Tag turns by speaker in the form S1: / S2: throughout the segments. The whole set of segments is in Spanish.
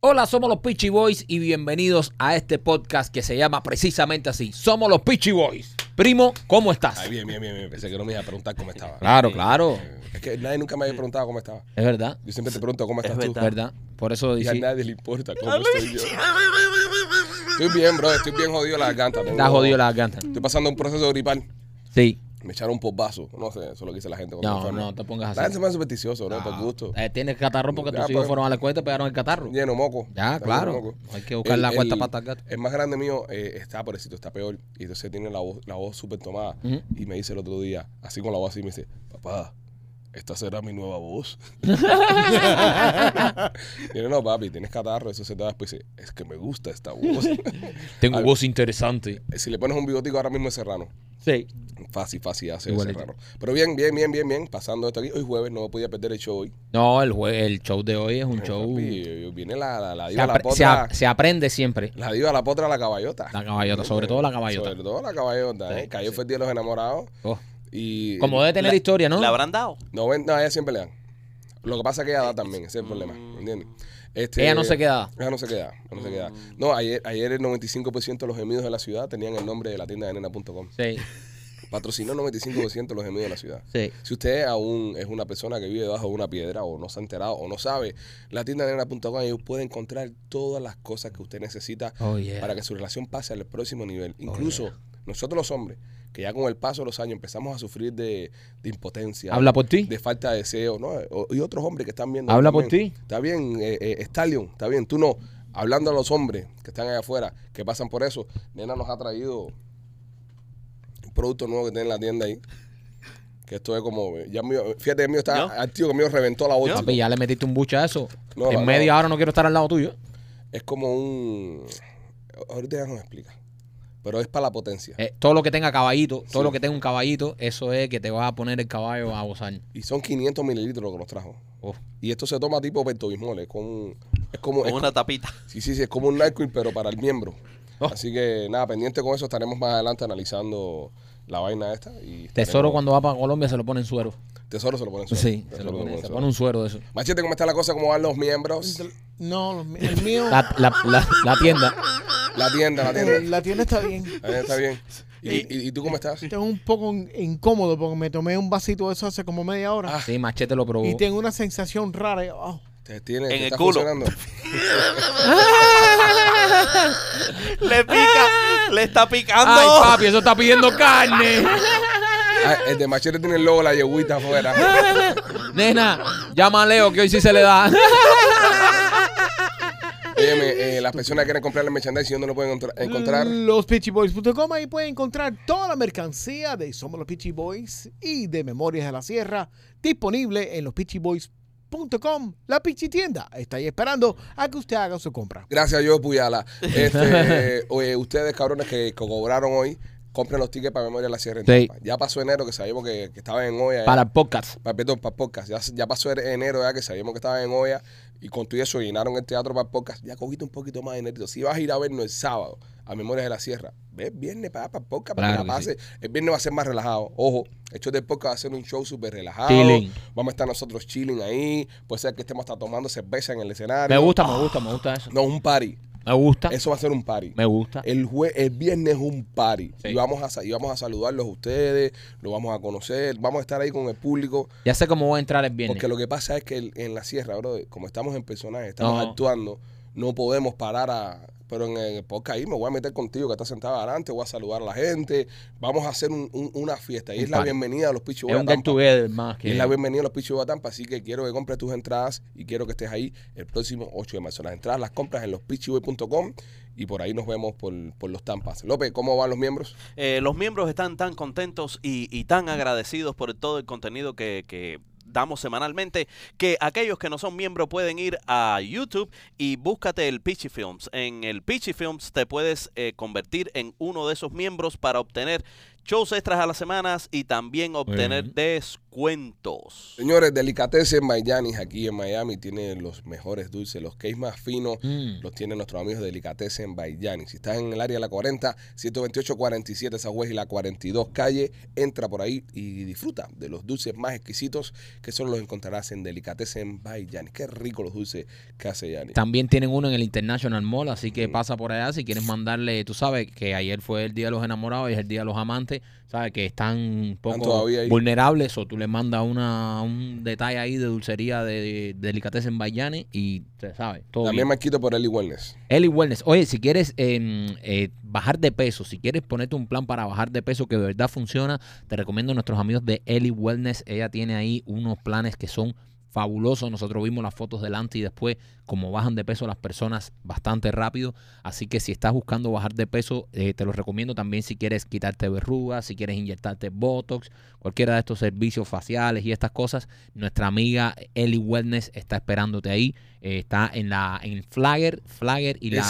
S1: Hola, somos los Peachy Boys y bienvenidos a este podcast que se llama precisamente así. Somos los Peachy Boys. Primo, ¿cómo estás?
S2: Ay, bien, bien, bien, bien. Pensé que no me iba a preguntar cómo estaba.
S1: Claro, claro.
S2: Es que nadie nunca me había preguntado cómo estaba.
S1: Es verdad.
S2: Yo siempre te pregunto cómo
S3: Es
S2: estás tú.
S3: verdad.
S1: ¿Verdad? Por eso
S2: Y a
S1: dice.
S2: nadie le importa cómo estoy yo. Estoy bien, bro. Estoy bien jodido la garganta.
S1: Te has jodido la garganta.
S2: Estoy pasando un proceso gripal.
S1: Sí.
S2: Me echaron por vaso. No sé, eso es lo que dice la gente. cuando se
S1: No,
S2: enferma.
S1: no te pongas
S2: La gente
S1: así.
S2: se me hace supersticioso, bro, por gusto.
S1: Eh, tienes catarro porque
S2: Ya,
S1: tus hijos
S2: pues.
S1: fueron a la escuela y te pegaron el catarro.
S2: Lleno moco.
S1: Ya,
S2: Está
S1: claro.
S2: lleno moco.
S1: Hay que buscar la cuarta pata al gato.
S2: El más grande mío eh, está pobrecito, está peor. Y entonces tiene la voz, la voz súper tomada.
S1: Ujú.
S2: Y me dice el otro día, así con la voz así, me dice, papá, esta será mi nueva voz. y yo, no, papi, tienes catarro, eso se te va después. Y dice, es que me gusta esta voz.
S1: Tengo
S2: Al-
S1: voz interesante.
S2: si le pones un bigotico ahora mismo es serrano.
S1: Sí.
S2: Fácil, fácil hace
S1: Igualito.
S2: serrano. Pero bien, bien, bien, bien, bien. Pasando esto aquí, hoy jueves, no me podía perder el show hoy.
S1: No, el, jue- el show de hoy es un show.
S2: Papi, yo- yo- viene la, la, la
S1: Se,
S2: diva, la
S1: apre- se
S2: potra.
S1: a- se aprende siempre.
S2: La diva, la potra, la caballota.
S1: La caballota, sobre todo la caballota.
S2: Sobre todo la caballota, ¿eh? Que ayer fue el día de los enamorados.
S1: Oh.
S2: Y
S1: Como debe tener historia, ¿no?
S3: ¿Le habrán dado?
S2: 90, ella siempre le dan. Lo que pasa es que ella da también, ese es el problema, ¿me ¿entiendes? Este,
S1: Mm. Ella no se queda. Mm.
S2: Ella no se queda, ella no se queda. No, ayer, ayer el 95% de los gemidos de la ciudad tenían el nombre de la tienda de nena.com.
S1: Sí,
S2: Patrocinó el 95% de los gemidos de la ciudad.
S1: sí.
S2: Si usted aún es una persona que vive debajo de una piedra o no se ha enterado o no sabe, la tienda de nena.com ellos pueden encontrar todas las cosas que usted necesita
S1: Oh, yeah.
S2: para que su relación pase al próximo nivel.
S1: Oh,
S2: Incluso nosotros los hombres, que ya con el paso de los años empezamos a sufrir de, de impotencia,
S1: Habla por ti.
S2: de falta de deseo, ¿no? O- y otros hombres que están viendo.
S1: Habla
S2: también.
S1: por ti.
S2: Está bien, eh, eh, Stallion, está bien, tú no. Hablando a los hombres que están allá afuera, que pasan por eso, Nena nos ha traído un producto nuevo que tiene en la tienda ahí. Que esto es como, eh, ya mío, fíjate, el mío está,
S3: ¿Yo?
S2: al tío que mío reventó la bolsa.
S1: Papi, ya le metiste un bucha a eso.
S2: No,
S1: en
S2: no.
S1: media hora no quiero estar al lado tuyo.
S2: Es como un, ahorita ya nos explica, pero es para la potencia.
S1: Eh, todo lo que tenga caballito, todo
S2: Sí.
S1: lo que tenga un caballito, eso es que te va a poner el caballo a gozar.
S2: Y son 500 mililitros lo que nos trajo.
S1: Oh.
S2: Y esto se toma tipo pentobismol. Es como, es como, es
S3: Con una tapita.
S2: Sí, sí, sí, es como un Nyquil, pero para el miembro.
S1: Oh.
S2: Así que nada, pendiente con eso, estaremos más adelante analizando la vaina esta. Y
S1: Tesoro
S2: estaremos-
S1: cuando va para Colombia se lo pone en suero.
S2: Tesoro se lo ponen suero.
S1: Sí, se
S2: Tesoro
S1: lo pone,
S2: ponen
S1: se
S2: suero.
S1: pone un suero de eso.
S2: Machete, ¿cómo está la cosa? ¿Cómo van los miembros?
S4: No, los mí- el mío. La,
S1: La, la- la- la tienda.
S2: La tienda, la tienda.
S4: la tienda está bien.
S2: La tienda está bien. ¿Y,
S3: Eh,
S2: y- y tú cómo estás?
S4: Tengo un poco in- incómodo porque me tomé un vasito de eso hace como media hora.
S1: Sí, Machete lo probó.
S4: Ah. y tengo una sensación rara. Oh,
S2: ¿Te, tiene, te
S3: En el
S2: está
S3: culo.
S2: funcionando?
S3: Le pica, le está picando.
S1: ¡Ay, papi, eso está pidiendo carne!
S2: Ah, el de Machete tiene el logo, de la yeguita afuera.
S1: Nena, llama a Leo que hoy sí se le da.
S2: Óyeme, eh, las personas que quieren comprar el merchandising, ¿dónde lo pueden encontr- encontrar?
S4: Lospitchyboys.com. Ahí pueden encontrar toda la mercancía de Somos los Pitchy Boys y de Memorias de la Sierra disponible en lospitchyboys.com. La Pitchy Tienda está ahí esperando a que usted haga su compra.
S2: Gracias, yo Puyala. Este, eh, oye, ustedes, cabrones, que, que cobraron hoy, compren los tickets para Memoria de la Sierra. en
S1: Sí.
S2: Tampa. Ya pasó enero, que sabíamos que, que estaban en olla.
S1: Para el podcast.
S2: Pa- perdón, para podcast. Ya, ya pasó er, enero, ya que sabíamos que estaban en olla. Y con todo eso llenaron el teatro para el podcast. Ya cogiste un poquito más de dinero. Si vas a ir a vernos el sábado a Memorias de la Sierra, ve el viernes para, para el podcast. para
S1: Claro
S2: que la
S1: que sí.
S2: pase. El viernes va a ser más relajado. Ojo, el show del podcast va a ser un show súper relajado.
S1: Chilling.
S2: Vamos a estar nosotros chilling ahí. Puede ser que estemos hasta tomando cerveza en el escenario.
S1: Me gusta, me gusta, me gusta eso.
S2: No, un party.
S1: Me gusta,
S2: Eso va a ser un party.
S1: me gusta.
S2: El, jue- el viernes es un party.
S1: Sí.
S2: Y, vamos a, sa- y vamos a saludarlos a ustedes, lo vamos a conocer, vamos a estar ahí con el público.
S1: Ya sé cómo voy a entrar el viernes.
S2: Porque lo que pasa es que el- en la sierra, bro, como estamos en personaje, estamos
S1: Ajá.
S2: actuando, no podemos parar a... Pero en el podcast ahí me voy a meter contigo que estás sentado adelante, voy a saludar a la gente, vamos a hacer un- un- una fiesta. Y
S1: Un
S2: es la
S1: party.
S2: bienvenida a los Pichu
S1: Es un get together más
S2: y
S1: que.
S2: es la bienvenida a los Pichu de Tampa, así que quiero que compres tus entradas y quiero que estés ahí el próximo 8 de marzo. Las entradas las compras en lospichiboy.com y por ahí nos vemos por, por los Tampas. López, ¿cómo van los miembros?
S3: Eh, los miembros están tan contentos y, y tan agradecidos por todo el contenido que, que damos semanalmente que aquellos que no son miembros pueden ir a YouTube y búscate el Peachy Films. En el Peachy Films te puedes eh, convertir en uno de esos miembros para obtener shows extras a las semanas y también obtener descuentos.
S2: Señores, Delicatessen Miami, aquí en Miami, tiene los mejores dulces, los cakes más finos,
S1: Mm.
S2: los tienen nuestros amigos de Delicatessen Miami. Si estás en el área de la 40, 128, 47, Sagüez y la 42 calle, entra por ahí y disfruta de los dulces más exquisitos que solo los encontrarás en Delicatessen Miami. Qué rico los dulces que hace Yanni.
S1: También tienen uno en el International Mall, así que pasa por allá si quieres mandarle, tú sabes que ayer fue el Día de los Enamorados y es el Día de los Amantes, sabes que están un poco
S2: todavía ahí.
S1: vulnerables o tú le mandas una, un detalle ahí de dulcería de, delicatessen en Bayane y te sabes, todo
S2: También
S1: bien.
S2: me quito por Eli Wellness.
S1: Eli Wellness, oye, si quieres eh, eh, bajar de peso, si quieres ponerte un plan para bajar de peso que de verdad funciona, te recomiendo a nuestros amigos de Eli Wellness. Ella tiene ahí unos planes que son fabulosos. Nosotros vimos las fotos delante y después, como bajan de peso las personas bastante rápido. Así que si estás buscando bajar de peso, eh, te los recomiendo también si quieres quitarte verrugas, si quieres inyectarte Botox, cualquiera de estos servicios faciales y estas cosas. Nuestra amiga Eli Wellness está esperándote ahí. Eh, está en la en Flagger, Flagger y
S2: El
S1: la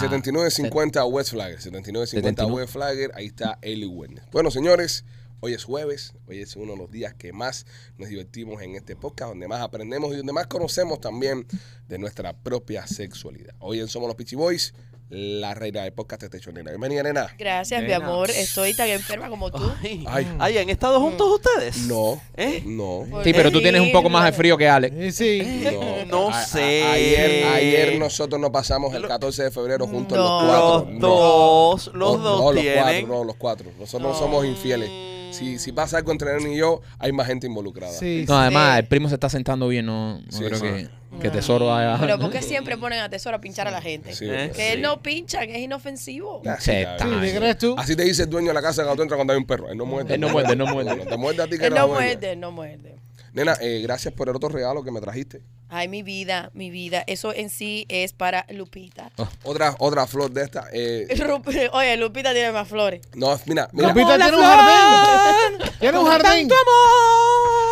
S2: 7950 West Flagger. 7950
S1: 79.
S2: West Flagger. Ahí está Eli Wellness. Bueno, señores, hoy es jueves. Hoy es uno de los días que más nos divertimos en este podcast, donde más aprendemos y donde más conocemos también de nuestra propia sexualidad. Hoy en Somos los Pitchy Boys, la reina del podcast de Techo Nena. Bienvenida, nena.
S5: Gracias, mi
S1: Nena.
S5: amor. Estoy tan enferma como tú.
S3: Ay,
S2: Ay.
S3: ay, ¿han estado juntos ustedes?
S2: No,
S3: ¿Eh?
S2: no.
S1: Sí, pero tú tienes un poco más de frío que Alex.
S4: Eh, Sí.
S2: No,
S3: No
S2: A- a-
S3: sé.
S2: ayer, ayer nosotros nos pasamos el 14 de febrero juntos los cuatro.
S3: Los
S2: No.
S3: dos, los
S2: No,
S3: dos
S2: no,
S3: tienen.
S2: Los cuatro, no, los cuatro. Nosotros no
S3: No.
S5: Ah.
S2: somos infieles. Si, si pasa algo entre él y yo, hay más gente involucrada.
S4: Sí,
S1: No,
S4: sí.
S1: además,
S5: Sí. Ah.
S1: el primo se está sentando bien, no, no
S2: Sí,
S1: creo
S2: sí.
S1: que, que tesoro haya.
S5: Pero ¿por qué siempre ponen a Tesoro a pinchar a la gente?
S2: Sí,
S3: ¿Eh?
S5: Que
S3: Sí.
S5: él no pincha, que es inofensivo.
S2: Ah,
S1: Se
S2: cabrón.
S1: está-
S4: Sí, ¿Qué crees tú?
S2: Así te dice el dueño de la casa cuando tú entras cuando hay un perro. Él no muerde.
S1: Él no muerde, no muerde.
S2: te muerde a ti que
S5: Él
S2: eres
S5: no
S2: dueño.
S5: muerde, él no muerde.
S2: Nena, eh, gracias por el otro regalo que me trajiste.
S5: Ay, mi vida, mi vida. Eso en sí es para Lupita.
S2: Otra, otra flor de esta. eh,
S5: Rup- Oye, Lupita tiene más flores.
S2: no, mira, mira.
S4: Lupita tiene un jardín. Tiene un jardín.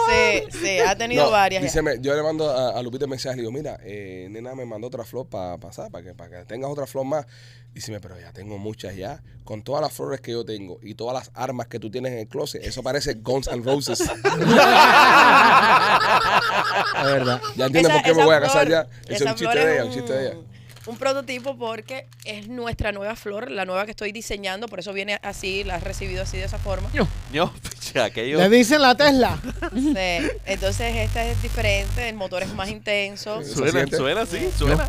S5: Sí, sí, ha tenido
S2: No,
S5: varias.
S2: dice, me- yo le mando a, a Lupita un mensaje le digo, mira, eh, nena me mandó otra flor para pasar, para que, para que tengas otra flor más. Dice, pero ya tengo muchas ya. Con todas las flores que yo tengo y todas las armas que tú tienes en el closet, eso parece Guns N' Roses.
S1: Es verdad.
S2: ya entiendes
S5: Esa-
S2: por qué me
S5: esa
S2: voy a casar
S5: flor-
S2: ya. Ese es
S5: esa
S2: un
S5: flor
S2: chiste de ella,
S5: un-
S2: un chiste de ella.
S5: un prototipo porque es nuestra nueva flor, la nueva que estoy diseñando, por eso viene así, la has recibido así de esa forma.
S3: Yo, picha, aquello.
S4: Le dicen la Tesla.
S5: Sí, Entonces esta es diferente, el motor es más intenso.
S2: Sí.
S3: Suena,
S2: siente?
S3: suena, sí, suena.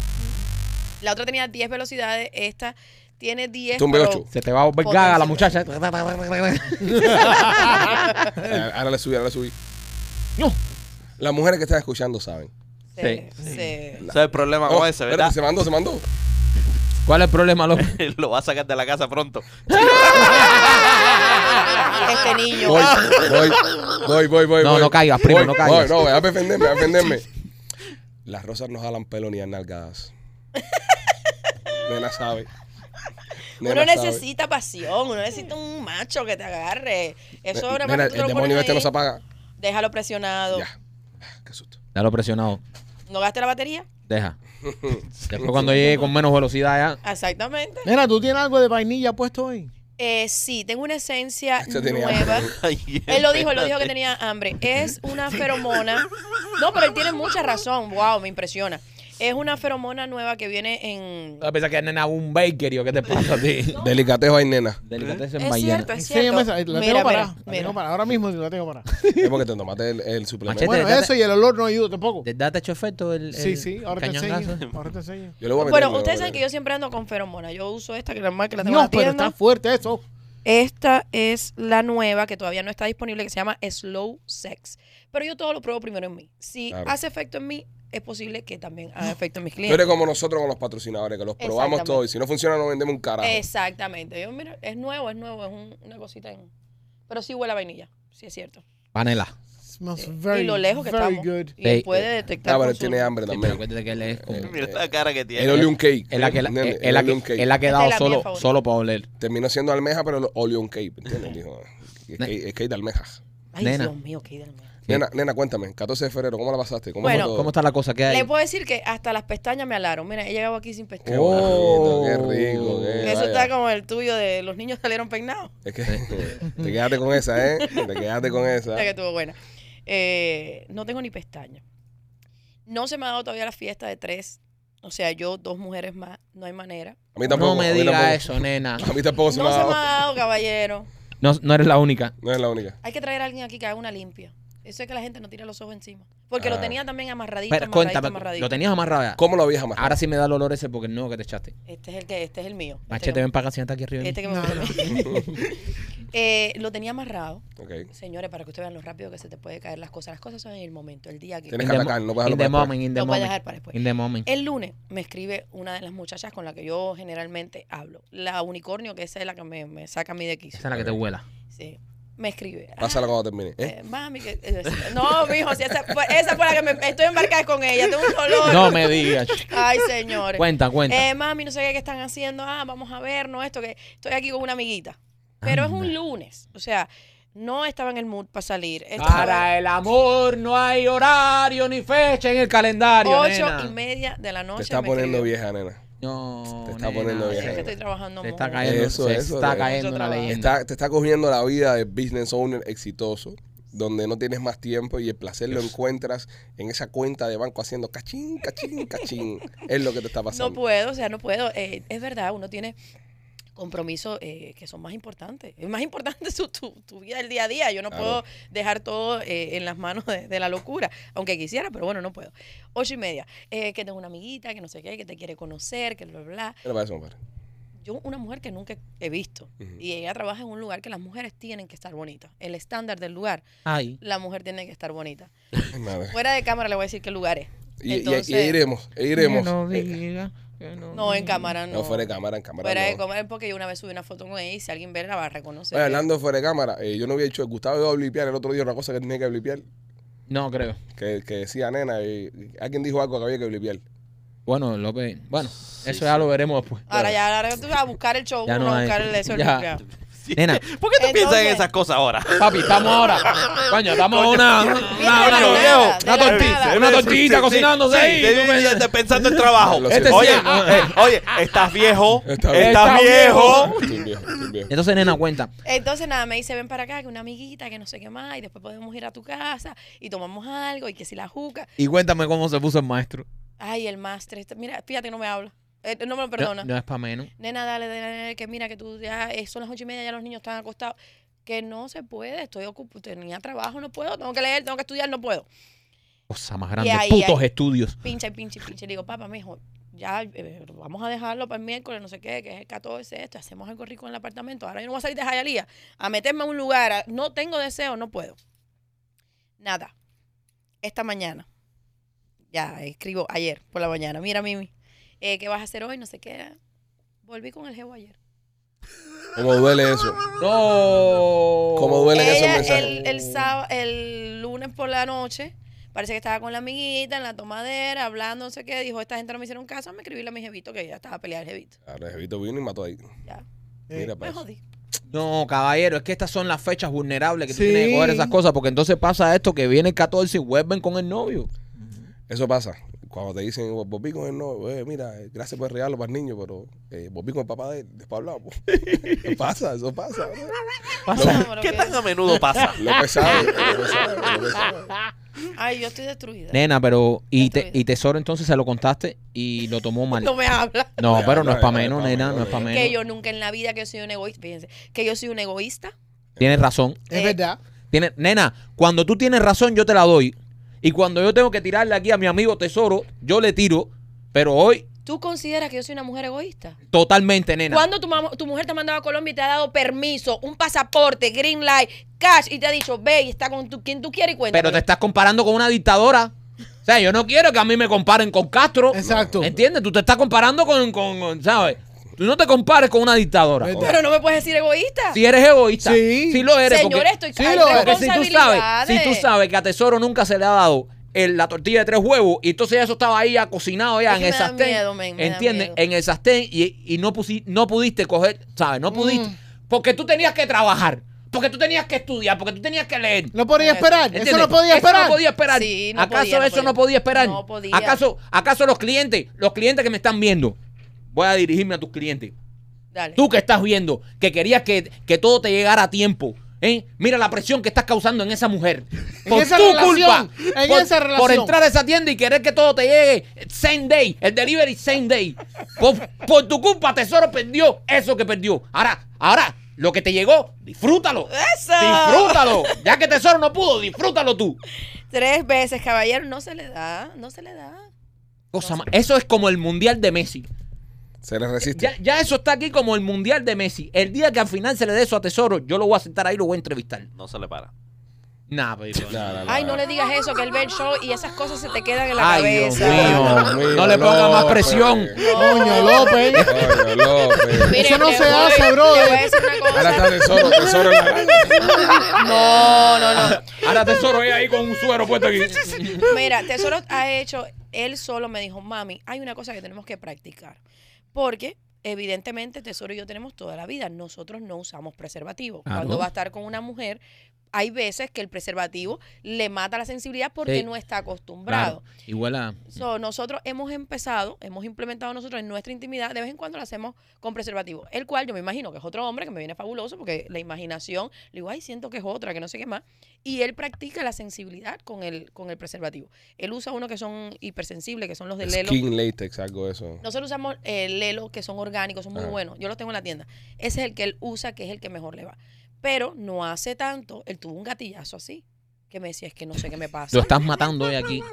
S5: La otra tenía 10 velocidades, esta tiene 10.
S2: Tumbe
S5: pero-
S2: ocho.
S1: Se te va a volver gaga la muchacha. No.
S2: Ah, Ahora le subí, ahora le subí. Las mujeres que están escuchando saben.
S5: Sí,
S1: Sí.
S5: sí.
S3: O sea, el problema
S2: Oh,
S3: con ese,
S2: espérate,
S3: ¿verdad?
S2: se mandó, se mandó.
S1: ¿Cuál es el problema, López?
S3: Lo va a sacar de la casa pronto.
S5: Este niño.
S2: Voy, voy, voy, voy, voy.
S1: No,
S2: voy.
S1: no caigas, primo,
S2: Voy,
S1: no caigas.
S2: Voy, no, voy a defenderme, voy a defenderme. Las rosas no jalan pelo ni a nalgadas. Nena sabe.
S5: Uno
S2: Nena sabe.
S5: necesita pasión, uno necesita un macho que te agarre. Eso ahora
S2: Nena,
S5: más que tú te
S2: el
S5: lo
S2: demonio
S5: pones
S2: este no
S5: ahí,
S2: se apaga.
S5: Déjalo presionado.
S2: Ya. Ah, Qué susto.
S1: Ya lo he presionado.
S5: No gaste la batería.
S1: Deja. Después cuando llegue con menos velocidad ya.
S5: Exactamente.
S4: Mira, tú tienes algo de vainilla puesto hoy.
S5: Eh, sí, tengo una esencia
S2: Este tenía
S5: nueva.
S3: Ay,
S5: Él lo dijo, él lo dijo
S3: espérate.
S5: que tenía hambre. Es una feromona. No, pero él tiene mucha razón. Wow, me impresiona. Es una feromona nueva que viene en.
S1: Pensaba que era nena un bakery o qué te pasa a ti.
S2: Delicatejo hay nena.
S1: Delicatessen
S5: Es
S1: Bayana.
S5: cierto, es cierto.
S4: Enséñame esa. eh, La tengo
S5: Mira,
S4: para.
S5: mira,
S4: la
S5: mira.
S4: tengo para. Ahora mismo la tengo para.
S2: Es porque te tomaste el, el suplemento.
S1: Machete.
S4: Bueno,
S1: date-
S4: eso y el olor no ayuda tampoco.
S1: ¿Te da hecho efecto el,
S4: Sí,
S1: el
S4: sí, ahora te
S1: cañangazo?
S4: enseño. Ahora te enseño.
S2: Yo le voy a meter, le
S5: Bueno,
S2: voy a
S5: ustedes saben
S2: meter.
S5: que yo siempre ando con feromona. Yo uso esta, que la más que la tengo en
S4: No,
S5: la
S4: pero
S5: tienda. Eh,
S4: está fuerte eso.
S5: Esta es la nueva que todavía no está disponible, que se llama Slow Sex. Pero yo todo lo pruebo primero en mí. Si
S2: Claro.
S5: hace efecto en mí, es posible que también haga efecto en mis
S2: Tú eres
S5: clientes.
S2: como nosotros con los patrocinadores, que los probamos
S5: Exactamente.
S2: todos y si no funciona no vendemos un carajo.
S5: Exactamente. Yo, mira, es nuevo, es nuevo, es un- una cosita en... Pero sí huele a vainilla, sí es cierto.
S1: Panela.
S4: Smells
S5: Sí.
S4: very,
S5: y lo lejos que
S4: very
S5: estamos.
S4: good.
S5: Y él
S1: Sí.
S5: puede detectar.
S2: Ah, pero
S5: con
S2: él tiene
S5: su-
S2: hambre
S1: Sí, pero
S2: también.
S1: acuérdate que él es como-
S3: Mira la cara que
S2: Él
S3: tiene.
S2: olió un cake.
S1: Él ha, queda-
S2: Nene,
S1: él- él ha-
S2: olió un cake.
S1: él ha quedado
S5: Esta es la mía
S1: solo,
S5: favorita.
S1: solo para oler.
S2: Terminó siendo almeja, pero lo olió un cake, ¿entiendes? Dijo, "Ah, es cake, es cake de almejas.
S5: Ay,
S1: Nena.
S5: Dios mío, qué idea.
S1: ¿Qué
S2: Nena, nena, cuéntame, 14 de febrero, ¿cómo la pasaste? ¿Cómo
S5: Bueno.
S2: fue todo?
S1: ¿Cómo está la cosa? ¿Qué hay?
S5: Le puedo decir que hasta las pestañas me alaron. Mira, he llegado aquí sin
S2: Qué
S5: pestañas.
S1: Oh.
S2: bonito, qué rico. qué
S5: Eso
S2: vaya.
S5: está como el tuyo de los niños salieron peinados.
S2: Es que te quedaste con esa, ¿eh? Te quedaste con esa.
S5: La que estuvo buena. Eh, no tengo ni pestaña. No se me ha dado todavía la fiesta de tres. O sea, yo, dos mujeres más, no hay manera.
S2: A mí tampoco.
S1: no me
S2: a mí tampoco.
S1: diga eso, nena.
S2: A mí tampoco
S5: No
S2: se
S5: se me
S2: me ha
S5: ha
S2: dado.
S5: dado, caballero.
S1: No, no eres la única.
S2: No es la única.
S5: Hay que traer a alguien aquí que haga una limpia. Eso es que la gente no tira los ojos encima. Porque
S2: Ah.
S5: lo tenía también amarradito,
S1: Pero
S5: amarradito,
S1: cuéntame,
S5: amarradito.
S1: lo tenías amarrado ya.
S2: ¿Cómo lo habías amarrado?
S1: Ahora sí me da el olor ese porque no que te echaste.
S5: Este es el que, este es el mío. Este
S1: Machete,
S5: que-
S1: ven para acá, siéntate aquí arriba. de mí.
S5: este que me
S4: No, no.
S5: Eh, lo tenía amarrado.
S2: Ok.
S5: Señores, para que ustedes vean lo rápido que se te puede caer las cosas. Las cosas son en el momento, el día que...
S2: Tienes
S1: In
S2: que
S1: the
S2: atacar,
S1: mo-
S2: no puedes
S1: In the
S2: hablar
S1: moment, in the
S5: Lo voy a
S1: moment.
S5: dejar pues. Este para después.
S1: In the moment.
S5: El lunes me escribe una de las muchachas con la que yo generalmente hablo. La unicornio, que esa es la que me, me saca a mí de quicio.
S1: Esa es la que te huela.
S5: Sí. Me escribe. "Ah,
S2: Pásala cuando termine. ¿eh?
S5: eh, mami, que... eh, No, mijo, si esa, fue- esa fue la que me... Estoy embarcada con ella, tengo un dolor.
S1: No me digas.
S5: Ay, señores.
S1: Cuenta, cuenta.
S5: Eh, mami, no sé qué, qué están haciendo. Ah, vamos a ver, no esto, que estoy aquí con una amiguita. Pero es un
S1: Anda.
S5: lunes. O sea, no estaba en el mood para salir. Estaba
S1: Para el amor no hay horario ni fecha en el calendario.
S5: ocho
S1: nena.
S5: y media de la noche.
S2: Te está
S5: me
S2: poniendo
S5: escribió.
S2: vieja, nena.
S1: No.
S2: Te está poniendo
S5: Sí,
S2: bien.
S5: es que estoy trabajando
S1: Se
S5: mucho.
S1: está cayendo,
S2: Eso,
S1: se
S2: eso,
S1: está
S2: de-
S1: cayendo
S5: Mucho
S1: una
S5: trabajo.
S1: leyenda.
S2: Está, te está cogiendo la vida de business owner exitoso, donde no tienes más tiempo y el placer lo encuentras en esa cuenta de banco haciendo cachín, cachín, cachín. es lo que te está
S5: No
S2: pasando.
S5: puedo, o sea, no puedo. Eh, es verdad, uno tiene compromisos eh, que son más importantes. Es más importante su, tu, tu vida del día a día. Yo no
S2: Claro.
S5: puedo dejar todo eh, en las manos de, de la locura, aunque quisiera, pero bueno, no puedo. Ocho y media, eh, que tengo una amiguita, que no sé qué, que te quiere conocer, que bla, bla, bla.
S2: ¿Qué le parece, compadre?
S5: Yo, una mujer que nunca he visto,
S2: Ujú.
S5: y ella trabaja en un lugar que las mujeres tienen que estar bonitas. El estándar del lugar,
S1: Ay.
S5: la mujer tiene que estar bonita.
S2: Ay, madre.
S5: Fuera de cámara le voy a decir qué lugar es.
S2: Y, y- y
S5: Entonces-
S2: iremos, e iremos.
S1: Que no
S2: Eh,
S1: diga, que
S5: No, en
S1: diga.
S5: cámara no.
S2: no, fuera de cámara, en cámara.
S5: Fuera de
S2: no.
S5: comer porque yo una vez subí una foto con ella y si alguien ve la va a reconocer.
S2: Oye, hablando de fuera de cámara, eh, yo no había dicho, Gustavo iba a blipear el otro día una cosa que tenía que blipear,
S1: No, creo.
S2: que, que decía nena, y, y alguien dijo algo que había que blipear.
S1: Bueno, López. Bueno, eso ya lo veremos después.
S5: Ahora ya, ahora tú vas a buscar el show,
S1: Ya no
S5: uno, a
S1: hay.
S5: buscar el eso. el
S1: Ya.
S5: empleado.
S1: Nena,
S3: ¿Por qué tú piensas en
S5: Entonces-
S3: esas cosas ahora?
S1: papi, estamos ahora. Coño, estamos una, una, una,
S5: de la
S1: una-
S5: nada,
S1: una
S5: de la
S1: tortilla,
S5: nada.
S1: una tortillita cocinándose
S3: sí,
S1: ahí.
S3: sí,
S1: ¿tú me
S3: sí,
S1: entiendes?
S3: está pensando en trabajo.
S2: Lo siento.
S3: oye,
S1: Este sí.
S3: eh, oye, estás viejo.
S2: Está
S1: Está
S2: viejo.
S3: Estás viejo.
S2: Estoy viejo, estoy viejo.
S1: Entonces, nena, cuenta.
S5: Entonces nada, me dice, ven para acá, que una amiguita, que no sé qué más, y después podemos ir a tu casa y tomamos algo y que si la juca.
S1: Y cuéntame cómo se puso el maestro.
S5: Ay, el máster. está- Mira, fíjate, no me habla. Eh, no me lo
S1: No,
S5: perdona.
S1: No, es para menos.
S5: Nena, dale, dale, dale, que mira, que tú ya eh, son las ocho y media, ya los niños están acostados. Que no se puede, estoy ocupado, tenía trabajo, no puedo, tengo que leer, tengo que estudiar, no puedo.
S1: Cosa más grande.
S5: ahí,
S1: putos estudios.
S5: pinche, pinche, pinche. Le digo, papá, mijo, ya eh, vamos a dejarlo para el miércoles, no sé qué, que es el 14, esto, hacemos algo rico en el apartamento. Ahora yo no voy a salir de Jayalía a meterme a un lugar, a- no tengo deseo, no puedo. Nada. Esta mañana, ya escribo ayer por la mañana, mira, Mimi, eh, ¿qué vas a hacer hoy? No sé qué. Volví con el jevo ayer.
S2: ¿Cómo duele eso?
S1: No.
S2: ¿Cómo duelen esos
S5: Ella
S2: mensajes?
S5: el, el, sábado, el lunes por la noche, parece que estaba con la amiguita en la tomadera, hablando, no sé qué, dijo, esta gente no me hicieron caso, me escribí a mi jevito que ya estaba peleada el jevito.
S2: Ahora el jevito vino y mató ahí.
S5: Ya,
S4: Eh,
S2: Mira,
S5: me
S2: para eso.
S5: jodí.
S1: No, caballero, es que estas son las fechas vulnerables que tú
S4: Sí.
S1: tienes que coger esas cosas, porque entonces pasa esto que viene el 14 y vuelven con el novio.
S2: Eso pasa. Cuando te dicen, Bobby con el no, eh, mira, eh, gracias por el regalo para el niño, pero eh, Bobby con el papá de él, después hablamos. Eso pasa, eso pasa. bro.
S1: Pasa.
S5: Vámonos,
S3: ¿Qué
S5: que-
S3: tan a menudo pasa?
S2: López sabe, López sabe, López sabe.
S5: Ay, yo estoy destruida.
S1: Nena, pero. Y,
S5: Esto
S1: te-
S5: es.
S1: y Tesoro entonces se lo contaste y lo tomó mal.
S5: No me habla.
S1: No,
S2: Ya,
S1: pero no
S2: no,
S1: es para
S2: no es
S1: menos,
S2: pa'
S1: nena,
S2: menos,
S1: no es para
S2: nena.
S5: Que
S1: menos.
S5: yo nunca en la vida que yo soy un egoísta, fíjense, que yo soy un egoísta.
S1: Tienes razón.
S4: Es
S5: Eh,
S4: verdad.
S1: Tiene, nena, cuando tú tienes razón, yo te la doy. Y cuando yo tengo que tirarle aquí a mi amigo Tesoro, yo le tiro. Pero hoy,
S5: ¿Tú consideras que yo soy una mujer egoísta?
S1: totalmente, nena.
S5: ¿Cuándo tu, mam- tu mujer te ha mandado a Colombia y te ha dado permiso, un pasaporte, green light, cash y te ha dicho, ve y está con tu- quien tú quieres y cuenta?
S1: Pero te estás comparando con una dictadora. O sea, yo no quiero que a mí me comparen con Castro.
S4: Exacto.
S1: ¿Entiendes? Tú te estás comparando con, con- con, ¿sabes? Tú no te compares con una dictadora.
S4: ¿Verdad?
S5: Pero no me puedes decir egoísta.
S1: Si eres egoísta,
S4: Sí.
S1: si lo eres.
S5: Señores,
S1: porque,
S5: estoy
S4: Sí, lo
S5: hay
S4: eres.
S1: porque si tú sabes, si tú
S5: responsabilidades.
S1: sabes que a Tesoro nunca se le ha dado el- la tortilla de tres huevos y entonces ya eso estaba ahí ya cocinado ya
S5: Es
S1: en
S5: que
S1: el
S5: me da
S1: sartén.
S5: miedo, men, me da
S1: ¿Entiendes?
S5: miedo.
S1: En el
S5: Mm.
S1: sartén y, y no, pusi- no pudiste coger, ¿sabes? No pudiste. Porque tú tenías que trabajar. Porque tú tenías que estudiar, porque tú tenías que leer.
S4: No podía
S5: Correcto.
S4: esperar. Eso
S1: ¿Entiendes?
S4: no podía
S1: Eso
S4: esperar.
S1: no podía esperar.
S5: Sí, no
S1: ¿Acaso
S5: podía, no
S1: eso
S5: podía.
S1: no podía esperar?
S5: No podía.
S1: ¿Acaso, ¿Acaso los clientes, los clientes que me están viendo? Voy a dirigirme a tus clientes.
S5: Dale.
S1: Tú que estás viendo, que querías que, que todo te llegara a tiempo. ¿eh? Mira la presión que estás causando en esa mujer. Por
S4: esa
S1: tu
S4: relación,
S1: culpa.
S4: en
S1: por,
S4: esa relación.
S1: por entrar a esa tienda y querer que todo te llegue same day. El delivery same day. Por, por tu culpa, Tesoro perdió eso que perdió. Ahora, ahora, lo que te llegó, disfrútalo.
S5: ¡Eso!
S1: Disfrútalo. Ya que Tesoro no pudo, disfrútalo tú.
S5: Tres veces, caballero. No se le da. No se le da.
S1: Cosa más. Eso es como el mundial de Messi.
S2: Se le resiste.
S1: Ya, ya eso está aquí como el mundial de Messi. El día que al final se le dé eso a Tesoro, yo lo voy a sentar ahí y lo voy a entrevistar.
S3: No se le para.
S1: Nah, pero.
S2: No, no, no,
S5: Ay,
S2: no.
S5: no le digas eso, que él ve el show y esas cosas se te quedan en la
S1: Ay, Dios
S5: cabeza.
S1: mío.
S2: Dios mío,
S1: No le ponga más
S2: López.
S1: presión.
S4: Coño, López.
S2: Coño, López.
S5: Mire,
S4: Eso no
S5: le
S4: se
S5: voy-
S4: hace,
S5: le
S4: brother.
S5: voy a decir una cosa.
S2: Ahora está tesoro, tesoro en la
S5: No, no, no.
S1: Ahora Tesoro es ahí con un suero puesto aquí.
S5: Mira, Tesoro ha hecho, él solo me dijo, mami, hay una cosa que tenemos que practicar. Porque, evidentemente, Tesoro y yo tenemos toda la vida. Nosotros no usamos preservativo.
S1: Claro.
S5: Cuando va a estar con una mujer, hay veces que el preservativo le mata la sensibilidad porque
S1: Sí.
S5: no está acostumbrado.
S1: Igual a.
S5: So, nosotros hemos empezado, hemos implementado nosotros en nuestra intimidad, de vez en cuando lo hacemos con preservativo, el cual yo me imagino que es otro hombre que me viene fabuloso porque la imaginación, le digo, ay, siento que es otra, que no sé qué más, y él practica la sensibilidad con el, con el preservativo. Él usa uno que son hipersensibles, que son los de
S2: cara.
S5: Lelo.
S2: Skin latex, algo de eso.
S5: Nosotros usamos eh, Lelo, que son orgánicos, son muy
S2: Ajá.
S5: buenos. Yo los tengo en la tienda. Ese es el que él usa, que es el que mejor le va. Pero no hace tanto, él tuvo un gatillazo así, que me decía, es que no sé qué me pasa.
S1: Lo estás matando hoy aquí.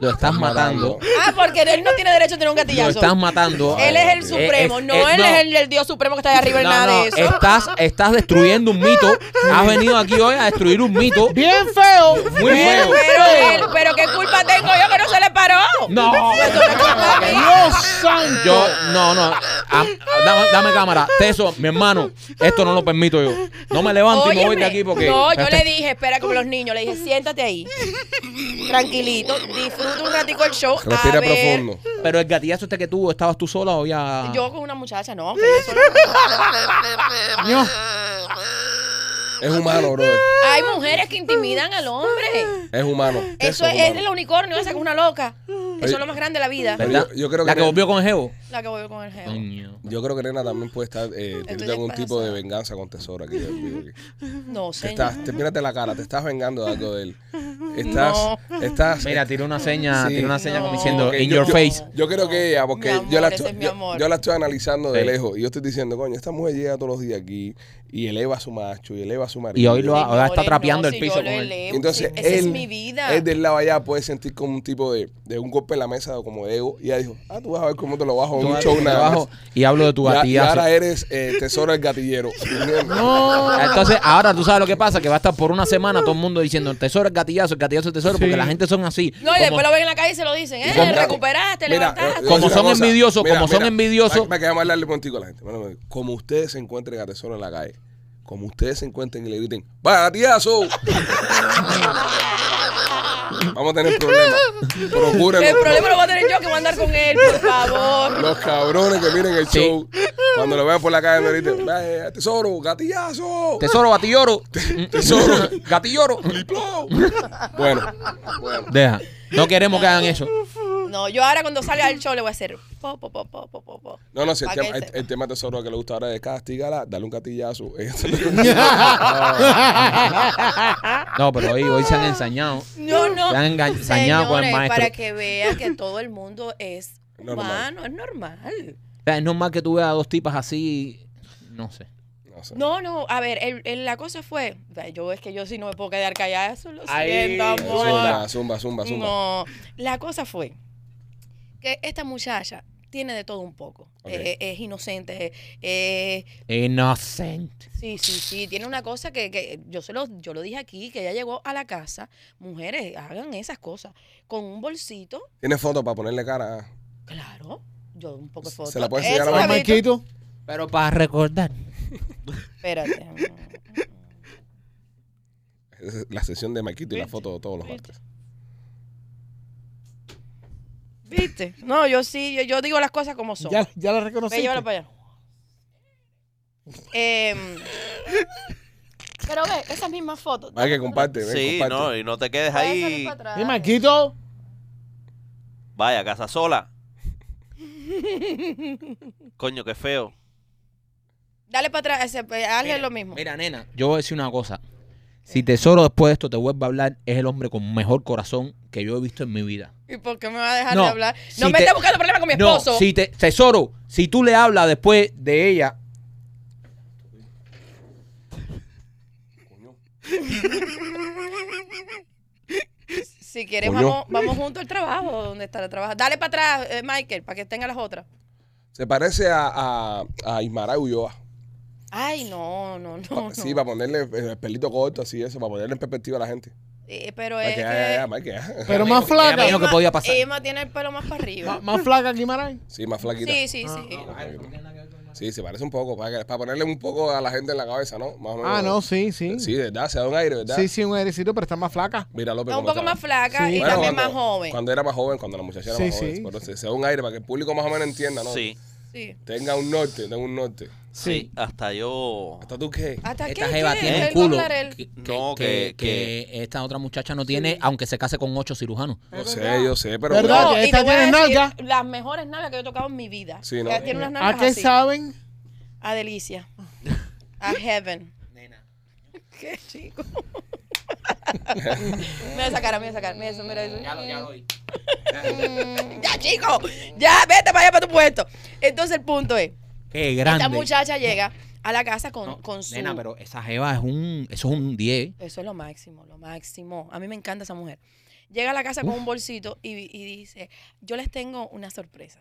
S1: Lo estás matando.
S5: Ah, porque él no tiene derecho a tener un
S1: Lo
S5: gatillazo.
S1: estás matando.
S5: Él es el supremo,
S1: Eh, Es-
S5: no
S1: es-
S5: él es el, el dios supremo que está ahí arriba en
S1: No,
S5: nada
S1: no,
S5: de eso.
S1: Estás, estás destruyendo un mito. Has venido aquí hoy a destruir un mito.
S4: Bien feo.
S1: Muy
S5: pero,
S1: feo.
S5: pero, él- pero qué culpa tengo yo que no se le paró.
S1: No.
S4: Dios santo.
S1: Yo, no, no. Ah, dame, dame cámara. Teso, mi hermano, esto no lo permito yo. No me levanto y me voy de
S5: Óyeme,
S1: aquí porque. este,
S5: No, yo le dije, espera como los niños, le dije, siéntate ahí. Tranquilito, disfruta un ratico el show.
S2: Respira
S5: a ver,
S2: profundo.
S1: Pero el gatillazo este que tuvo, ¿estabas tú sola o ya?
S5: Yo con una muchacha, no, que yo sola-
S4: Dios.
S5: ah.
S2: Es humano, brother.
S5: Hay mujeres que intimidan al hombre.
S2: Es humano.
S5: Eso es, es el unicornio esa que es una loca. Eso es lo más grande de la vida.
S1: ¿Verdad?
S2: Yo- yo creo
S1: la
S2: que
S1: que
S2: no-
S1: volvió con el Jevo.
S5: La que voy con el jefe.
S1: Coño.
S2: Yo creo que Nena también puede estar eh, teniendo algún tipo de venganza con Tesoro aquí. yo digo que-
S5: No,
S2: Te
S5: señor.
S2: estás, te, mírate la cara, te estás vengando de algo de él. Estás,
S5: No.
S2: estás.
S1: Mira, tiró una seña,
S2: Sí.
S1: tiró una seña como
S5: No.
S1: diciendo,
S2: Ok,
S1: in
S2: yo-
S1: your
S2: yo-
S1: face.
S2: Yo creo que ella, porque
S5: Mi amor,
S2: yo, la
S5: ese
S2: estoy,
S5: es mi
S2: yo-
S5: amor.
S2: yo la estoy analizando de
S1: Sí.
S2: lejos y yo estoy diciendo, coño, esta mujer llega todos los días aquí y eleva a su macho y eleva a su marido.
S1: Y hoy lo ha- ahora está
S5: Señores,
S1: trapeando el
S5: si
S1: piso
S5: yo
S1: con
S5: lo
S1: él.
S5: elevo,
S2: Entonces,
S5: sí, esa es
S2: él-
S5: mi vida.
S2: Él del lado allá puede sentir como un tipo de, de un golpe en la mesa o como de ego. Y ella dijo, ah, tú vas a ver cómo te lo bajo en
S1: Tú
S2: un
S1: vas-
S2: show
S1: tú
S2: nada
S1: bajo
S2: más.
S1: Y hablo de tu
S2: Ya- Y
S1: gatillazo.
S2: ahora eres eh, tesoro del gatillero.
S4: No.
S1: Entonces, ahora tú sabes lo que pasa, que va a estar por una semana todo el mundo diciendo, tesoro es gatillazo, el gatillazo es tesoro, porque
S4: Sí.
S1: la gente son así.
S5: No, y
S1: Como-
S5: después lo ven en la calle y se lo dicen, eh,
S2: Como-
S5: recuperaste,
S2: Mira,
S5: levantaste.
S2: eh,
S1: Como
S2: eh,
S1: son
S2: una cosa.
S1: envidiosos, como son envidiosos.
S2: Me queda mal darle contigo a la gente. Bueno, bueno, Como ustedes se encuentren a tesoro en la calle, como ustedes se encuentren y le griten, ¡Va, gatillazo! Vamos a tener problemas. Procúrenlo.
S5: el problema lo voy a tener yo que voy a andar con él, por favor.
S2: Los cabrones que miren el
S1: Sí.
S2: show, cuando lo vean por la calle, no griten, "Vaya, tesoro, gatillazo.
S1: Tesoro, gatilloro.
S2: Tesoro.
S1: gatilloro.
S2: Pliplo. bueno, bueno.
S1: Deja. No queremos que hagan eso.
S5: No, yo ahora cuando salga del show le voy a hacer po, po, po, po, po, po, po.
S2: No, no, si el
S5: Pa' que
S2: tema, el,
S5: sepa.
S2: el tema tesoro que le gusta ahora es castígala, dale un gatillazo.
S1: No, pero hoy, hoy se han ensañado.
S5: No, no.
S1: Se han enga- ensañado con el
S5: Señores,
S1: maestro.
S5: Para que vean que todo el mundo es
S2: Normal.
S5: humano, es normal.
S1: O sea, es normal que tú veas a dos tipas así. No sé.
S2: no sé.
S5: No, no, a ver, el- el- la cosa fue, yo es que yo sí no me puedo quedar callada, eso lo
S1: Ay,
S5: siento, amor.
S2: Zumba, zumba, zumba, zumba.
S5: No, la cosa fue que esta muchacha tiene de todo un poco.
S2: Ok.
S5: Eh, eh, es inocente. eh, eh,
S1: Inocente.
S5: sí, sí, sí. Tiene una cosa que, que yo se lo, yo lo dije aquí, que ella llegó a la casa. Mujeres, hagan esas cosas. Con un bolsito,
S2: Tiene foto para ponerle cara.
S5: claro. Yo un poco de foto.
S2: ¿Se la puede
S5: Él
S2: enseñar
S5: se
S2: a
S5: la
S2: la
S5: ha visto.
S4: Marquito.
S1: Pero para recordar.
S5: Espérate.
S2: Esa es La sesión de Maquito y la foto de todos los martes.
S5: ¿Viste? No, yo sí, yo, yo digo las cosas como son.
S4: Ya, ya la
S1: Pues
S5: Ve,
S4: reconocí.
S5: llévala para allá. Em, Pero ve, esas mismas fotos.
S2: Hay que comparte, ven,
S3: Sí,
S2: comparte.
S3: no, eh. y no te quedes
S5: Puedes salir
S3: ahí.
S5: para atrás.
S4: Y Marquito,
S3: Vaya, casa sola. Coño, qué feo.
S5: Dale para atrás, ese, pues, hazle
S1: Mira,
S5: lo mismo.
S1: Mira, nena, yo voy a decir una cosa. Si Tesoro después de esto te vuelve a hablar, es el hombre con mejor corazón que yo he visto en mi vida.
S5: ¿Y por qué me va a dejar
S1: No,
S5: de hablar? No
S1: si
S5: me
S1: te-
S5: esté buscando problemas con mi
S1: No,
S5: esposo.
S1: si te, Tesoro, si tú le hablas después de ella,
S5: Si quieres,
S2: Coño.
S5: vamos, vamos juntos al trabajo, donde está el trabajo. Dale para atrás, eh, Michael, para que tenga las otras.
S2: Se parece a, a, a Ismaray Ulloa.
S5: Ay, no, no, no. no.
S2: Sí, para ponerle el pelito corto, así eso, para ponerle en perspectiva a la gente.
S5: Eh, pero es
S2: Mike,
S5: que...
S2: ya, ya, ya, Mike, ah, ya.
S4: pero más
S1: ella me
S4: flaca.
S1: dijo que podía pasar.
S5: Emma tiene el pelo más para
S4: Ma-
S5: arriba.
S4: Más flaca que Imaray.
S2: Sí, más flaquita.
S5: Sí, sí, sí.
S2: Sí, se parece un poco, para, que- para ponerle un poco a la gente en la cabeza, ¿no? Más o menos.
S4: Ah, no, sí, sí.
S2: Sí, de verdad, se da un aire, ¿verdad?
S4: Sí, sí, un airecito, pero está más flaca.
S2: Mira, López.
S5: Está un
S2: cómo
S5: poco
S2: estaba.
S5: más flaca
S4: Sí.
S5: y
S2: Bueno,
S5: también
S2: cuando-
S5: más joven.
S2: Cuando era más joven, cuando la muchacha era
S4: Sí,
S2: más joven.
S4: sí.
S2: Pero se, se da un aire para que el público más o menos entienda, ¿no?
S3: Sí,
S5: Sí.
S2: Tenga un norte, tenga un norte.
S3: sí, hasta yo.
S2: ¿Hasta tú qué?
S4: Ah,
S5: ¿Hasta qué?
S1: Esta jeva
S5: qué?
S1: tiene un
S5: El
S1: culo
S5: Boglarel.
S1: que, que-
S3: No,
S1: que-
S3: que-
S1: que esta otra muchacha no tiene, aunque se case con ocho cirujanos.
S2: Yo sé, yo sé, pero.
S4: ¿Verdad?
S5: No,
S4: que
S5: Oh, y
S4: Ah, esta
S5: te voy a
S4: tiene
S5: decir,
S4: nalga.
S5: Las mejores nalgas que yo he tocado en mi vida.
S2: Sí, ¿no?
S5: Que tiene unas
S4: ¿A
S5: nalgas
S4: qué
S5: así.
S4: saben?
S5: A delicia. A heaven. Qué chico. mira esa cara, mira esa cara. Mira eso, mira eso. Mm, ya, chico. Ya, vete para allá para tu puesto. Entonces el punto es,
S1: Qué grande.
S5: esta muchacha llega a la casa con,
S1: No,
S5: con su...
S1: Nena, pero esa jeva es un, eso es un 10.
S5: Eso es lo máximo, lo máximo. A mí me encanta esa mujer. Llega a la casa con un bolsito y, y dice, yo les tengo una sorpresa.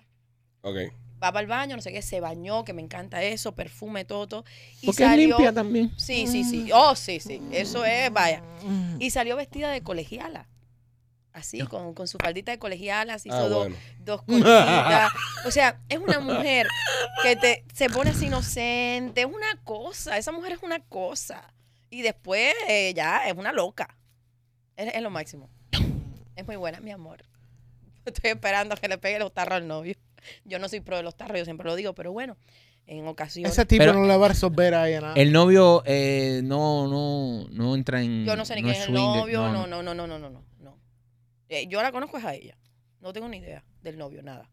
S2: Ok.
S5: Va para el baño, no sé qué, se bañó, que me encanta eso, perfume, todo, todo. Y
S1: Porque es
S5: salió-
S1: limpia también.
S5: Sí, sí, sí. Oh, sí, sí. Eso es, vaya. Y salió vestida de colegiala. Así, con, con su faldita de colegiala, así
S2: Ah,
S5: hizo dos-
S2: bueno.
S5: dos cositas. O sea, es una mujer que te, se pone así inocente. Es una cosa. Esa mujer es una cosa. Y después eh, ya es una loca. Es, es lo máximo. Es muy buena, mi amor. Estoy esperando que le pegue los tarros al novio. Yo no soy pro de los tarros, yo siempre lo digo, pero bueno, en ocasiones.
S4: Ese tipo
S1: Pero-
S4: no le va a resolver a ella nada.
S1: El novio eh, no, no, no entra en.
S5: Yo no sé ni quién es el
S1: swinger,
S5: novio, no, no, no, no, no, no, no. no. Eh, yo la conozco es a ella. No tengo ni idea del novio, nada.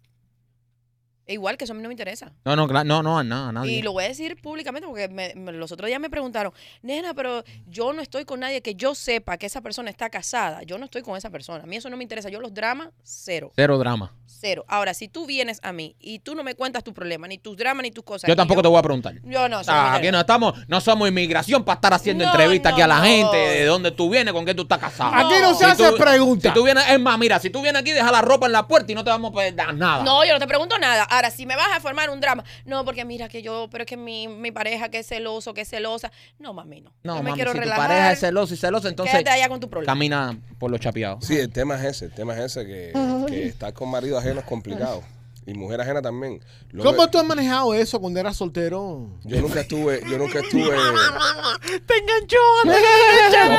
S5: E igual que eso a mí no me interesa.
S1: No, no, claro, no, no, a na- a nadie.
S5: Y lo voy a decir públicamente porque me- me- los otros días me preguntaron, nena, pero yo no estoy con nadie que yo sepa que esa persona está casada. Yo no estoy con esa persona. A mí eso no me interesa. Yo los dramas, cero,
S1: Cero drama.
S5: cero. Ahora, si tú vienes a mí y tú no me cuentas tu problema, ni tus dramas, ni tus cosas.
S1: Yo tampoco te voy a preguntar.
S5: te Yo no, eso no me
S1: Ah, aquí no
S5: interesa.
S1: estamos, no somos inmigración para estar haciendo
S5: No,
S1: entrevistas aquí a la
S5: no,
S1: gente,
S5: no.
S1: de dónde tú vienes, con qué tú estás casado.
S5: Ah,
S4: Aquí no se
S1: Si
S4: hace
S1: tú-
S4: pregunta.
S1: Si tú vienes, es más, mira, si tú vienes aquí, deja la ropa en la puerta y no te vamos a poder dar nada.
S5: No, yo no te pregunto nada. Ahora, si me vas a formar un drama, no, porque mira que yo, pero es que mi, mi pareja que es celoso, que es celosa. No, mami, no.
S1: No,
S5: yo me
S1: mami,
S5: quiero
S1: si
S5: relajar.
S1: tu pareja es celosa y celosa, entonces
S5: Quédate allá con tu problema.
S1: camina por los chapeados.
S2: Sí, el tema es ese, el tema es ese, que, que estar con marido ajeno es complicado. Y mujer ajena también. Lo
S4: ¿Cómo
S2: que-
S4: tú has manejado eso cuando eras soltero?
S2: Yo nunca estuve, yo nunca estuve.
S4: ¡Te enganchó!
S2: No,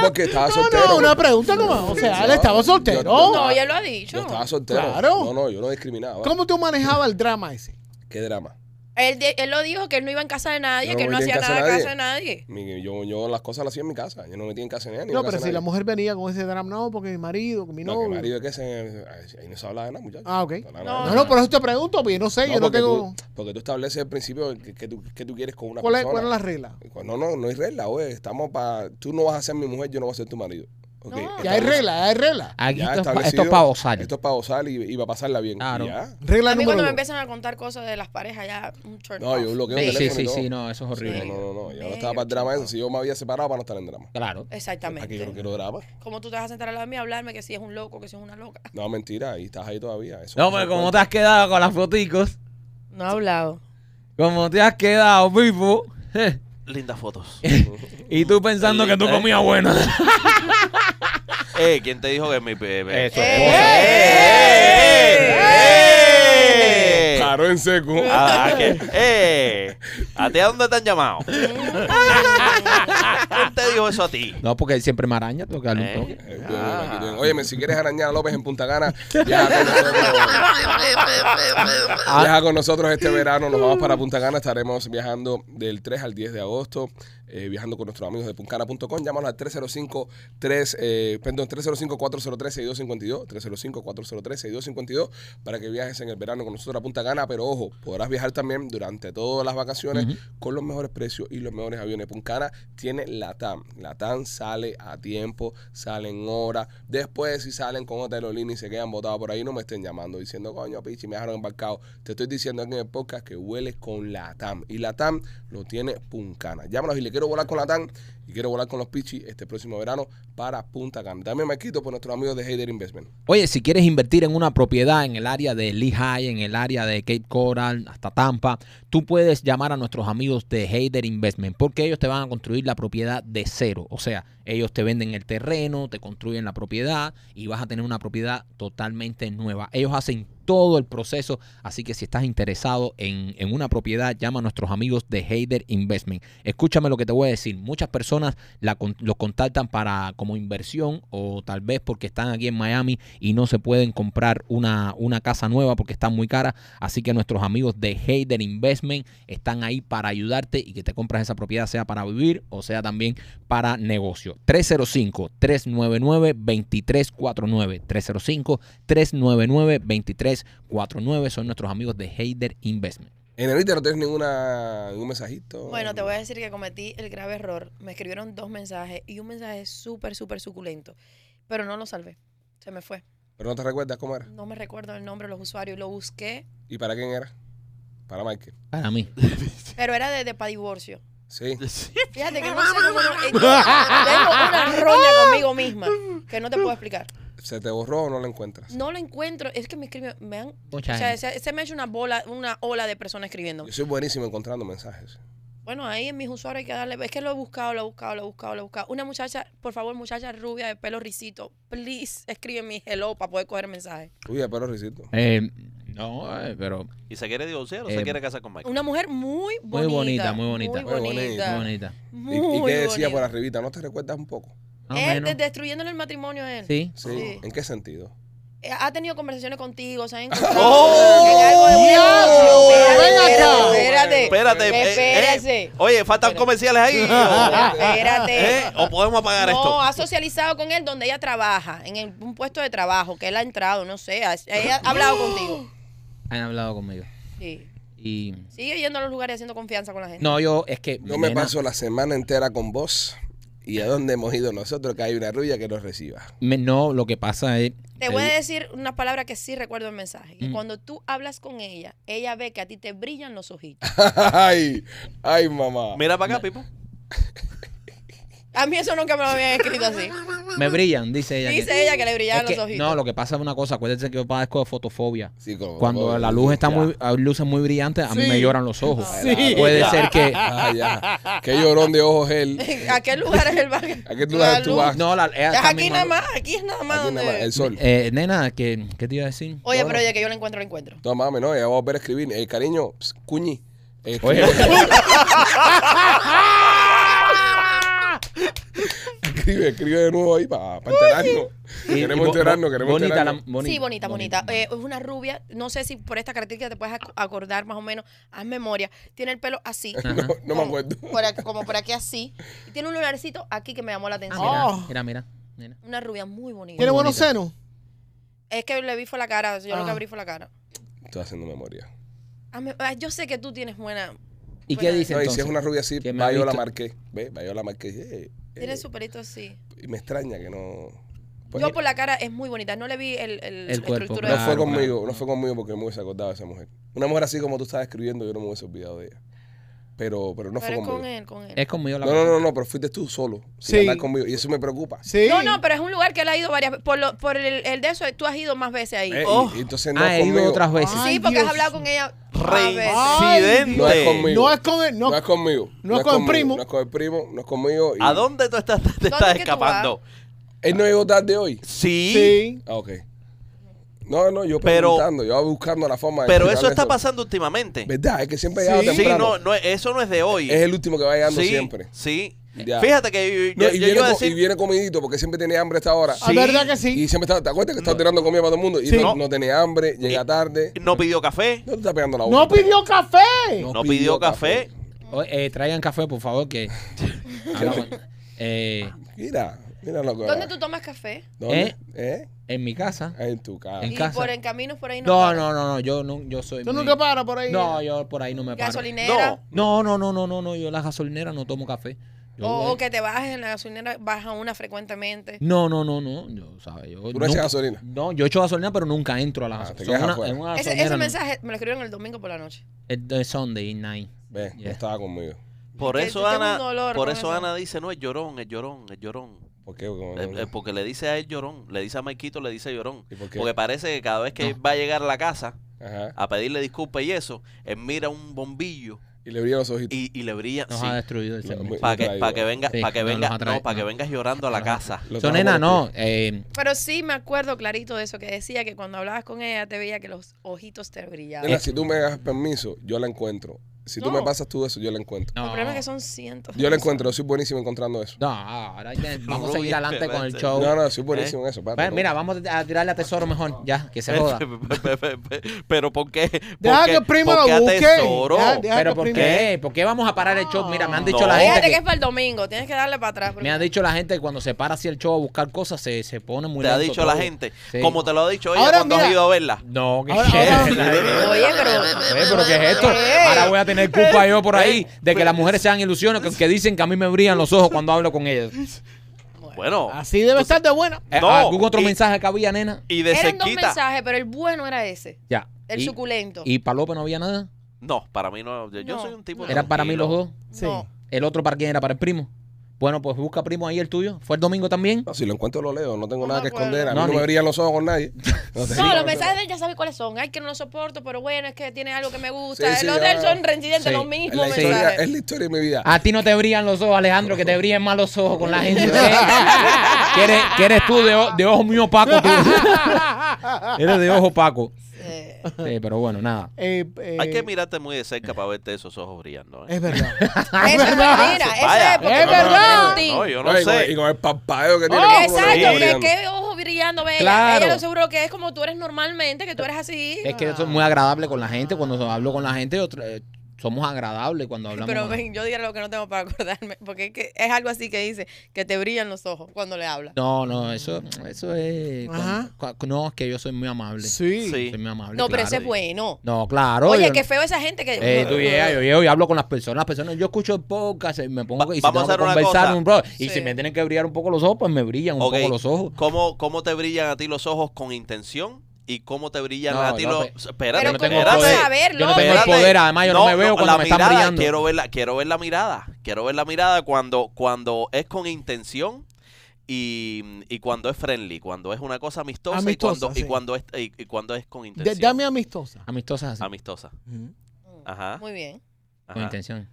S2: porque estaba
S4: No,
S2: soltero.
S4: no, una pregunta nomás. O sea, él estaba soltero.
S2: Yo-
S5: No, ella lo ha dicho.
S2: Yo estaba soltero.
S4: Claro.
S2: No, no, yo no discriminaba.
S4: ¿Cómo tú manejabas el drama ese?
S2: Qué drama.
S5: Él, de- él lo dijo que él no iba en casa de nadie,
S2: Yo no
S5: que él no
S2: voy a ir
S5: hacía
S2: en casa
S5: nada
S2: de
S5: en
S2: nadie.
S5: casa de nadie.
S2: Mi- yo, yo las cosas las hacía en mi casa. Yo no me metía en casa de nadie.
S4: No, pero si la mujer venía con ese drama, no, porque mi marido, que mi
S2: No, que
S4: novio.
S2: marido que se. Ahí no se habla de nada, muchachos.
S4: Ah, ok.
S2: hablaba de
S5: No,
S2: nada.
S4: No, no, por eso te pregunto, porque yo no sé,
S2: No,
S4: yo no
S2: porque
S4: tengo.
S2: Tú, porque tú estableces al principio que, que tú, que tú quieres con una
S4: ¿Cuál es,
S2: persona.
S4: ¿Cuál es la regla?
S2: No, no, no hay regla, oye. Estamos para. Tú no vas a ser mi mujer, yo no voy a ser tu marido. Ok,
S5: No.
S4: Ya hay
S2: establece-
S4: regla, ya hay regla.
S1: Aquí
S2: ya
S1: esto, es pa- esto
S2: establecido,
S1: es para gozar.
S2: Esto es para gozar y, y para pasarla bien.
S1: Claro.
S2: Y ya.
S4: Regla
S5: A mí cuando
S4: número
S5: me
S4: uno.
S5: empiezan a contar cosas de las parejas ya un turn
S2: No, yo
S5: off.
S2: bloqueo
S1: Sí,
S2: el
S1: sí,
S2: teléfono.
S1: sí,
S2: y todo.
S1: sí, no, eso es horrible.
S2: No, no, no, no, Yo no
S5: Bello,
S2: estaba para el drama
S5: chico.
S2: eso. Si yo me había separado para no estar en drama.
S1: Claro.
S5: Exactamente.
S2: Aquí yo no quiero drama.
S5: ¿Cómo tú te vas a sentar al lado de mí a hablarme que si es un loco, que si es una loca?
S2: No, mentira, ahí estás ahí todavía. Eso
S1: No,
S2: se
S1: pero como te
S2: cuenta.
S1: has quedado con las foticos,
S5: No ha hablado.
S1: como te has quedado vivo,
S3: Lindas fotos.
S1: Eh, y tú pensando que tú comías bueno.
S3: eh, ¿quién te dijo que mi bebé?
S1: Eso.
S3: ¡Eh!
S2: Paró en seco.
S3: Ah, ¿qué? ¡Eh! ¿A ti a dónde te han llamado? ¿Quién te dijo eso a ti?
S1: No, porque él siempre me araña, tengo que darle un
S3: Eh.
S1: toque.
S2: Eh, bien, aquí bien. Óyeme, si quieres arañar a López en Punta Cana, ya con nosotros. Viaja con nosotros este verano, nos vamos para Punta Cana, estaremos viajando del 3 al 10 de agosto. eh, viajando con nuestros amigos de puncana.com. Llámanos al 305-3, eh, perdón, 305-403-6252, 305-403-6252, para que viajes en el verano con nosotros a Punta Cana, pero ojo, podrás viajar también durante todas las vacaciones con los mejores precios y los mejores aviones. Puncana tiene la TAM. La TAM sale a tiempo, sale en hora. Después, si salen con otra aerolínea y se quedan botados por ahí, no me estén llamando diciendo, coño, pichi, me dejaron embarcado. Te estoy diciendo aquí en el podcast que huele con la TAM. Y la TAM lo tiene Puncana. Llámanos y le quiero volar con la TAM y quiero volar con los pichis este próximo verano para Punta Cana. También me quito por nuestros amigos de Hader Investment.
S1: Oye, si quieres invertir en una propiedad en el área de Lehigh, en el área de Cape Coral, hasta Tampa, tú puedes llamar a nuestros amigos de Hader Investment porque ellos te van a construir la propiedad de cero. O sea, ellos te venden el terreno, te construyen la propiedad y vas a tener una propiedad totalmente nueva. Ellos hacen todo el proceso, así que si estás interesado en, en una propiedad, llama a nuestros amigos de Hader Investment. Escúchame lo que te voy a decir. Muchas personas la con- los contactan para como inversión o tal vez porque están aquí en Miami y no se pueden comprar una, una casa nueva porque está muy cara. Así que nuestros amigos de Hader Investment están ahí para ayudarte y que te compras esa propiedad, sea para vivir o sea también para negocio. 305-399-2349. 305-399-2349 son nuestros amigos de Hader Investment.
S2: En el no tienes ninguna, ningún mensajito.
S5: Bueno, te voy a decir que cometí el grave error. Me escribieron dos mensajes y un mensaje súper, súper suculento. Pero no lo salvé. Se me fue.
S2: Pero no te recuerdas cómo era.
S5: No me recuerdo el nombre de los usuarios. Lo busqué.
S2: ¿Y para quién era? Para Michael.
S1: Para mí.
S5: Pero era de, de para divorcio.
S2: Sí.
S5: Fíjate que no sé cómo no- eh, yo Tengo una roña conmigo misma que no te puedo explicar.
S2: ¿Se te borró o no la encuentras?
S5: No lo encuentro. Es que me escriben. Me han, o
S1: Mucha
S5: sea,
S1: gente.
S5: se, se me ha hecho una bola, una ola de personas escribiendo.
S2: Yo soy buenísimo encontrando mensajes.
S5: Bueno, ahí en mis usuarios hay que darle. Es que lo he buscado, lo he buscado, lo he buscado, lo he buscado. Una muchacha, por favor, muchacha rubia de pelo ricito, please, escríbeme hello para poder coger mensaje.
S2: Uy, pero Ricito.
S1: Eh, no, eh, pero
S3: ¿Y se quiere divorciar o se
S1: Eh,
S3: quiere casar con Michael?
S5: Una mujer muy
S1: Muy
S5: bonita.
S1: bonita, muy bonita.
S5: Muy
S2: Muy
S1: muy
S2: bonita,
S5: bonita.
S1: bonita.
S2: ¿Y,
S5: Muy
S2: y qué decía
S5: bonita.
S2: por arribita? ¿No te recuerdas un poco?
S1: Más o
S5: Él
S1: menos.
S5: de- destruyéndole el matrimonio a él.
S1: Sí.
S2: Sí.
S5: Sí.
S2: ¿En qué sentido?
S5: Eh, Ha tenido conversaciones contigo, ¿saben? encontrado
S3: ¡Oh!
S5: en algo de un
S4: ¡Oh!
S5: negocio.
S4: ¡Ven
S5: Espérate, espérate,
S3: Espérate, eh,
S5: Espérate.
S3: eh, oye, faltan
S5: Espérate.
S3: comerciales ahí.
S2: oh,
S3: o-
S5: Espérate.
S3: ¿eh? ¿O podemos apagar
S5: No,
S3: esto?
S5: ha socializado con él donde ella trabaja, en el- un puesto de trabajo, que él ha entrado, no sé. ha- Ella ha hablado contigo.
S1: Han hablado conmigo.
S5: Sí.
S1: Y
S5: Sigue yendo a los lugares y haciendo confianza con la gente.
S1: no, yo es que
S2: Yo me
S1: nena,
S2: paso la semana entera con vos. ¿Y a dónde hemos ido nosotros que hay una rubia que nos reciba?
S1: me- no, lo que pasa es
S5: Te voy a
S1: eh,
S5: decir unas palabras que sí recuerdo el mensaje. Y
S1: Mm.
S5: Cuando tú hablas con ella, ella ve que a ti te brillan los ojitos.
S2: ¡Ay! ¡Ay, mamá!
S3: Mira para acá, Pipo.
S5: A mí eso nunca me lo habían escrito así.
S1: me brillan, dice ella. que-
S5: Dice ella que le brillaban
S1: Es que-
S5: los ojitos.
S1: No, lo que pasa es una cosa, acuérdense que yo padezco de fotofobia.
S2: Sí, como-
S1: Cuando la luz está
S2: Oh, Ya.
S1: muy, hay luces muy brillantes, a mí
S4: Sí.
S1: me lloran los ojos.
S4: Sí.
S1: Puede
S3: Ya.
S1: ser que
S2: Ah, ya. Qué llorón de ojos él.
S5: ¿A qué lugar es el bar?
S2: ¿A qué lugar tú vas?
S1: no la ella
S5: Es
S1: está
S5: aquí
S1: misma-
S5: nada más, aquí es nada más.
S2: Aquí nada
S5: donde-
S2: más, el sol.
S1: Eh, nena, ¿qué, ¿qué te iba a decir?
S5: Oye,
S2: no,
S5: pero
S2: no.
S5: de que yo lo encuentro, lo encuentro.
S2: No mames, no, ya voy a volver a escribir. El cariño, ps, cuñi. Eh,
S1: Oye,
S2: escribe, escribe de nuevo ahí para enterarnos.
S1: y- y
S2: Queremos
S1: bo-
S2: enterarnos, queremos
S1: bonita, la-
S2: enterarnos.
S5: sí, bonita, bonita. Eh, es una rubia, no sé si por esta característica te puedes ac- acordar más o menos, haz memoria. Tiene el pelo así.
S2: No, no me
S5: como-
S2: acuerdo.
S5: por aquí- como por aquí así. Y tiene un lunarcito aquí que me llamó la atención.
S4: Ah,
S1: Mira, mira,
S4: Oh.
S1: mira, nena.
S5: Una rubia muy bonita.
S4: ¿Tiene buenos
S1: bonita.
S4: senos?
S5: Es que le vi fue la cara, yo lo que
S4: Ah.
S5: abrí fue la cara.
S2: Estoy haciendo memoria.
S5: Ah, me- ah, yo sé que tú tienes buena.
S1: ¿Y
S5: Bueno,
S1: qué dice
S2: No, y si
S1: entonces?
S2: es una rubia así,
S1: que me ha
S2: Viola
S1: visto-
S2: Marqués. Ve, Viola Marqués. eh, eh,
S5: Tienes su pelito así.
S2: y me extraña que no. pues,
S5: Yo por la cara es muy bonita. No le vi el, el,
S1: El cuerpo,
S5: estructura
S2: no
S1: claro,
S2: fue
S5: de
S2: conmigo, no fue conmigo porque me hubiese acordado de esa mujer. Una mujer así como tú estás describiendo, yo no me hubiese olvidado de ella. Pero, pero no
S5: Pero es
S2: fue
S5: con
S2: conmigo.
S5: él, con él.
S1: Es conmigo la
S2: No, no, no, no, pero fuiste tú solo. Sin
S4: Sí.
S2: hablar conmigo. Y eso me preocupa.
S4: Sí.
S5: No, no, pero es un lugar que él ha ido varias veces. Por, lo- por el, el de eso, tú has ido más veces ahí.
S2: Eh, y-
S3: Oh.
S2: y entonces no
S1: Ah,
S2: es
S1: he ido
S2: conmigo.
S1: otras veces.
S4: Ah,
S5: sí,
S4: Ay,
S5: porque has
S4: Dios.
S5: hablado con ella más veces.
S3: Reincidente.
S2: No es conmigo.
S4: No es con él, no.
S2: No es conmigo.
S4: No es con el
S2: conmigo,
S4: primo.
S2: No es con el primo, no es conmigo. y-
S3: ¿A dónde tú estás, te
S5: es
S3: estás
S5: que tú
S3: escapando?
S2: Él no llegó tarde hoy.
S3: Sí,
S4: Sí.
S2: Ah, ok. No, no, yo
S3: Pero-
S2: preguntando, yo buscando la forma de.
S3: pero eso
S2: explicarle
S3: está pasando últimamente.
S2: ¿Verdad? Es que siempre
S4: Sí.
S2: llega
S4: Sí,
S3: Sí,
S2: temprano.
S3: no, no, eso no es de hoy.
S2: Es el último que va llegando
S3: sí,
S2: siempre.
S3: Sí.
S2: Ya.
S3: Fíjate que yo,
S2: No,
S3: yo-
S2: y,
S3: yo
S2: viene
S3: iba a
S2: co- y
S3: decir.
S2: viene comidito porque siempre tiene hambre a esta hora.
S4: ¿Es Ah, verdad que sí?
S2: Y siempre está, ¿te acuerdas que está tirando comida para todo el mundo? Y
S4: Sí.
S2: no,
S3: No.
S2: no tiene hambre, llega tarde.
S3: No pidió café.
S2: No te está pegando la boca.
S4: ¡No pidió café!
S3: No pidió café.
S1: O- eh, traigan café, por favor, que... Ah, no, eh,
S2: Mira, mira lo que.
S1: Pues,
S5: ¿Dónde tú tomas café?
S2: ¿Dónde? ¿Eh?
S1: en mi casa.
S2: En tu casa.
S1: En
S5: y
S1: casa.
S5: por en caminos por ahí no.
S1: No,
S5: paras.
S1: no, no, no, yo, no, yo soy...
S4: Tú
S1: muy-
S4: nunca paras por ahí.
S1: No, yo por ahí no me paro.
S5: Gasolinera.
S3: No.
S1: No, no, no, no, no, no, yo en la gasolinera no tomo café. Yo,
S5: O,
S1: eh,
S5: o que te bajes en la gasolinera, baja una frecuentemente.
S1: No, no, no, no, yo, ¿sabes? Yo
S2: Tú no echas
S1: nunca-
S2: gasolina.
S1: No, yo echo gasolina, pero nunca entro a la
S2: Ah, te
S1: gasolina.
S2: quedas
S1: Son una-
S2: afuera.
S1: en una
S5: Ese,
S1: gasolinera
S5: ese
S1: no.
S5: mensaje me lo escribieron el domingo por la noche.
S1: Es de Sunday night.
S2: Ve, no
S1: Yeah.
S2: estaba conmigo.
S3: Por
S5: Que
S3: eso
S5: yo tengo un
S3: Ana,
S5: dolor
S3: por
S5: con
S3: eso
S5: eso.
S3: Ana dice, no, es llorón, es llorón, es llorón.
S2: ¿Por qué? Porque no-
S3: Eh, eh, porque le dice a él llorón, le dice a Maikito, le dice llorón.
S2: Oh, ¿Y por qué?
S3: Porque parece que cada vez que él va a llegar a la casa
S2: Ajá.
S3: a pedirle disculpas y eso, él mira un bombillo
S2: Y le brillan los ojitos.
S3: y, y le brilla.
S1: Nos ha
S3: Sí,
S1: destruido el segmento.
S2: muy-
S3: para que,
S2: traído.
S3: pa' que vengas,
S1: Sí,
S3: para que
S1: no, nos
S3: vengas,
S1: ha traído,
S3: no, para que
S1: no.
S3: vengas llorando a la casa.
S2: Lo
S1: So,
S2: trajo
S1: nena,
S2: por
S1: no. eh,
S5: Pero sí me acuerdo clarito de eso que decía que cuando hablabas con ella te veía que los ojitos te brillaban.
S2: Nena, si tú me das permiso, yo la encuentro. Si tú
S5: No.
S2: me pasas tú eso, yo la encuentro.
S5: El
S1: no.
S5: problema es que son cientos.
S2: Yo la encuentro, yo soy buenísimo encontrando eso.
S1: No, ahora ya- vamos a
S3: Rubia,
S1: seguir adelante con el
S3: espérate.
S1: show.
S2: No, no, soy buenísimo en eso.
S1: Bueno,
S2: espérate, no. Este
S1: mira, vamos a tirarle a Tesoro mejor. Ya, que se joda.
S3: Pero ¿por qué?
S4: Deja
S3: Porque-
S4: que el primo
S3: porque a
S4: lo busque.
S3: Tesoro.
S4: Deja- deja que
S1: Pero
S4: el
S1: ¿por
S4: primo-
S1: qué? ¿Por qué vamos a parar el show? Mira, me han dicho
S3: No.
S1: la
S5: Fíjate
S1: gente
S5: que es
S1: que,
S5: para el domingo, tienes que darle para atrás. porque-
S1: me ha dicho la gente que cuando se para así el show a buscar cosas se, se pone muy
S3: Te ha
S1: lento
S3: dicho la
S1: todo.
S3: gente,
S1: Sí.
S3: como te lo ha dicho ella
S4: Ahora,
S3: cuando has
S4: mira.
S3: ido a verla.
S1: No, que
S4: Ahora- ahora-
S5: Oye, pero.
S1: Oye, Eh, pero ¿qué es esto?
S5: Eh,
S1: Ahora voy a tener culpa yo por ahí
S3: Eh,
S1: de que las mujeres sean ilusiones, que, que dicen que a mí me brillan los ojos cuando hablo con ellas.
S3: Bueno,
S4: Así debe estar de buena.
S1: Eh,
S3: No,
S1: ¿Algún otro
S3: y-
S1: mensaje que había, nena?
S3: y de
S5: Eran dos
S3: cerquita.
S5: mensajes, pero el bueno era ese.
S1: Ya.
S5: El
S1: y,
S5: suculento.
S1: ¿Y para López no había nada?
S3: No, para mí no. Yo, yo
S5: No,
S3: soy un tipo.
S5: no.
S1: ¿Eran para mí los
S3: tranquilo.
S1: dos?
S4: Sí.
S5: No.
S1: ¿El otro para quién era? ¿Para el primo? Bueno, pues busca primo ahí el tuyo. ¿Fue el domingo también?
S2: No, si lo encuentro, lo leo. No tengo
S5: No
S2: nada
S5: me
S2: que
S5: acuerdo.
S2: esconder. A mí
S1: No,
S2: no,
S1: ni-
S2: me brillan los ojos con nadie. No, te
S5: No,
S2: digo,
S5: los mensajes de él ya sabes cuáles son. Ay, que no lo soporto, pero bueno, es que tiene algo que me gusta.
S2: Sí, sí,
S5: los
S2: ya.
S5: de él son reincidentes,
S1: Sí.
S5: los
S2: Es
S5: mismos
S2: la, historia,
S5: mensajes.
S2: es la historia de mi vida.
S1: A ti no te brillan los ojos, Alejandro, que te brillen más los ojos con la gente. que, eres, que eres tú de, o- de ojo muy opaco, tú. eres de ojo opaco.
S5: Eh,
S1: Sí, pero bueno, nada.
S4: Eh, eh,
S3: Hay que mirarte muy de cerca para verte esos ojos brillando. ¿eh?
S4: Es verdad.
S1: Ah,
S5: Eso es mentira, eso
S3: Vaya.
S5: es porque
S4: Es
S5: no lo
S4: verdad.
S5: discutí.
S3: No, yo no,
S2: No, y, con,
S3: sé.
S2: y con el parpadeo que tiene.
S5: Oh,
S2: como lo
S5: exacto,
S2: veo
S5: que
S2: brillando.
S5: qué ojo brillando, bella.
S1: Claro.
S5: Ella lo seguro que es como tú eres normalmente, que tú eres así.
S1: Es que yo soy muy agradable con la gente. Cuando hablo con la gente, yo tra- eh, somos agradables cuando hablamos.
S5: Pero
S1: con la-
S5: ven, yo diré lo que no tengo para acordarme, porque es, que es algo así que dice, que te brillan los ojos cuando le hablas.
S1: No, no, eso, eso es.
S4: Ajá.
S1: cu- cu- no, es que yo soy muy amable.
S4: Sí.
S3: Sí.
S1: Soy muy amable.
S5: No, pero
S1: claro.
S5: ese es bueno.
S1: No, claro.
S5: Oye,
S1: yo
S5: qué
S1: no-
S5: feo esa gente que...
S1: Eh, tú llegas, yo llego y hablo con las personas. Las personas, yo escucho el podcast y me pongo. Y si
S3: vamos a
S1: tengo que
S3: hacer una
S1: conversar,
S3: cosa.
S1: un bro, y
S5: Sí.
S1: si me tienen que brillar un poco los ojos, pues me brillan un
S3: Ok,
S1: poco los ojos.
S3: ¿Cómo, ¿Cómo te brillan a ti los ojos con intención? ¿Y cómo te brillan
S1: No,
S3: a ti
S1: no,
S3: los.
S1: pe-
S3: Espérate,
S1: yo
S5: Pero
S1: no
S5: ¿cómo Pues,
S1: tengo
S5: vas a
S1: poder.
S5: saber,
S1: yo no
S5: loco?
S1: tengo el
S3: Espérate.
S1: poder, además yo no, me veo cuando
S3: la
S1: me están
S3: mirada,
S1: brillando.
S3: Quiero ver la, quiero ver la mirada. Quiero ver la mirada cuando, cuando es con intención y, y cuando es friendly, cuando es una cosa amistosa,
S4: Amistosa,
S3: y, cuando, y,
S4: sí.
S3: cuando es, y, y cuando es con
S4: De-
S3: intención.
S4: dame amistosa.
S1: Amistosas así,
S3: Amistosa. Ajá.
S5: pues, Muy bien.
S1: con
S3: Ajá.
S1: intención.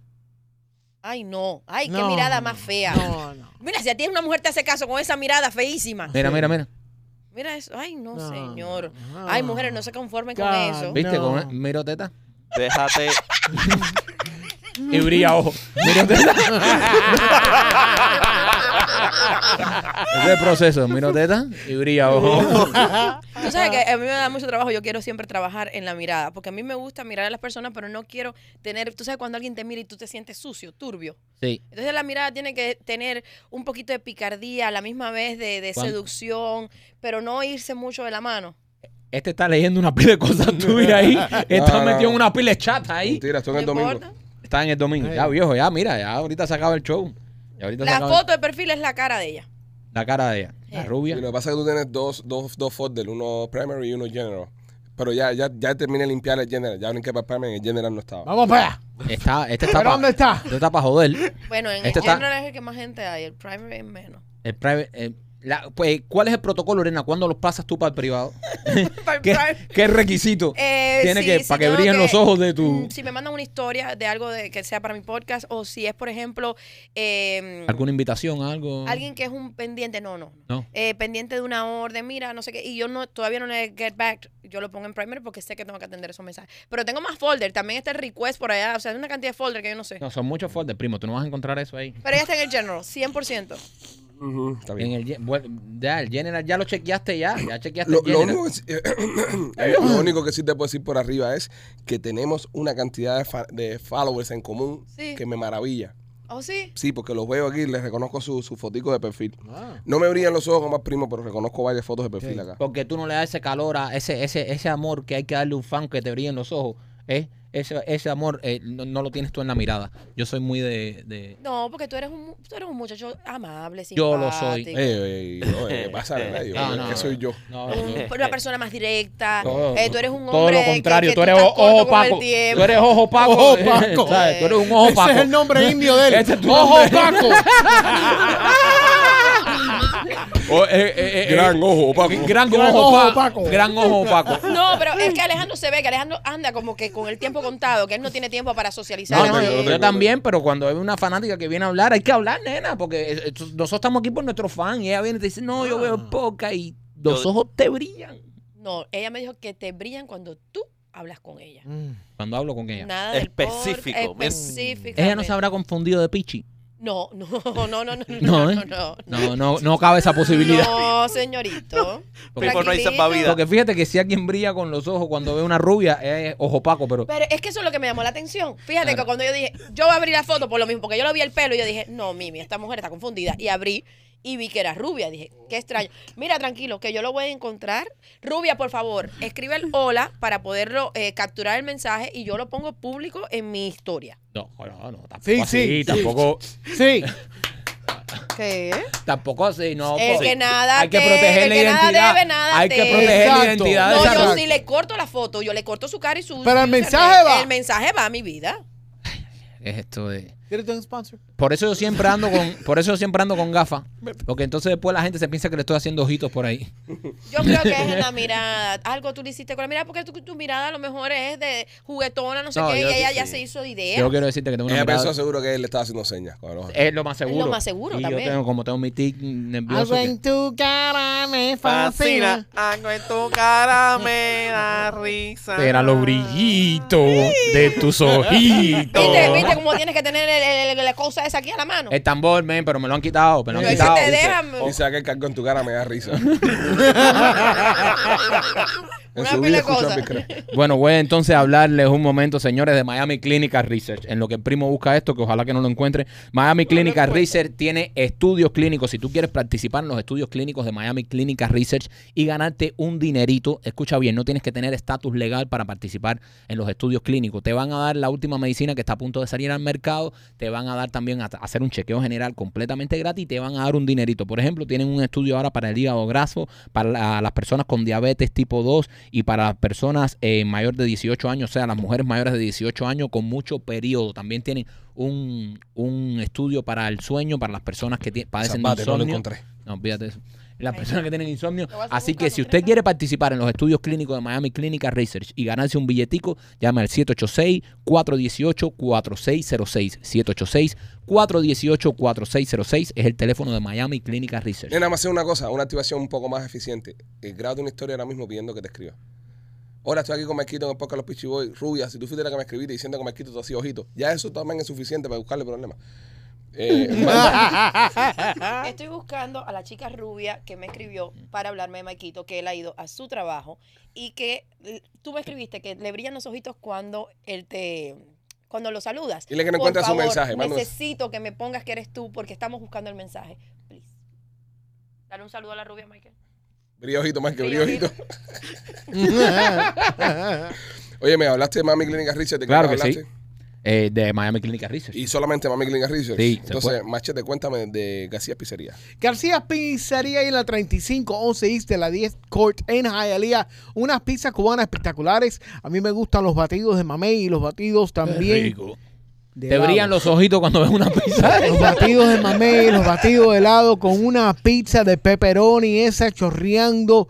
S5: Ay, no. Ay, qué
S4: No,
S5: mirada
S4: no,
S5: más fea.
S4: No, no.
S5: Mira, si a ti una mujer te hace caso con esa mirada feísima.
S1: Mira, mira, mira.
S5: Mira eso. Ay, no,
S4: No,
S5: señor.
S4: no.
S5: Ay, mujeres, no se conformen con
S4: Claro.
S5: eso.
S1: ¿Viste?
S4: No.
S1: Con, miro teta
S3: Déjate. Mm.
S1: y brilla ojo. Miro teta. Ese es el proceso. Miro teta y brilla ojo.
S5: Tú sabes que a mí me da mucho trabajo. Yo quiero siempre trabajar en la mirada. Porque a mí me gusta mirar a las personas, pero no quiero tener. Tú sabes cuando alguien te mira y tú te sientes sucio, turbio.
S1: Sí.
S5: Entonces la mirada tiene que tener un poquito de picardía, a la misma vez de, de
S1: ¿Cuán-
S5: seducción, pero no irse mucho de la mano.
S1: Este está leyendo una pila de cosas tuyas ahí. Está
S2: No, no.
S1: metido en una pila de chat ahí.
S2: Mentira, esto en
S5: ¿No
S2: el domingo.
S5: importa?
S1: Está en el domingo. Ya, viejo, ya, mira, ya ahorita se acaba el show. Ya ahorita se
S5: La
S1: acaba
S5: foto de perfil es la cara de ella.
S1: la cara de ella. La
S5: Sí.
S1: rubia.
S2: Y lo que pasa es que tú tienes dos, dos, dos folders, uno primary y uno general. Pero ya, ya, ya terminé de limpiar el general. Ya brinqué para primary y el general no estaba.
S4: Vamos para allá.
S1: Está, este está
S4: ¿Pero dónde
S1: para
S4: está?
S1: joder.
S5: Bueno, en
S1: Este
S5: el
S1: está-
S5: general es el que más gente hay, el primary es menos.
S1: El private, eh, la- pues, ¿Cuál es el protocolo, Lorena? ¿Cuándo los pasas tú para el privado?
S5: Para el
S1: ¿Qué,
S5: prime-
S1: qué requisito
S5: Eh,
S1: tiene
S5: sí,
S1: que
S5: sí,
S1: para que
S5: tengo
S1: brillen los ojos de tu
S5: Mm, Si me mandan una historia de algo de, que sea para mi podcast, o si es, por ejemplo, eh,
S1: alguna invitación, algo?
S5: alguien que es un pendiente, no, no. no.
S1: No.
S5: Eh, pendiente de una orden, mira, no sé qué, y yo no todavía no le get back, yo lo pongo en primary porque sé que tengo que atender esos mensajes. Pero tengo más folder, también está el request por allá, o sea, hay una cantidad de folder que yo no sé.
S1: No, son muchos folders, primo. Tú no vas a encontrar eso ahí.
S5: Pero ella está en el general, 100%.
S2: Ujú, está bien.
S1: En el, gen- bueno, ya, el general ya lo chequeaste ya. Ya chequeaste
S2: Lo,
S1: el
S2: lo
S1: general.
S2: único que, sí- eh, lo único que sí te puedo decir por arriba es que tenemos una cantidad de, fa- de followers en común
S5: Sí.
S2: que me maravilla.
S5: ¿Oh, sí?
S2: Sí, porque los veo aquí, les reconozco su, su fotico de perfil.
S4: Ah.
S2: No me brillan los ojos como más primo, pero reconozco varias fotos de perfil
S4: Sí.
S2: acá.
S1: Porque tú no le das ese calor, a ese, ese, ese amor que hay que darle a un fan que te brille en los ojos. ¿eh? Ese, ese amor eh, no, no lo tienes tú en la mirada. Yo soy muy de... de-
S5: No, porque tú eres un, mu- tú eres un muchacho amable,
S1: Yo lo soy.
S5: simpático.
S2: Eh, eh, no, eh, pasa de medio,
S1: No,
S2: eh,
S1: no,
S2: que soy yo.
S1: No,
S5: Un- una persona más directa.
S1: No,
S5: Eh, tú eres un hombre.
S1: Todo lo
S5: que-
S1: contrario,
S5: que
S1: tú eres
S5: estás corto
S1: ojo
S5: con el
S1: opaco.
S5: tiempo.
S1: Tú eres ojo opaco.
S4: Ojo opaco.
S1: ¿sabes? Tú eres un ojo
S4: Ese
S1: opaco.
S4: es el nombre indio de él.
S1: Ese es tu
S4: Ojo
S1: nombre.
S4: Paco.
S1: Oh, eh, eh, eh,
S2: Gran
S1: eh,
S2: ojo, Paco.
S1: gran
S4: Gran
S1: ojo
S4: ojo
S1: opa-
S4: opaco.
S1: Gran ojo opaco.
S5: No, pero es que Alejandro se ve que Alejandro anda como que con el tiempo contado, que él no tiene tiempo para socializar.
S1: No,
S2: No,
S1: no,
S2: tengo,
S1: yo,
S2: no
S1: yo
S2: tengo,
S1: también, pero cuando hay una fanática que viene a hablar, hay que hablar, nena, porque eh, eh, nosotros estamos aquí por nuestro fan y ella viene y te dice, no, yo veo poca y los
S3: Yo-
S1: ojos te brillan.
S5: No, ella me dijo que te brillan cuando tú hablas con ella.
S1: Cuando hablo con ella.
S5: Nada del
S3: Específico,
S5: por-
S3: mira.
S5: específicamente.
S1: Ella no se habrá confundido de Pichi.
S5: No, no, no, no, no, no,
S1: No,
S5: no,
S1: ¿eh?
S5: no, no,
S1: No, no, no cabe esa posibilidad.
S5: No, señorito.
S1: Porque-
S3: Pipo no hay
S5: Tranquilito.
S3: salvavidas.
S1: Porque fíjate que si alguien brilla con los ojos cuando ve una rubia, ella es ojo opaco, pero
S5: Pero es que eso es lo que me llamó la atención. Fíjate
S1: Claro.
S5: que cuando yo dije, yo voy a abrir la foto por lo mismo, porque yo lo vi el pelo y yo dije, no, Mimi, esta mujer está confundida. Y abrí y vi que era rubia. Dije, qué extraño. Mira, tranquilo, que yo lo voy a encontrar. Rubia, por favor, escribe el hola para poderlo eh, capturar el mensaje y yo lo pongo público en mi historia.
S1: no, no, no, tampoco
S4: Sí,
S1: así,
S4: sí, sí.
S1: tampoco,
S4: Sí.
S5: ¿Qué?
S1: tampoco así, no.
S5: El
S1: po-
S5: que nada
S1: hay que
S5: te-
S1: proteger
S5: el
S1: la
S5: que nada
S1: identidad.
S5: debe, nada
S1: hay que
S5: teme.
S1: proteger la
S4: Exacto.
S1: identidad de
S5: No,
S1: esa
S5: yo
S1: rubia.
S5: sí le corto la foto, yo le corto su cara y su...
S4: Pero el
S5: su
S4: mensaje va.
S5: El mensaje va a mi vida.
S1: Es esto de...
S4: ¿Quieres un sponsor?
S1: Por eso yo siempre ando con, por eso yo siempre ando con gafas. Porque entonces después la gente se piensa que le estoy haciendo ojitos por ahí.
S5: Yo creo que es en la mirada. Algo tú le hiciste con la mirada, porque tu, tu mirada a lo mejor es de juguetona, no sé
S1: No,
S5: qué, y
S1: yo-
S5: ella ya
S3: sí.
S5: se hizo de idea.
S1: Yo quiero decirte que tengo una
S2: Ella pensó
S1: mirada.
S2: seguro que él le estaba haciendo señas. con el
S5: Eh,
S2: ojo.
S1: Es lo más seguro.
S5: más seguro
S1: y
S5: también.
S1: Yo tengo, como tengo mi tic nervioso. que-
S4: tu cara me
S3: Fascina, algo Ah, en tu cara me da risa.
S1: Era los brillitos de tus ojitos.
S5: ¿Viste, ¿Viste cómo tienes que tener el- el- el- la cosa esa aquí a la mano?
S2: Eh,
S1: El tambor, men, pero me lo han quitado, me lo han
S5: Pero ese
S1: quitado.
S5: te deja,
S2: Dice aquel cargo en tu cara me da risa. en
S5: Una
S2: su
S5: pila
S2: vida
S5: de
S2: escucho a
S5: cosas.
S2: Bicre.
S1: Bueno, voy entonces a hablarles un momento, señores, de Miami Clinical Research. En lo que el primo busca esto, que ojalá que no lo encuentre. Miami Clinical Research tiene estudios clínicos. Si tú quieres participar en los estudios clínicos de Miami Clinical Research y ganarte un dinerito, escucha bien, no tienes que tener estatus legal para participar en los estudios clínicos. Te van a dar la última medicina que está a punto de salir al mercado. Te van a dar también a hacer un chequeo general completamente gratis y te van a dar un dinerito. Por ejemplo, tienen un estudio ahora para el hígado graso, para la- las personas con diabetes tipo 2 y para las personas eh, mayor de 18 años, o sea, las mujeres mayores de 18 años con mucho periodo. También tienen un, un estudio para el sueño, para las personas que ti- padecen de
S2: Zapate, no lo
S1: insomnio.
S2: encontré.
S1: No, fíjate eso. Las
S5: Ahí
S1: personas que tienen insomnio.
S5: Lo vas
S1: Así que
S5: buscando,
S1: si usted
S5: Trejo.
S1: quiere participar en los estudios clínicos de Miami Clinical Research y ganarse un billetico, llame al 786-418-4606. 786-418-4606 es el teléfono de Miami Clinical Research.
S2: Nena, más hacer una cosa, una activación un poco más eficiente. Eh, Grábate una historia ahora mismo pidiendo que te escriba. Ahora estoy aquí con Marquito en el podcast Los Pichi Boy. Rubia, si tú fuiste la que me escribiste diciendo que Marquito te hacía ojitos, ya eso también es suficiente para buscarle problemas. Eh, manda-
S5: Estoy buscando a la chica rubia que me escribió para hablarme de Maquito, que él ha ido a su trabajo y que l- tú me escribiste que le brillan los ojitos cuando él te cuando lo saludas.
S2: Dile que no
S5: Por
S2: encuentra su
S5: favor,
S2: mensaje, manda un-
S5: Necesito que me pongas que eres tú porque estamos buscando el mensaje. Please. Dale un saludo a la rubia, Michael.
S2: brilla ojito, más que brilla
S5: Brilla
S2: ojito. Oye, me hablaste de Mami Clínica Research. ¿de qué
S1: Claro
S2: me
S1: que sí.
S2: hablaste?
S1: Eh, de Miami Clinical Research.
S2: Y solamente Mami Clínica Research.
S1: Sí, se
S2: Entonces,
S1: puede.
S2: Machete, cuéntame de García Pizzería.
S4: García Pizzería y en la 3511 East de la 10 Court en Hialeah. Unas pizzas cubanas espectaculares. A mí me gustan los batidos de mamey y los batidos también. de
S1: Te
S4: helado.
S1: brillan los ojitos cuando ves una pizza.
S4: Los batidos de mamey, los batidos de helado con una pizza de pepperoni esa chorreando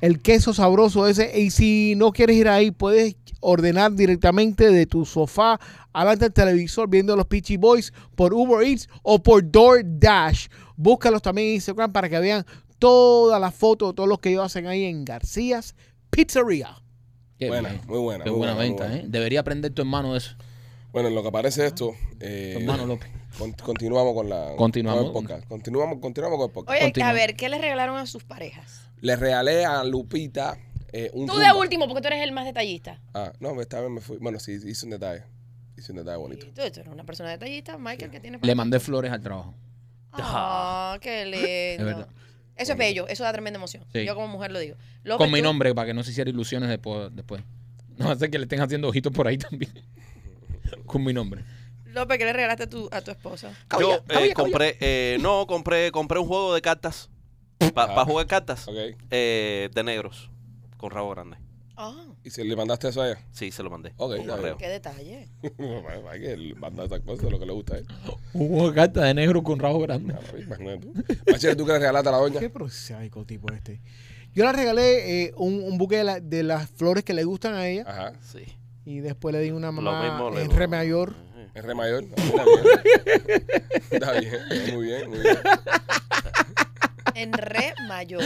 S4: el queso sabroso ese. Y si no quieres ir ahí, puedes ordenar directamente de tu sofá adelante del televisor viendo los Peachy Boys por Uber Eats o por DoorDash. Búscalos también en Instagram para que vean todas las fotos, todos los que ellos hacen ahí en García's Pizzería.
S1: Qué
S2: buena,
S1: bien.
S2: muy buena.
S1: Qué
S2: muy
S1: buena ¿eh?
S2: muy
S1: venta, ¿eh? Debería aprender tu hermano de eso.
S2: Bueno, en lo que aparece esto, eh,
S1: Hermano López.
S2: con- continuamos con la
S1: Continuamos.
S2: con el podcast. Continuamos, continuamos con el podcast.
S5: Oye,
S1: Continúa.
S5: a ver, ¿qué le regalaron a sus parejas?
S2: Le regalé a Lupita eh, un
S5: Tú
S2: Roomba.
S5: de último, porque tú eres el más detallista.
S2: Ah, no, esta vez me fui. Bueno, sí, hice un detalle. Hice un detalle bonito.
S5: Y Tú, tú eres una persona detallista, Michael, que tiene...
S1: Le mandé flores al trabajo.
S5: Ah, qué
S1: Es verdad.
S5: lindo. Eso es bello, eso da tremenda emoción.
S1: Sí.
S5: Yo como mujer lo digo. López,
S1: Con mi
S5: tú-
S1: nombre, para que no se hiciera ilusiones después. después. No hace que le estén haciendo ojitos por ahí también. Con mi nombre.
S5: López, ¿qué le regalaste a tu, a tu esposa?
S3: Yo eh, compré, eh, no, compré, compré un juego de cartas. Para
S2: Ah.
S3: jugar cartas
S2: Ok.
S3: eh, de negros. Con rabo grande.
S5: Ah,
S2: ¿Y si le mandaste eso a ella?
S3: Sí, se lo mandé.
S2: Ok,
S3: por
S2: está
S3: correo.
S5: qué detalle.
S2: Hay que le mandar esas cosas de lo que le gusta ¿eh? a él.
S1: Hubo carta de negro con rabo grande.
S2: Claro, imagínate tú. Machete, ¿tú que le regalaste a la doña?
S4: Qué prosaico tipo este. Yo le regalé eh, un, un buque de, la- de las flores que le gustan a ella
S2: Ajá.
S3: Sí.
S4: y después le di una
S3: Lo
S4: mamá
S3: mismo le-
S4: en re mayor.
S2: Es re mayor. Está bien. Está bien. Muy bien, muy bien.
S5: En re mayor.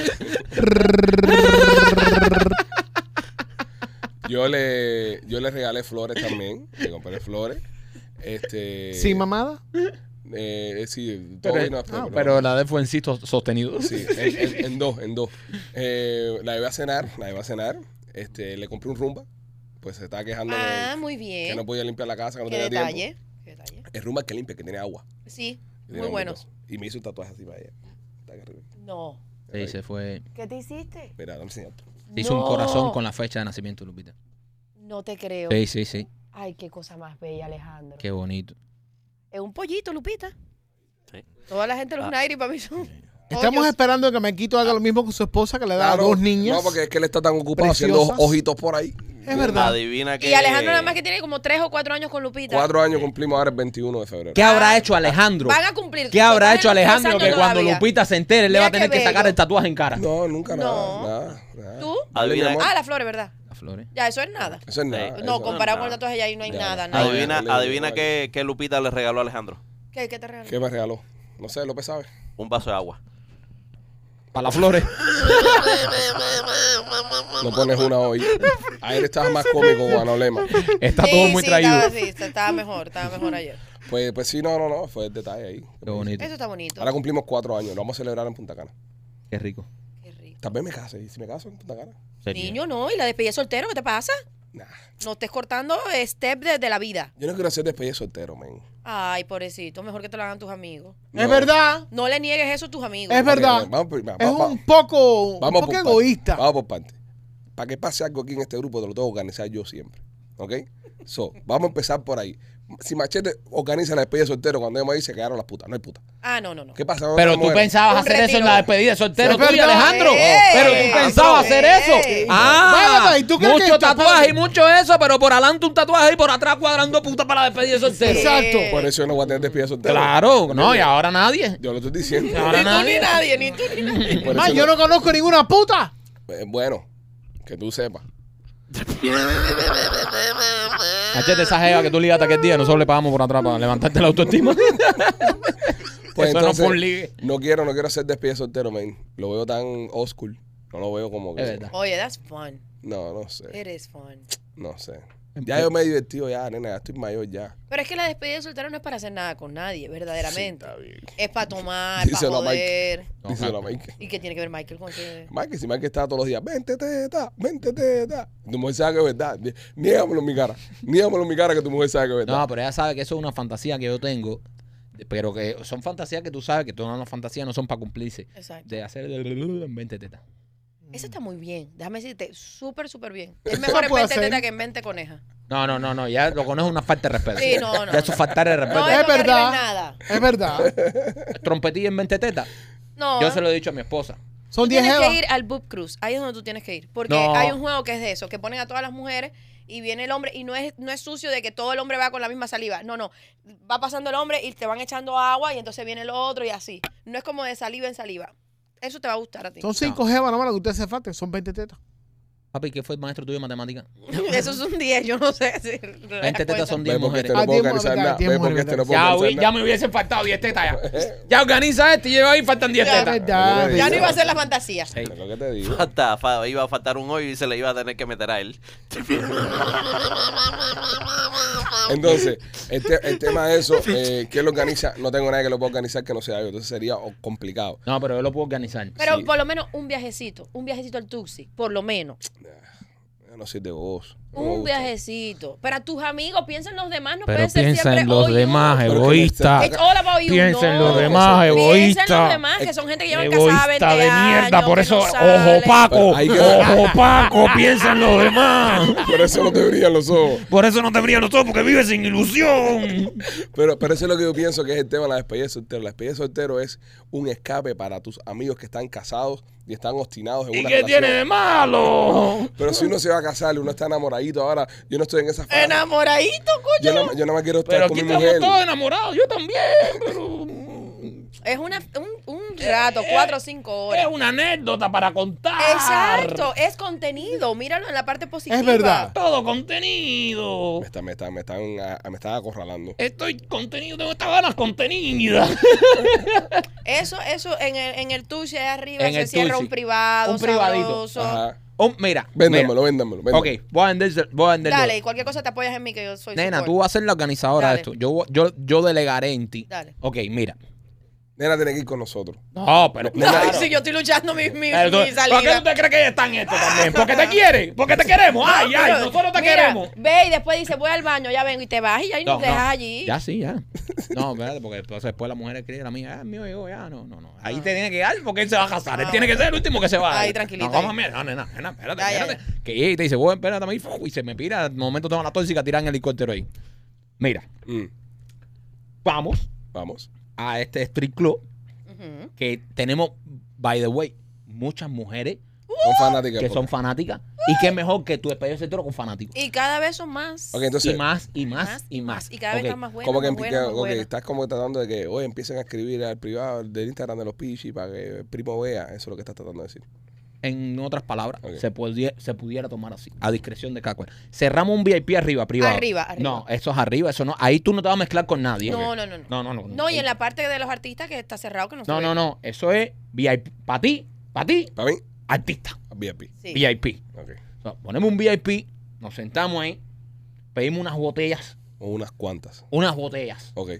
S2: Yo le, yo le regalé flores también. Le compré flores. Este.
S4: ¿Sin mamada?
S2: Eh, sí, todo
S1: Pero,
S2: vino después,
S4: ah,
S1: pero la de fue en sí sos- sostenido.
S2: Sí, en, en- en dos, en dos. Eh, la iba a cenar, la iba a cenar. Este, le compré un rumba. Pues se estaba quejando de
S5: Ah, muy
S2: que
S5: bien.
S2: no podía limpiar la casa, que no
S5: Qué
S2: tenía
S5: detalle.
S2: tiempo.
S5: Qué detalle.
S2: El rumba que limpia, que tiene agua.
S5: Sí,
S2: que tiene
S5: muy
S2: un
S5: buenos.
S2: montón. Y me hizo un tatuaje así para ella. Está que rico.
S5: No.
S1: Sí, se fue.
S5: ¿Qué te hiciste?
S2: Mira, dame señal.
S1: Se hizo un corazón con
S5: la...
S1: la fecha de nacimiento, Lupita.
S5: No te creo.
S1: Sí, sí, sí.
S5: Ay, qué cosa más bella, Alejandro.
S1: Qué bonito.
S5: Ah, Es un pollito, Lupita.
S3: Sí.
S5: Toda la gente de los
S3: Ah.
S5: Nairi para mí son...
S4: Estamos
S5: pollos.
S4: esperando que Marquito haga lo mismo con su esposa que le da
S2: Claro,
S4: a dos niñas.
S2: No, porque es que él está tan ocupado
S4: preciosas.
S2: haciendo ojitos por ahí.
S4: Es verdad.
S3: Adivina que.
S5: Y Alejandro nada más que tiene como tres o cuatro años con Lupita.
S2: Cuatro años cumplimos ahora el 21 de febrero.
S1: ¿Qué habrá hecho Alejandro?
S5: Van a cumplir.
S1: ¿Qué habrá
S5: Van a
S1: hecho
S5: cumplir
S1: Alejandro
S5: años
S1: que cuando
S5: todavía.
S1: Lupita se entere le
S5: Mira
S1: va a tener
S5: qué
S1: que sacar
S5: bello.
S1: el tatuaje en cara?
S2: No, nunca nada.
S5: No.
S2: nada, nada.
S5: ¿Tú?
S2: Dale, mi
S3: Adivina-
S2: amor.
S5: Ah, las flores, ¿verdad?
S1: Las flores.
S5: Ya, eso es nada.
S2: Eso es nada.
S3: Eh,
S2: eso
S5: No,
S2: es nada.
S5: comparado con el
S3: nada.
S5: tatuaje ya ahí no hay
S2: Ya,
S5: nada,
S2: ya.
S5: nada.
S3: Adivina,
S2: Dale,
S3: adivina
S2: dale.
S3: qué, qué Lupita le regaló a Alejandro.
S5: ¿Qué, qué te regaló?
S2: ¿Qué me regaló? No sé, López sabe.
S3: Un vaso de agua.
S1: Para las flores.
S2: No pones una hoy. Ayer estabas más cómico, Guanolema.
S1: Está
S5: Sí,
S1: todo muy
S5: sí,
S1: traído.
S5: Estaba, sí, está- estaba mejor, estaba mejor ayer.
S2: Pues, pues sí, no, no, no. Fue el detalle ahí.
S1: Qué bonito.
S5: Eso está bonito.
S2: Ahora cumplimos cuatro años. Lo vamos a celebrar en Punta Cana.
S1: Qué rico.
S5: Qué rico.
S2: Tal vez me case. ¿Y si me caso en Punta Cana?
S5: Niño, no, y la despedida de soltero, ¿qué te pasa?
S2: Nah.
S5: No estés cortando step de, de la vida.
S2: Yo no quiero hacer despedida de soltero, men.
S5: Ay, pobrecito, mejor que te lo hagan tus amigos.
S2: No.
S4: Es verdad.
S5: No le niegues eso a tus amigos.
S4: Es verdad.
S2: Ok, Vamos, por- va-
S4: Es
S2: va-
S4: un poco, un
S2: vamos
S4: poco
S2: por
S4: egoísta.
S2: Parte. Vamos por parte. Para que pase algo aquí en este grupo, te lo tengo que organizar yo siempre. ¿Ok? So, vamos a empezar por ahí. Si Machete organiza la despedida de soltero, cuando ella me dice, quedaron las putas. No hay putas.
S5: Ah, no, no, no.
S2: ¿Qué pasa?
S1: Pero tú
S2: mujeres?
S1: pensabas
S5: Un
S1: hacer eso en
S5: retiro.
S1: la despedida de soltero
S4: Es
S1: tuyo,
S4: verdad.
S1: Alejandro.
S5: ¡Ey!
S1: Pero tú pensabas hacer
S5: ¡Ey!
S1: eso. Ah,
S4: Vale, ¿y tú crees
S1: mucho
S4: que-
S1: tatuaje y mucho eso, pero por adelante un tatuaje y por atrás cuadrando puta para la despedida de soltero.
S5: Sí.
S4: Exacto.
S2: Por eso yo no voy a tener despedida de soltero.
S1: Claro, no, y ahora nadie.
S2: Yo lo estoy diciendo.
S1: Ahora
S5: Ni tú
S1: nadie.
S5: ni nadie, ni tú ni nadie.
S2: Por
S4: Más,
S2: eso
S4: yo
S2: no-
S4: no conozco ninguna puta.
S2: Eh, Bueno, que tú sepas.
S1: Machete esa jeva que tú ligaste aquel día, nosotros le pagamos por atrás para levantarte la autoestima.
S2: Pues
S1: Eso no
S2: entonces,
S1: fue un ligue.
S2: no quiero, no quiero hacer despedida de soltero, man. Lo veo tan old school. No lo veo como que.
S1: Es verdad.
S5: Oye, that's fun.
S2: No, no
S4: Eh.
S2: sé.
S5: It is fun.
S2: No sé. Ya yo me he divertido ya, nena. Ya estoy mayor ya.
S5: Pero es que la despedida de soltero no es para hacer nada con nadie, verdaderamente.
S2: Está bien.
S5: es para tomar, para
S2: Díselo a Mike.
S5: joder.
S1: ah.
S2: Díselo a Mike.
S5: ¿Y qué tiene que ver Michael con que
S2: Mike, si Mike está todos los días, vente teta, vente teta. Tu mujer sabe que es verdad. Ni- Niégamelo en mi cara. Niégamelo en mi cara que tu mujer sabe que es verdad.
S1: No, pero ella sabe que eso es una fantasía que yo tengo, de- pero que son fantasías que tú sabes que todas las fantasías no son para cumplirse.
S5: Exacto.
S1: De hacer en 20 tetas.
S5: Eso está muy bien. Déjame decirte, súper, súper bien. Es
S4: No
S5: mejor en
S4: puedo
S5: 20
S4: hacer.
S5: teta que en 20 coneja.
S1: No, no, no, no, ya lo conozco una falta de respeto.
S5: Sí, no, no,
S1: Ya eso es
S5: no.
S1: faltar de respeto.
S5: No
S4: Es
S5: es, lo que
S4: verdad.
S5: arriba es nada.
S4: Es verdad.
S1: Trompetilla en 20 tetas.
S5: No. ¿eh?
S1: Yo se lo he dicho a mi esposa.
S4: Son
S5: Tú
S4: 10
S5: tienes
S4: euros.
S5: que ir al Boop Cruise. Ahí es donde tú tienes que ir. Porque
S1: No.
S5: hay un juego que es de eso, que ponen a todas las mujeres y viene el hombre y no es, no es sucio de que todo el hombre va con la misma saliva. No, no. Va pasando el hombre y te van echando agua y entonces viene el otro y así. No es como de saliva en saliva. Eso te va a gustar a ti.
S4: Son 5 jevas nomás lo que usted hace falta. Son 20 tetas.
S1: Papi, ¿qué fue el maestro tuyo de matemática?
S5: Eso es un 10, yo no sé si.
S1: Vente tetas son 10
S2: Ve porque
S1: mujeres.
S2: este no
S4: Ah,
S2: puedo
S4: diez
S2: organizar
S4: mujeres,
S2: nada.
S4: diez
S2: Ve porque
S4: mujeres,
S2: este no puedo
S1: Ya,
S2: organizar
S1: vi- ya
S2: nada.
S1: me hubiesen faltado 10 tetas ya. Ya organiza este y lleva ahí faltan 10
S5: Ya,
S1: tetas.
S4: verdad,
S5: Ya no iba a ser la fantasía.
S1: Sí.
S2: Es lo que te digo.
S3: Falta- fa- iba a faltar un hoyo y se le iba a tener que meter a él.
S1: Ah,
S2: Entonces, el, te- el tema de eso, eh, ¿quién lo organiza? No tengo nadie que lo pueda organizar que no sea yo. Entonces sería oh, complicado.
S1: No, pero yo lo puedo organizar.
S5: Pero
S2: Sí.
S5: por lo menos un viajecito, un viajecito al Tuxi, por lo menos.
S2: Yo no soy de vos. No me
S5: Un
S2: gusta.
S5: viajecito. Para tus amigos, piensa en los demás, no
S1: Pero
S5: puede ser
S1: piensa
S5: siempre
S1: en los
S5: "Oye,
S1: demás,
S5: no".
S2: Pero que
S1: egoísta.
S2: me
S5: Es
S2: está-
S5: hola, Bobby,
S1: Ah, Piensa en
S5: no.
S1: los demás,
S5: Piensa en los
S1: egoísta.
S5: demás, que son gente que llevan casada 20
S1: Egoísta de mierda,
S5: años,
S1: por
S5: que
S1: eso,
S5: no
S1: ojo
S5: salen.
S1: opaco,
S2: Pero hay que-
S1: ojo opaco, piensa en los demás.
S2: Por eso no te brillan los ojos.
S1: Por eso no te brillan los ojos, porque vives sin ilusión.
S2: Pero, pero eso es lo que yo pienso que es el tema de la despedida de soltero. La despedida de soltero es un escape para tus amigos que están casados y están obstinados en
S1: ¿Y
S2: una
S1: qué
S2: relación.
S1: tiene de malo?
S2: Pero si uno se va a casar y uno está enamoradito ahora, yo no estoy en esa fase.
S5: Enamoradito, coño.
S2: Yo nada, más- yo nada más quiero estar
S1: Pero
S2: con
S1: aquí
S2: mi
S1: estamos
S2: mujer.
S1: todos enamorados, yo también, pero...
S5: Es una, un, un rato, cuatro o cinco horas.
S1: Es una anécdota para contar.
S5: Exacto, es contenido. Míralo en la parte positiva.
S4: Es verdad.
S1: Todo contenido.
S2: Me están, me están, me están, ah, me están acorralando.
S1: Estoy contenido, tengo estas ganas contenidas.
S5: Eso, eso en el, en el tuche ahí arriba
S1: En
S5: se
S1: el
S5: cierra
S1: tuche.
S5: un privado,
S1: Un privadito.
S5: sabroso.
S2: Ajá.
S1: Oh, mira,
S2: Véndamelo, véndamelo, véndamelo.
S1: Ok, voy a vender, voy a venderlo.
S5: Dale, y cualquier cosa te apoyas en mí que yo soy
S1: Nena,
S5: support.
S1: tú vas a ser la organizadora
S5: Dale.
S1: de esto. Yo, yo, yo delegaré en ti.
S5: Dale.
S1: Ok, mira.
S2: Nena tiene que ir con nosotros.
S1: No, pero.
S2: Nena,
S5: Ay,
S2: Claro.
S5: sí, yo estoy luchando mi, mi,
S1: Pero tú-
S5: mi salida.
S1: ¿Por qué tú te crees que ella está en esto también? Porque te quiere, porque te queremos. Ay, ay,
S5: Pero,
S1: nosotros te
S5: mira,
S1: queremos.
S5: Ve y después dice, voy al baño, ya vengo y te vas y ya y nos dejas allí.
S1: Ya sí, ya. No, espérate, porque después, después la mujer escribe la mía, ah, el mío llegó ya, no, no, no. Ahí te tiene que dar porque él se va a casar. él
S5: Ah,
S1: tiene que
S5: bueno.
S1: ser el último que se va.
S5: Ahí, tranquilita,
S1: No, vamos,
S5: ahí.
S1: mira, no, nena, nena, espérate,
S5: Ya, ya,
S1: espérate. Que llega y te dice, bueno, espérate, y, fu, y se me pira. De momento tengo la tóxica tirada en el helicóptero ahí. Mira,
S2: Mm,
S1: vamos
S2: Vamos.
S1: a este street club
S5: Ujú.
S1: que tenemos, by the way, muchas mujeres
S2: Son fanáticas.
S1: Uh, que son fanáticas. Y qué mejor que tu despedida de soltero con fanáticos.
S5: Y cada vez son más.
S2: Ok,
S1: Y
S2: entonces,
S1: más, y más, y más.
S5: Y cada vez
S1: Ok.
S5: están más buenas.
S2: como que
S5: más buenas,
S2: empica-
S5: más
S2: ok,
S5: buenas.
S2: estás como tratando de que hoy empiecen a escribir al privado del Instagram de los Pichi para que el primo vea. Eso es lo que estás tratando de decir.
S1: En otras palabras,
S2: Ok.
S1: se, podía- se pudiera tomar así, a discreción de cada cual. Cerramos un VIP arriba, privado.
S5: Arriba, arriba.
S1: No, eso es arriba, eso no. Ahí tú no te vas a mezclar con nadie.
S5: No, no, no, no.
S1: No, no, no.
S5: No, y en la parte de los artistas que está cerrado que no se
S1: No,
S5: ve.
S1: no, no. Eso es VIP. Para ti, para ti,
S2: Para mí,
S1: artista.
S2: VIP.
S5: Sí.
S1: VIP.
S2: Ok.
S1: O sea, ponemos un VIP, nos sentamos ahí, pedimos unas botellas,
S2: O unas cuantas.
S1: unas botellas,
S2: Ok.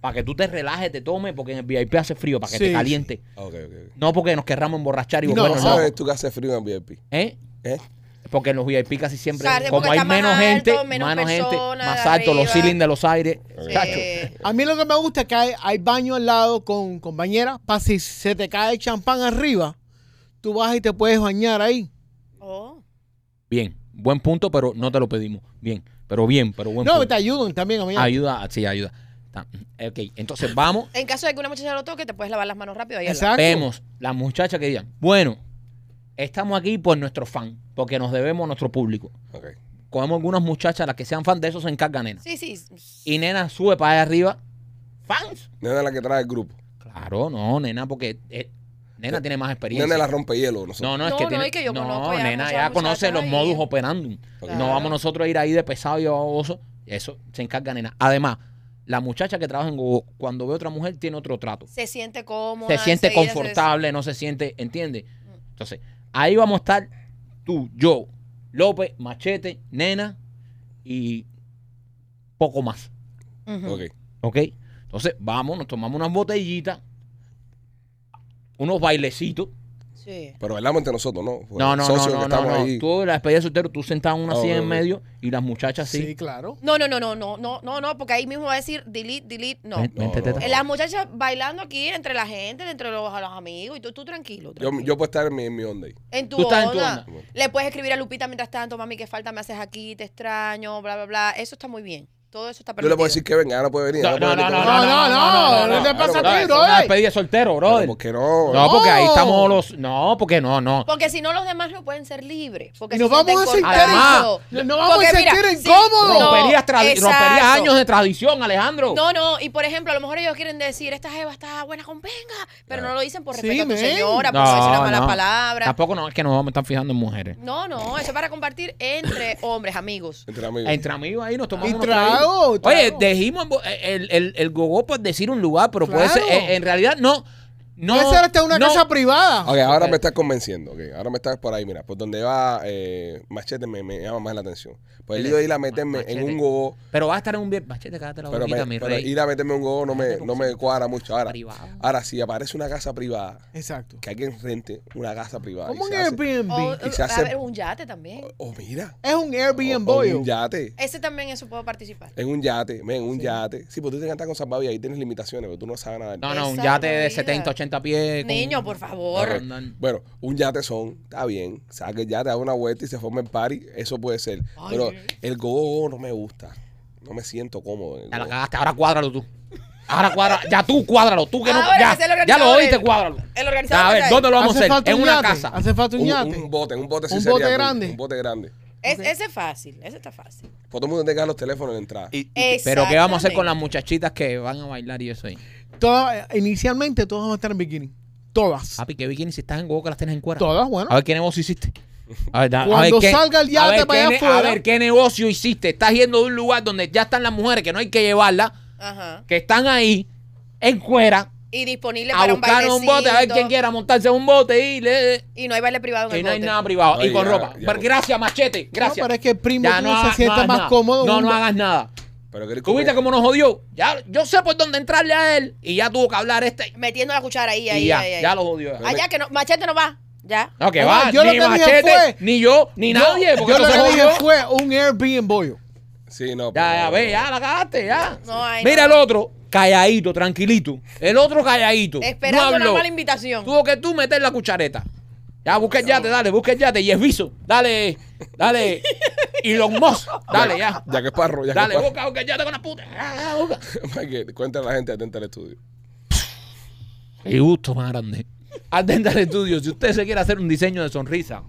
S1: para que tú te relajes, te tomes, porque en el VIP hace frío, para que
S4: Sí,
S1: te
S4: sí.
S1: caliente.
S2: Ok, ok, ok.
S1: No porque nos querramos emborrachar y
S4: No,
S1: volvernos
S4: no.
S2: ¿Sabes
S1: locos.
S2: tú que hace frío en VIP?
S1: ¿Eh?
S2: ¿Eh?
S1: Porque en los VIP casi siempre,
S5: O sea, porque
S1: como hay
S5: está más
S1: menos
S5: alto,
S1: gente,
S5: menos
S1: menos gente,
S5: personas
S1: más
S5: de
S1: alto, los
S5: arriba.
S1: ceilings de los aires.
S5: Sí.
S1: Chacho.
S4: A mí lo que me gusta es que hay, hay baño al lado con, con bañera. Para si se te cae el champán arriba, tú vas y te puedes bañar ahí.
S5: Oh.
S1: Bien, buen punto, pero no te lo pedimos. Bien, pero bien, pero buen
S4: No, te
S1: punto.
S4: ayudan también a bañar.
S1: Ayuda, ah, sí, ayuda. Está- mm, Ok, entonces vamos,
S5: En caso de que una muchacha lo toque, te puedes lavar las manos rápido. Ahí al lado.
S4: Exacto.
S1: vemos las muchachas que digan, bueno, estamos aquí por nuestro fan, porque nos debemos a nuestro público.
S2: Ok.
S1: Cogemos algunas muchachas, las que sean fan, de eso se encargan, nena.
S5: Sí, sí.
S1: Y nena sube para allá arriba, fans.
S2: Nena es la que trae el grupo.
S1: Claro, no, nena, porque eh, nena tiene más experiencia.
S2: Nena es la rompehielo. Nosotros.
S1: No, no, es
S5: No,
S1: que
S5: no,
S1: tiene-
S5: es que yo
S1: no,
S5: conozco ya
S1: nena,
S5: muchas
S1: ya conoce
S5: muchachas
S1: los
S5: ahí.
S1: modus operandum.
S2: Ok.
S5: Claro.
S1: No vamos nosotros a ir ahí de pesado y baboso. Eso se encarga nena. Además, la muchacha que trabaja en Google, cuando ve otra mujer, tiene otro trato.
S5: Se siente cómoda.
S1: Se siente
S5: enseguida se- Mm.
S1: confortable, no se siente, ¿entiendes? Entonces, ahí vamos a estar tú, yo, López, Machete, nena y poco más.
S5: Ujú.
S2: Ok.
S1: ¿Ok? Entonces, vamos, nos tomamos unas botellitas, unos bailecitos.
S5: Sí.
S2: Pero bailamos entre nosotros, ¿no? Pues,
S1: No, no, no,
S2: socios que
S1: no, no,
S2: estamos
S1: no.
S2: ahí.
S1: Tú la despedida de soltero, tú sentado en una
S2: Ah,
S1: silla
S2: ok,
S1: en
S2: ok.
S1: medio y las muchachas
S4: Sí,
S1: así.
S4: claro.
S5: No, no, no, no, no, no, no, no, porque ahí mismo va a decir delete, delete, no.
S1: Ven, vente,
S2: no,
S1: teta.
S2: no.
S5: Eh, Las muchachas bailando aquí entre la gente, entre los, los amigos y tú, tú tranquilo.
S2: Yo,
S5: tranquilo.
S2: yo puedo estar en mi, en mi onda ahí.
S5: en tu
S1: tú estás
S5: onda.
S1: en tu
S5: Le puedes escribir a Lupita mientras tanto, mami, qué falta me haces aquí, te extraño, bla, bla, bla. Eso está muy bien. Todo eso está
S2: Yo
S5: permitido.
S2: le puedo decir que venga, ya no puede venir. ya
S1: No, no,
S2: puede
S1: no, no,
S2: venir con-
S4: No, no, no, no te
S2: no,
S4: pasa
S2: no,
S4: a ti,
S1: Es una
S4: brother.
S1: despedida de soltero,
S2: Pero
S1: brother.
S2: ¿Por qué no?
S1: No, porque ahí
S4: No.
S1: estamos los. No, porque no, no.
S5: Porque si no, los demás no pueden ser libres. Porque
S4: Y nos
S5: se
S4: vamos a
S5: sienten
S4: sentir en-
S5: cortados.
S4: no, nos vamos a
S5: Porque
S4: sentir
S5: mira,
S4: incómodos.
S5: sí, no,
S1: Romperías, tra-
S5: exacto.
S1: romperías años de tradición, Alejandro.
S5: No, no, y por ejemplo, a lo mejor ellos quieren decir, esta jeva está buena con venga, pero no lo dicen por
S4: Sí,
S5: respeto a tu
S4: men.
S5: señora, por no decir una mala
S1: no.
S5: palabra.
S1: Tampoco no, es que nos vamos a estar fijando en mujeres.
S5: No, no, eso es para compartir entre hombres, amigos.
S2: Entre amigos.
S1: Entre amigos ahí nos tomamos
S4: Y
S1: unos
S4: trago,
S1: traguitos. Oye,
S4: trago.
S1: dejimos el, el, el gogó por decir un lugar, pero puede
S4: Claro.
S1: ser, eh, en realidad no. no
S4: Puede ser hasta una
S1: no.
S4: casa privada.
S2: Ok, ahora
S1: Ok.
S2: me estás convenciendo. ok, Ahora me estás por ahí, mira. Por donde va eh, Machete me, me llama más la atención. Pues el
S1: Dile,
S2: ido de ir a meterme
S1: Machete.
S2: en un gogo.
S1: Pero va a estar en un bien. Machete, cállate la
S2: Pero,
S1: boquita,
S2: me-
S1: mi
S2: pero
S1: rey.
S2: ir a meterme en un gogo no me,
S1: Fíjate
S2: no
S1: cómo
S2: me cuadra mucho. Ahora,
S1: Privado.
S2: ahora, si aparece una casa privada,
S4: Exacto.
S2: que alguien rente una casa privada. y
S4: Como un
S2: se hace-
S5: O, eh,
S4: Airbnb.
S2: Y se
S5: a
S2: hace-
S5: ver, un yate también.
S2: Oh, mira.
S4: Es un
S2: En
S4: Airbnb.
S2: un yate.
S5: Ese también eso puedo participar.
S2: En un yate, men, en un yate. Sí, pues tú te que andar con salvavidas ahí tienes limitaciones, pero tú no sabes nada.
S1: No, no, un
S5: Esa
S1: yate
S5: vida.
S1: de 70, 80
S2: Eh,
S1: pies. con-
S5: Niño, por favor.
S1: Ok.
S2: Bueno, un yate son, está bien. Saca el yate, da una vuelta y se forma el party. Eso puede ser.
S5: Ay,
S2: Pero
S5: eh.
S2: el go no me gusta. No me siento cómodo. en el
S1: Ya la
S2: go-go.
S1: cagaste, ahora cuádralo tú. Ahora cuadra, ya tú cuádralo, tú que no.
S5: Ahora
S1: Ya,
S5: que sea
S1: ya
S5: el
S1: lo
S5: organizador,
S1: oíste,
S5: el-
S1: cuádralo.
S5: el organizador
S1: A ver,
S5: era
S1: ¿dónde lo vamos a
S4: Hace
S1: hacer?
S4: falta
S1: En
S4: un
S1: una
S4: yate,
S1: casa.
S4: Hace falta un
S2: Un,
S4: yate.
S2: un bote, un bote sí
S4: Un
S2: sería
S4: bote
S2: muy-
S4: grande.
S2: Un bote grande.
S5: Es- Ese es fácil, ese está fácil.
S2: Pues todo el mundo tiene que dejar los teléfonos en la entrada.
S3: Y- y-
S1: Pero ¿qué vamos a hacer con las
S5: Exactamente.
S1: muchachitas que van a bailar y eso ahí?
S4: Todas- inicialmente todas van a estar en bikini. Todas.
S1: Papi, ¿qué bikini si estás en huevo que las tienes en cuera?
S4: Todas, bueno.
S1: A ver qué negocio hiciste. A ver, da- a
S4: Cuando
S1: ver qué-
S4: salga el
S1: a
S4: yate
S1: ver
S4: para
S1: qué
S4: allá
S1: ne- A
S4: afuera.
S1: ver qué negocio hiciste. Estás yendo de un lugar donde ya están las mujeres que no hay que llevarlas,
S5: Ajá.
S1: que están ahí en cuera
S5: Y disponible
S1: a
S5: para un
S1: buscar
S5: bailecito.
S1: un bote, a ver quién quiera montarse en un bote y le
S5: Y no hay baile privado en
S1: que
S5: el
S1: no hay
S5: bote.
S1: nada privado
S2: Oye,
S1: y con
S2: ya,
S1: ropa.
S2: ya.
S1: Pero gracias, machete. Gracias.
S4: No, pero es que el primo
S1: Ya
S4: tuyo
S1: no
S4: se
S1: hagas-
S4: sienta
S1: no hagas
S4: más
S1: nada.
S4: cómodo.
S1: No,
S4: en
S1: no
S4: un-
S1: hagas nada.
S2: Pero querer
S1: ¿Tú viste cómo
S2: comer-
S1: nos jodió? Ya, yo sé por dónde entrarle a él y ya tuvo que hablar este.
S5: Metiendo la cuchara ahí,
S1: Y,
S5: ahí,
S1: ya,
S5: ahí, ahí.
S1: ya lo jodió. Ah,
S5: Allá que no, machete no va. Ya.
S1: No, que
S4: Oye,
S1: va,
S4: yo lo
S1: ni
S4: que dije
S1: Machete,
S4: fue-
S1: ni yo, ni
S4: Yo-
S1: nadie, porque
S4: Yo
S1: esto
S4: lo
S1: se
S4: que dije
S1: jodió.
S4: fue un Airbnb.
S2: Sí, no.
S1: Ya, ya,
S2: pero-
S1: ve, ya la cagaste, ya.
S5: No hay
S1: Mira el
S5: nada.
S1: otro, calladito, tranquilito. El otro calladito.
S5: Esperando
S1: no
S5: una
S1: habló.
S5: mala invitación.
S1: Tuvo que tú meter la cuchareta. Ya, busca el yate, dale, busca el yate. Y es viso. Dale, dale. Y los mozos. Dale, ya.
S2: Ya que es parro, ya
S1: Dale,
S2: que es
S1: busca, busca el yate con la puta. Ah, busca.
S2: parro. Michael, cuéntale a la gente atenta al estudio.
S1: Y gusto más grande. Atenta al estudio. Si usted se quiere hacer un diseño de sonrisa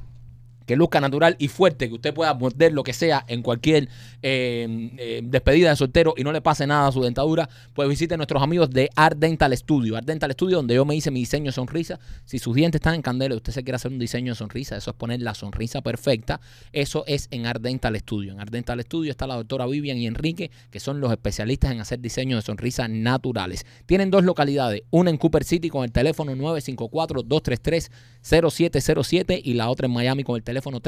S1: que luzca natural y fuerte, que usted pueda morder lo que sea en cualquier eh, eh, despedida de soltero y no le pase nada a su dentadura, pues visite nuestros amigos de Art Dental Studio. Art Dental Studio, donde yo me hice mi diseño de sonrisa. Si sus dientes están en candela y usted se quiere hacer un diseño de sonrisa, eso es poner la sonrisa perfecta. Eso es en Art Dental Studio. En Art Dental Studio está la doctora Vivian y Enrique, que son los especialistas en hacer diseños de sonrisa naturales. Tienen dos localidades, una en Cooper City con el teléfono 954-233-0707 y la otra en Miami con el teléfono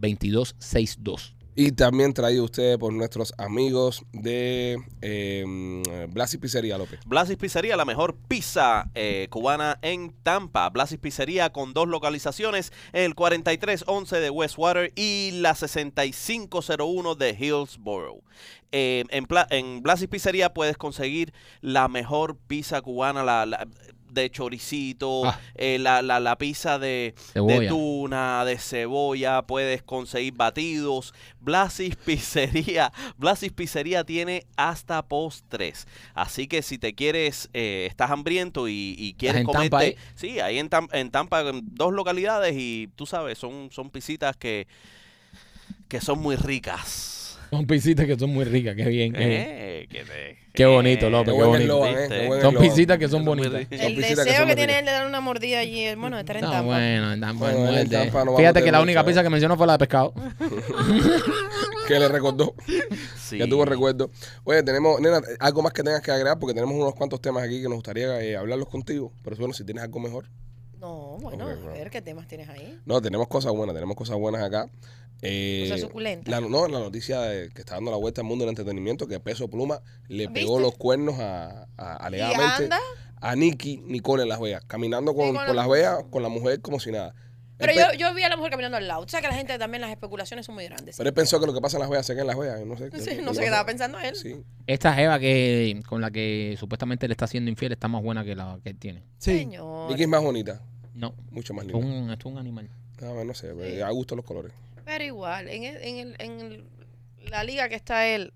S1: 305-922-2262.
S2: Y también traído ustedes por nuestros amigos de eh, Blas y Pizzería López.
S3: Blasis Pizzería, la mejor pizza eh, cubana en Tampa. Blasis Pizzería con dos localizaciones, el 4311 de Westwater y la 6501 de Hillsborough. Eh, en, Pla- en Blasis Pizzería puedes conseguir la mejor pizza cubana, la, la- de choricito,
S1: Ah.
S3: eh, la, la- la pizza de, de
S1: Cebolla.
S3: tuna, de cebolla, puedes conseguir batidos. Blasis Pizzería, Blasis Pizzería tiene hasta postres. Así que si te quieres, eh, estás hambriento y, y quieres
S1: en
S3: comerte.
S1: Tampa ahí?
S3: Sí, ahí en, Tam- en Tampa, en dos localidades y tú sabes, son, son pisitas que, que son muy ricas.
S1: Son pisitas que son muy ricas, qué bien.
S3: Eh, que te-
S1: Qué bonito, López,
S2: qué bonito.
S3: ¿Viste?
S2: Qué buen Son eslogan. pisitas
S1: que
S3: son bonitas.
S2: Son
S5: El
S2: pisitas que
S5: deseo
S2: son
S5: que,
S2: muy
S5: tiene
S2: ricas.
S5: él de dar una mordida allí, eh, bueno, de estar en
S1: No,
S5: Tampa.
S1: bueno, en Tampa es
S2: Bueno, en
S1: muerte.
S2: Tampa no
S1: Fíjate
S2: vamos
S1: que la
S2: de
S1: única
S2: mucho,
S1: pizza
S2: ¿eh?
S1: que mencionó fue la de pescado.
S2: Que le recordó.
S3: Sí.
S2: Ya tuvo recuerdo. Oye, tenemos, nena, algo más que tengas que agregar porque tenemos unos cuantos temas aquí que nos gustaría eh, hablarlos contigo. Pero bueno, si tienes algo mejor.
S5: No, bueno,
S2: Ok,
S5: a
S2: bueno.
S5: ver qué temas tienes ahí.
S2: No, tenemos cosas buenas, tenemos cosas buenas acá. Eh,
S5: Cosas suculentas.
S2: La, no, la noticia de- que está dando la vuelta al mundo del entretenimiento, que Peso Pluma le
S5: ¿Viste?
S2: pegó los cuernos a, a-
S5: ¿Y
S2: alegadamente eh,
S5: anda?
S2: a Nicky Nicole en Las Vegas, caminando con,
S5: Sí, con
S2: por
S5: la-
S2: Las Vegas con la mujer como si nada.
S5: Pero
S2: él, pe-
S5: yo, yo vi a la mujer caminando al lado. O sea que la gente también, las especulaciones son muy grandes.
S2: pero él pensó que lo que pasa en Las Vegas se queda en Las Vegas, no sé.
S5: Sí, no sé qué estaba pensando él.
S2: Sí.
S1: Esta jeva que con la que supuestamente le está haciendo infiel está más buena que la que él tiene.
S4: Sí.
S5: Señor.
S2: Nicky es más bonita,
S1: No,
S2: mucho más
S1: es
S2: linda.
S1: un, esto es un animal.
S2: Ah, bueno, no sé,
S5: Sí.
S2: a gusto los colores.
S5: Pero igual, en, el- en el- en el- la liga que está él,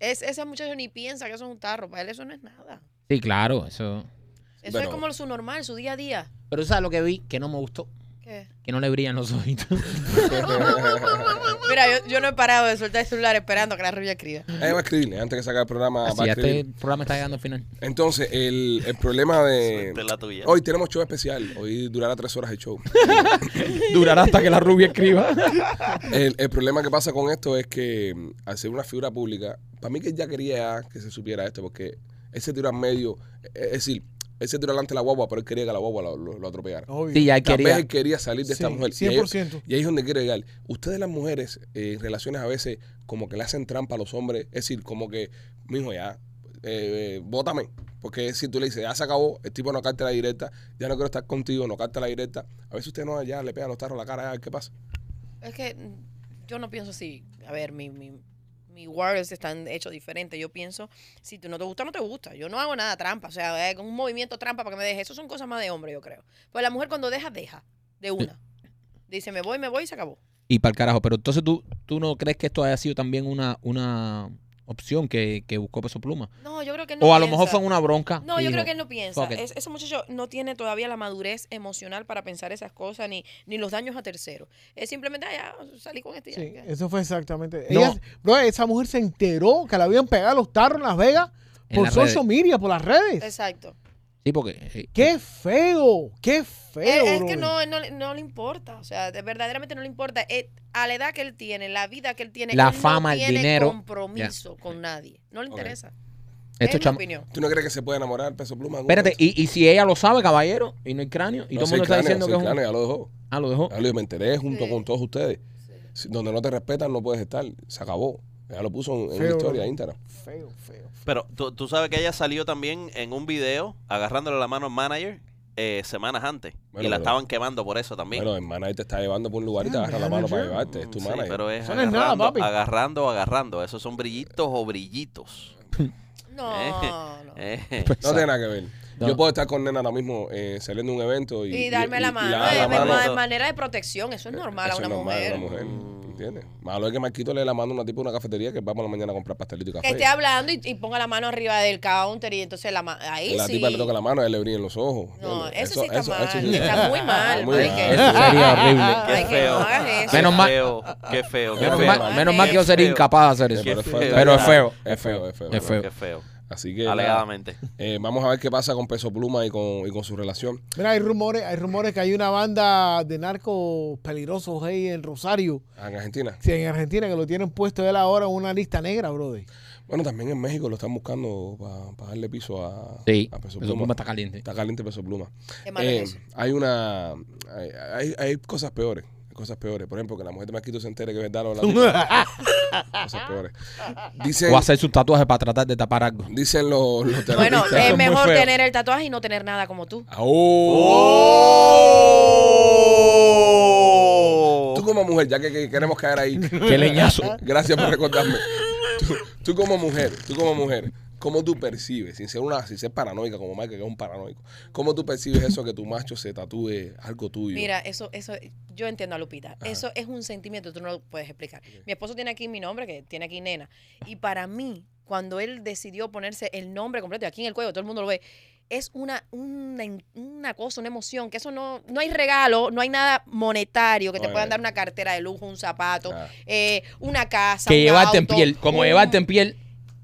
S5: es, ese muchacho ni piensa que eso es un tarro. Para él eso no es nada.
S1: Sí, claro, eso.
S5: Eso
S2: Bueno.
S5: es como su normal, su día a día.
S1: Pero tú sabes lo que vi que no me gustó,
S5: ¿Qué?
S1: que no le brillan los ojitos.
S5: Mira, yo, yo no he parado de soltar el celular esperando que la rubia escriba.
S2: Ella va a escribirle antes que sacar el programa.
S1: Así
S2: va a
S1: ya
S2: escribir.
S1: este programa está llegando al final.
S2: Entonces, el, el problema de.
S3: Suerte la tuya.
S2: Hoy tenemos show especial. Hoy durará tres horas el show.
S1: Durará hasta que la rubia escriba.
S2: El, el problema que pasa con esto es que mm, al ser una figura pública, para mí que él ya quería que se supiera esto, porque él se tiró en medio, eh, es decir, él se tiró delante de la guagua, pero él quería que la guagua lo, lo- lo atropellara.
S4: Obvio.
S1: Sí, ya
S2: Tal vez
S1: quería.
S2: él quería salir de esta
S4: Sí,
S2: mujer. Y ahí,
S4: 100%.
S2: y ahí es donde quiero llegar. Ustedes las mujeres, eh, en relaciones a veces, como que le hacen trampa a los hombres, es decir, como que, mijo, ya, eh, eh, bótame. Porque si tú le dices, ya se acabó, el tipo no carte la directa, ya no quiero estar contigo, no carte la directa. A veces usted no, ya le pega los tarros a la cara, ya, ¿qué pasa?
S5: Es que mm, yo no pienso así. A ver, mi, mi, mi words están hechos diferentes. Yo pienso, si tú no te gusta, no te gusta. Yo no hago nada trampa. O sea, eh, un movimiento trampa para que me deje. Eso son cosas más de hombre, yo creo. Pues la mujer cuando deja, deja. De una. Dice, me voy, me voy y se acabó.
S1: Y para el carajo. Pero entonces tú, tú no crees que esto haya sido también una, una opción que, que buscó Peso Pluma.
S5: No, yo creo que él no
S1: o a lo
S5: piensa.
S1: mejor fue una bronca.
S5: No,
S1: y
S5: yo
S1: dijo,
S5: creo que él no piensa.
S1: fuck it.
S5: Es- ese muchacho no tiene todavía la madurez emocional para pensar esas cosas ni, ni los daños a terceros. Es simplemente, ah, ya, salí con este. y ya,
S4: Sí,
S5: ya.
S4: eso fue exactamente.
S1: No.
S4: Ella- bro, esa mujer se enteró que la habían pegado los tarros en Las Vegas
S1: En
S4: por
S1: las redes.
S4: social media, por las redes.
S5: Exacto.
S1: Sí, porque. eh,
S4: ¡Qué feo! ¡Qué
S5: Eh,
S4: feo!
S5: es que
S4: brother!
S5: no, no, le- no le importa, o sea, de- verdaderamente no le importa. Eh, a la edad que él tiene, la vida que él tiene,
S1: La
S5: él
S1: fama,
S5: no
S1: el
S5: tiene
S1: dinero.
S5: compromiso con nadie. No le
S2: Ok.
S5: interesa.
S1: estos
S5: es
S1: cham-
S5: mi opinión.
S2: ¿Tú no crees que se puede enamorar peso pluma? en algún
S1: Espérate,
S2: momento?
S1: y, y si ella lo sabe, caballero, y no hay cráneo, y todo el
S2: No,
S1: mundo
S2: soy
S1: está
S2: cráneo,
S1: diciendo que es
S2: soy
S1: un.
S2: cráneo, ya lo dejó.
S1: Ah, lo dejó.
S2: Ya lo dijo, me enteré junto
S5: Sí.
S2: con todos ustedes. Si- Donde no te respetan no puedes estar. Se acabó. Ya lo puso en, en una
S4: Feo,
S2: historia
S4: bro.
S2: de Instagram.
S4: Feo, feo.
S3: Pero tú, tú sabes que ella salió también en un video agarrándole la mano al manager eh, semanas antes.
S2: Bueno,
S3: y la
S2: pero-
S3: estaban quemando por eso también.
S2: Bueno, hermana, ahí te está llevando por un lugar y
S4: Sí,
S2: te agarra la mano para
S4: manager.
S2: llevarte. Es tu
S3: Mm, sí,
S2: manager.
S3: pero es
S4: Eso no es
S3: agarrando,
S4: nada, papi.
S3: agarrando, agarrando. Esos son brillitos o brillitos.
S5: No, no.
S3: Eh,
S2: No tiene nada que ver.
S1: No.
S2: Yo puedo estar con nena ahora mismo eh, saliendo de un evento y,
S5: Y darme
S2: y-
S5: la
S2: y
S5: mano,
S2: dar
S5: eh,
S2: la
S5: de-
S2: mano. Eh,
S5: ma- de manera de protección, eso es normal
S2: Eso
S5: a una
S2: es normal
S5: mujer.
S2: a una mujer. ¿Entiendes? Malo es que Marquito le dé la mano a una tipo de una cafetería que va por la mañana a comprar pastelito y
S5: Que
S2: café.
S5: esté hablando y, y ponga la mano arriba del counter y entonces la ma- ahí
S2: la
S5: sí.
S2: tipa le toca la mano, él le brilla en los ojos.
S5: No,
S2: ¿entiendes?
S5: eso, sí está mal,
S2: eso sí-
S5: está muy mal.
S2: Muy
S5: Mike,
S2: mal.
S5: que-
S1: Eso sería horrible.
S5: Ay,
S3: qué
S5: que no
S3: feo.
S5: hagas eso.
S1: Menos
S3: qué
S1: mal-
S3: feo, qué feo, qué
S1: Menos,
S3: feo.
S1: mal, menos mal que yo sería
S3: Qué
S1: incapaz de hacer eso.
S3: Qué
S1: Pero,
S3: feo.
S1: es feo.
S2: Es feo, es feo.
S1: Es feo.
S3: Qué feo.
S2: Así que. nada,
S3: Alegadamente.
S2: eh, vamos a ver qué pasa con Peso Pluma y con, y con su relación.
S4: Mira, hay rumores, hay rumores que hay una banda de narcos peligrosos ahí en Rosario,
S2: Ah, En Argentina.
S4: sí, en Argentina, que lo tienen puesto él ahora en una lista negra, brother.
S2: Bueno, también en México lo están buscando para darle piso a,
S1: Sí,
S2: a
S1: Peso
S2: Peso Pluma.
S1: Pluma está caliente.
S2: Está caliente Peso Pluma.
S5: Qué malo
S2: Eh,
S5: es eso.
S2: hay una. Hay, hay- hay cosas peores. hay Cosas peores. Por ejemplo, que la mujer de Marquito se entere que es verdad lo hablando. cosas peores. Dicen,
S1: O hacer sus tatuajes para tratar de tapar algo.
S2: dicen los, los
S5: Bueno,
S2: terroristas.
S1: eso
S5: es
S1: es muy
S5: mejor
S1: feo.
S5: tener el tatuaje y no tener nada como tú.
S2: Ah, ¡Oh! Tú como mujer, ya que, que queremos caer ahí.
S1: Qué leñazo.
S2: Gracias por recordarme. Tú, tú como mujer, tú como mujer, ¿cómo tú percibes, sin ser una, sin ser paranoica como Mike, que es un paranoico, cómo tú percibes eso que tu macho se tatúe algo tuyo?
S5: Mira, eso, eso, yo entiendo a Lupita. Eso es un sentimiento, tú no lo puedes explicar. Mi esposo tiene aquí mi nombre, que tiene aquí nena. Y para mí, cuando él decidió ponerse el nombre completo, y aquí en el cuello, todo el mundo lo ve, es una, una, una cosa, una emoción, que eso no, no hay regalo, no hay nada monetario que te
S2: Oye.
S5: puedan dar una cartera de lujo, un zapato,
S2: Ah.
S5: eh, una casa.
S1: Que
S5: un
S1: llevarte en
S5: auto,
S1: piel. Como
S5: un-
S1: llevarte en piel.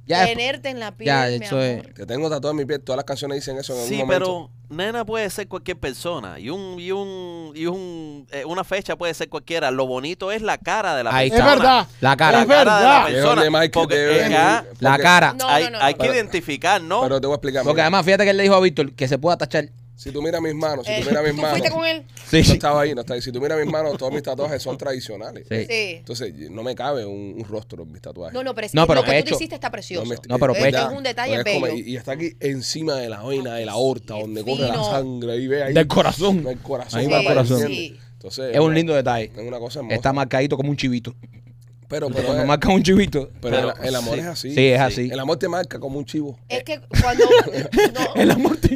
S1: Ya es-
S5: Tenerte en la piel.
S1: ya,
S5: mi
S1: eso es-
S5: amor.
S2: Te tengo tatuado en mi piel, todas las canciones dicen eso en algún
S3: Sí,
S2: momento.
S3: pero nena puede ser cualquier persona y un y un y un eh, una fecha puede ser cualquiera. Lo bonito es la cara de la
S1: Ahí
S4: Es
S1: está.
S3: persona.
S4: verdad.
S1: la cara.
S4: Es verdad.
S3: La cara
S2: Es
S3: de la
S2: donde
S3: persona.
S2: Mike
S3: Porque,
S2: te ve,
S3: eh, ah,
S2: porque-
S1: La cara.
S5: No,
S3: hay,
S5: no, no,
S3: hay
S5: no.
S3: que identificar, ¿no?
S2: Pero te voy a explicar.
S1: Porque
S2: mira.
S1: además, fíjate que él le dijo a Víctor que se pueda tachar.
S2: si tú miras mis manos, si
S5: Eh,
S2: tú miras mis
S5: ¿Tú fuiste
S2: manos,
S5: con él?
S1: Sí.
S2: no estaba ahí, no estaba ahí. Si tú miras mis manos, todos mis tatuajes son tradicionales.
S1: Sí.
S5: Sí.
S2: Entonces, no me cabe un, un rostro en mis tatuajes.
S5: No, no, pero es
S1: No,
S5: que
S1: pero
S5: lo que tú te
S1: pecho.
S5: hiciste está precioso.
S2: me-
S1: No, pero pues
S2: eh,
S1: pecho.
S2: ya,
S5: Es un detalle
S2: no es como-
S5: bello.
S2: Y, y está aquí encima de la vaina de la
S5: Sí,
S2: aorta,
S5: es
S2: donde corre la
S5: fino.
S2: sangre. Ahí ve ahí.
S1: Del corazón.
S2: Del corazón.
S1: Ahí va el
S2: papá,
S1: corazón.
S2: ¿entiendes? Entonces,
S1: Es un lindo detalle.
S2: Es una cosa hermosa.
S1: Está marcadito como un chivito.
S2: pero, pero,
S1: Cuando
S2: es-
S1: marca un chivito.
S2: pero el-
S3: pero-
S2: el, amor
S3: sí.
S2: es así.
S1: Sí, es así.
S2: El amor te marca como un chivo.
S5: Es que cuando. no,
S1: El amor te...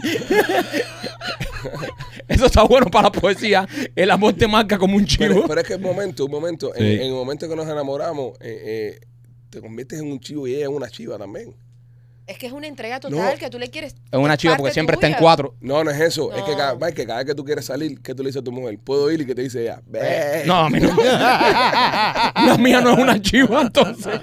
S1: Eso está bueno para la poesía. El amor te marca como un
S2: Pero,
S1: chivo.
S2: pero es que es un momento, un momento, en,
S1: Sí.
S2: en el momento que nos enamoramos, eh, eh, te conviertes en un chivo y ella en una chiva también.
S5: Es que es una entrega total
S2: No.
S5: que tú le quieres.
S1: Es una chiva porque siempre está en cuatro.
S2: No, no es eso. Es que
S5: No.
S2: cada, Mike, que cada vez que tú quieres salir, ¿qué tú le dices a tu mujer? Puedo ir y que te dice ella, ve.
S1: No, a mí no. La mía no es una chiva, entonces.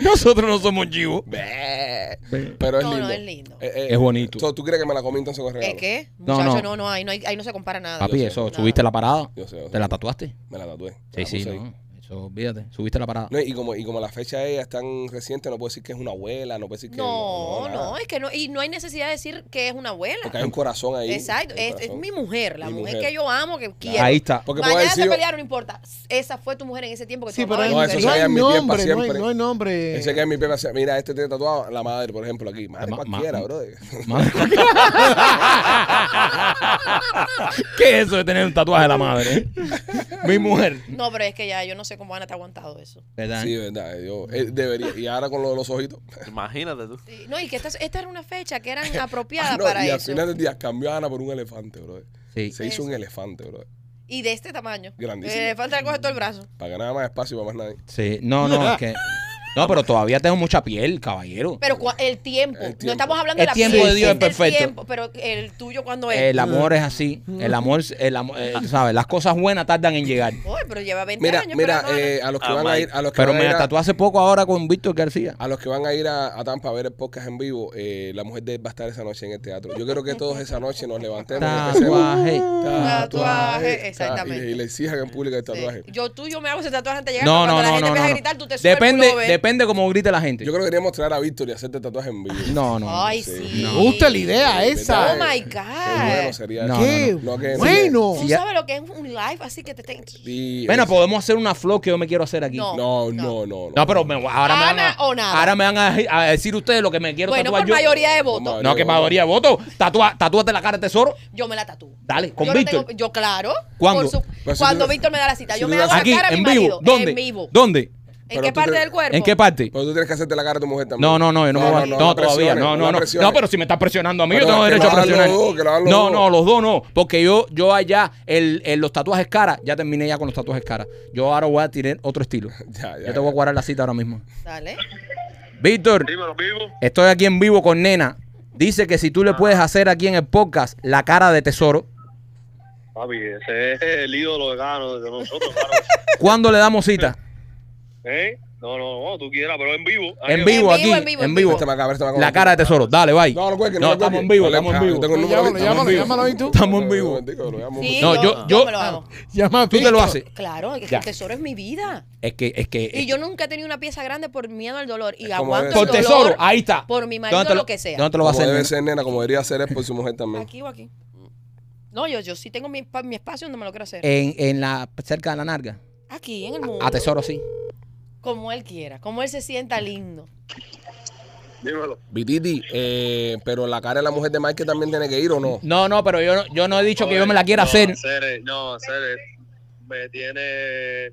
S1: Nosotros no somos chivos.
S2: ve. Pero es
S5: No, no,
S2: lindo. Eh,
S5: es lindo.
S1: Es bonito.
S2: So, ¿Tú crees que me la comí entonces con regalo?
S5: ¿Qué? ¿Qué?
S1: No,
S5: Muchacho,
S1: no.
S5: no, no, ahí, no hay- ahí no se compara nada.
S1: Papi,
S2: sé.
S1: eso, ¿subiste la parada?
S2: Yo sé, yo
S1: ¿Te
S2: sé.
S1: la tatuaste?
S2: Me la tatué.
S1: Sí,
S2: La
S1: sí,
S2: puse ahí.
S1: no. Eso, olvídate. ¿Subiste la parada?
S2: No, y, como, y como la fecha de ella es tan reciente, no puedo decir que es una abuela, no puedo decir que.
S5: No, no,
S2: nada.
S5: es que no. Y no hay necesidad de decir que es una abuela.
S2: Porque hay un corazón ahí.
S5: Exacto.
S2: hay
S5: Es,
S2: un
S5: es
S2: corazón.
S5: mi mujer, la
S2: Mi
S5: mujer,
S2: mujer.
S5: que yo amo, que quiero.
S1: Ahí está.
S2: Porque puedo
S5: Mañana
S2: decir.
S5: se pelearon, no importa. Esa fue tu mujer en ese tiempo que
S4: Sí,
S5: tú
S4: pero
S5: amabas.
S4: hay-
S2: No,
S4: no,
S2: eso se
S4: hay
S2: queda en mi tiempo
S4: nombre, no hay,
S2: siempre.
S4: no hay nombre.
S2: Ese que es mi pepa. Mira, este tiene tatuado la madre, por ejemplo, aquí. Madre
S1: Ma- ma-
S2: cualquiera, brother.
S1: Madre. ¿Qué es eso de tener un tatuaje de la madre? Mi mujer.
S5: No, pero es que ya yo no sé cómo Ana está aguantado eso.
S1: ¿Verdad?
S2: Sí, verdad. Yo él debería. Y ahora con lo de los ojitos.
S3: Imagínate tú.
S5: Sí, No, y que esta, esta era una fecha que eran apropiadas
S2: Ah, no,
S5: para
S2: y al
S5: eso.
S2: final del día cambió a Ana por un elefante, brother.
S1: Sí.
S2: Se hizo un elefante, brother.
S5: Y de este tamaño.
S2: Grandísimo.
S5: Eh, falta coger todo el brazo.
S2: Para ganar más espacio y para más nadie.
S1: Sí. No, no, es que. No, pero todavía tengo mucha piel, caballero.
S5: Pero cua- el tiempo,
S2: El tiempo.
S5: No estamos hablando
S1: El
S5: de la
S1: tiempo
S5: piel,
S1: de Dios es
S5: el
S1: perfecto.
S5: tiempo, pero el tuyo cuando es.
S1: El amor es así.
S5: mm.
S1: El amor, el amor, eh, tú ¿sabes? Las cosas buenas tardan en llegar.
S5: Uy, pero lleva 20
S2: Mira,
S5: años.
S2: mira,
S5: esperando,
S2: eh, a los que
S3: Ah,
S2: van a
S3: Mike.
S2: ir, a los que
S1: Pero
S2: van a
S1: me
S2: ir a-
S1: tatué hace poco ahora con Víctor García.
S2: A los que van a ir a, a Tampa a ver el podcast en vivo, eh, la mujer de él va a estar esa noche en el teatro. Yo creo que todos esa noche nos levantemos. y empecemos,
S5: Ah,
S1: Tatuaje.
S5: Tatuaje,
S2: ta-
S5: exactamente.
S2: ah, Y, le- y le exijan en público el
S5: Ana. Sí.
S2: tatuaje.
S5: Yo tú yo me hago ese tatuaje antes de llegar.
S1: No,
S5: pero
S1: no,
S5: cuando la
S1: no,
S5: gente
S1: no,
S5: empieza a
S1: no.
S5: gritar, tú te subes el ¿eh?
S1: Depende,
S5: pullover.
S1: depende cómo grite la gente.
S2: Yo creo que deberíamos traer a Víctor y hacerte tatuaje en vivo.
S1: No, no.
S5: Ay, sí.
S4: Me gusta la idea
S2: Sí,
S4: esa.
S5: Oh my
S2: Qué bueno
S5: God.
S2: sería
S1: No,
S2: eso.
S4: Qué
S2: no, no, que-
S4: bueno.
S5: Tú
S1: Sí, ya-
S5: sabes lo que es un live, así que te tengo.
S2: Y
S1: Bueno, pues,
S2: es-
S1: podemos hacer una flow que yo me quiero hacer aquí.
S5: No.
S2: No, no, no.
S1: No, pero me- ahora, me van
S5: Ana
S1: a,
S5: o nada.
S1: ahora me van a, a decir ustedes lo que me quiero
S5: Bueno,
S1: tatuar
S5: por
S1: yo.
S5: mayoría de votos,
S2: Vamos
S1: No, que mayoría de votos. Tatúa, tatúate la cara de tesoro.
S5: yo me la tatúo.
S1: Dale, con
S5: yo no
S1: Víctor.
S5: tengo- yo, claro.
S1: ¿Cuándo?
S5: por su-
S2: Pero si
S5: cuando
S2: tú-
S5: Víctor me da la cita.
S2: si
S5: yo
S2: tú
S5: me
S2: das-
S5: hago la
S1: Aquí,
S5: cara a mi
S1: en vivo.
S5: marido.
S1: ¿Dónde?
S5: En vivo.
S1: ¿Dónde?
S5: ¿En
S2: Pero
S5: qué
S2: tú
S5: parte
S2: te-
S5: del cuerpo?
S1: ¿En qué parte?
S2: Pero tú tienes que hacerte la cara a tu mujer también.
S1: No, no, no, yo no, me voy a- no,
S2: la
S1: todavía,
S2: presiones,
S1: no, no,
S2: la
S1: no,
S2: presiones.
S1: no, pero si me está presionando a mí,
S2: Pero
S1: yo tengo
S2: que
S1: derecho
S2: lo
S1: a
S2: hagan los
S1: presionar.
S2: dos, que lo hagan los
S1: no,
S2: dos.
S1: no, los dos no, porque yo, yo allá, el, el- los tatuajes cara, ya terminé ya con los tatuajes cara. Yo ahora voy a tirar otro estilo.
S2: Ya, ya,
S1: yo te voy a
S2: ya.
S1: guardar la cita ahora mismo.
S5: Dale.
S1: Víctor,
S6: Dímelo, vivo.
S1: estoy aquí en vivo con Nena. Dice que si tú
S6: Ah.
S1: le puedes hacer aquí en el podcast la cara de tesoro,
S6: Papi, ese es el ídolo de Gano, de nosotros, claro.
S1: ¿cuándo le damos cita?
S6: ¿Eh? No, no, no, tú quieras, pero en vivo.
S1: En vivo
S5: En
S1: aquí,
S5: vivo, en vivo,
S1: en
S5: en
S1: vivo.
S5: vivo.
S2: Este me acaba, este me acaba.
S1: La cara de tesoro, dale, bye.
S2: No, no, cuelgue,
S1: No,
S2: no,
S1: estamos
S2: cuelgue.
S1: en vivo,
S2: Yo le-
S1: estamos en
S2: ah,
S1: vivo.
S2: tengo el número
S4: Llámalo,
S2: aquí.
S4: llámalo, llámalo ahí tú.
S1: Estamos en vivo.
S5: Sí,
S1: No, yo-
S5: yo,
S1: yo-
S5: me lo hago.
S4: Llama a
S1: Tú te
S4: Víctor.
S1: lo haces.
S5: Claro, es que
S1: Ya.
S5: el tesoro es mi vida.
S1: Es que, es que.
S5: Y yo nunca he tenido una pieza grande por miedo al dolor. Y
S2: Es como
S5: aguanto
S2: debe
S5: el
S1: por
S5: dolor.
S2: ser.
S1: tesoro, ahí está.
S5: Por mi marido,
S1: ¿Dónde te
S5: lo que sea.
S1: ¿Dónde te lo va a hacer?
S2: Como debe
S1: nena?
S2: ser, nena, como debería ser es por su mujer también.
S5: Aquí o aquí. No, yo, yo sí tengo mi, pa- mi espacio donde me lo quiero hacer.
S1: En, en la cerca de la narga.
S5: Aquí, en el mundo.
S1: Eh, A tesoro sí.
S5: Como él quiera, como él se sienta lindo.
S6: Dímelo.
S2: Vititi, eh, pero la cara de la mujer de Mike también tiene que ir o no.
S1: No, no, pero yo no, yo no he dicho que yo me la quiera
S6: no,
S1: hacer.
S6: Cere, no, Cere, me tiene...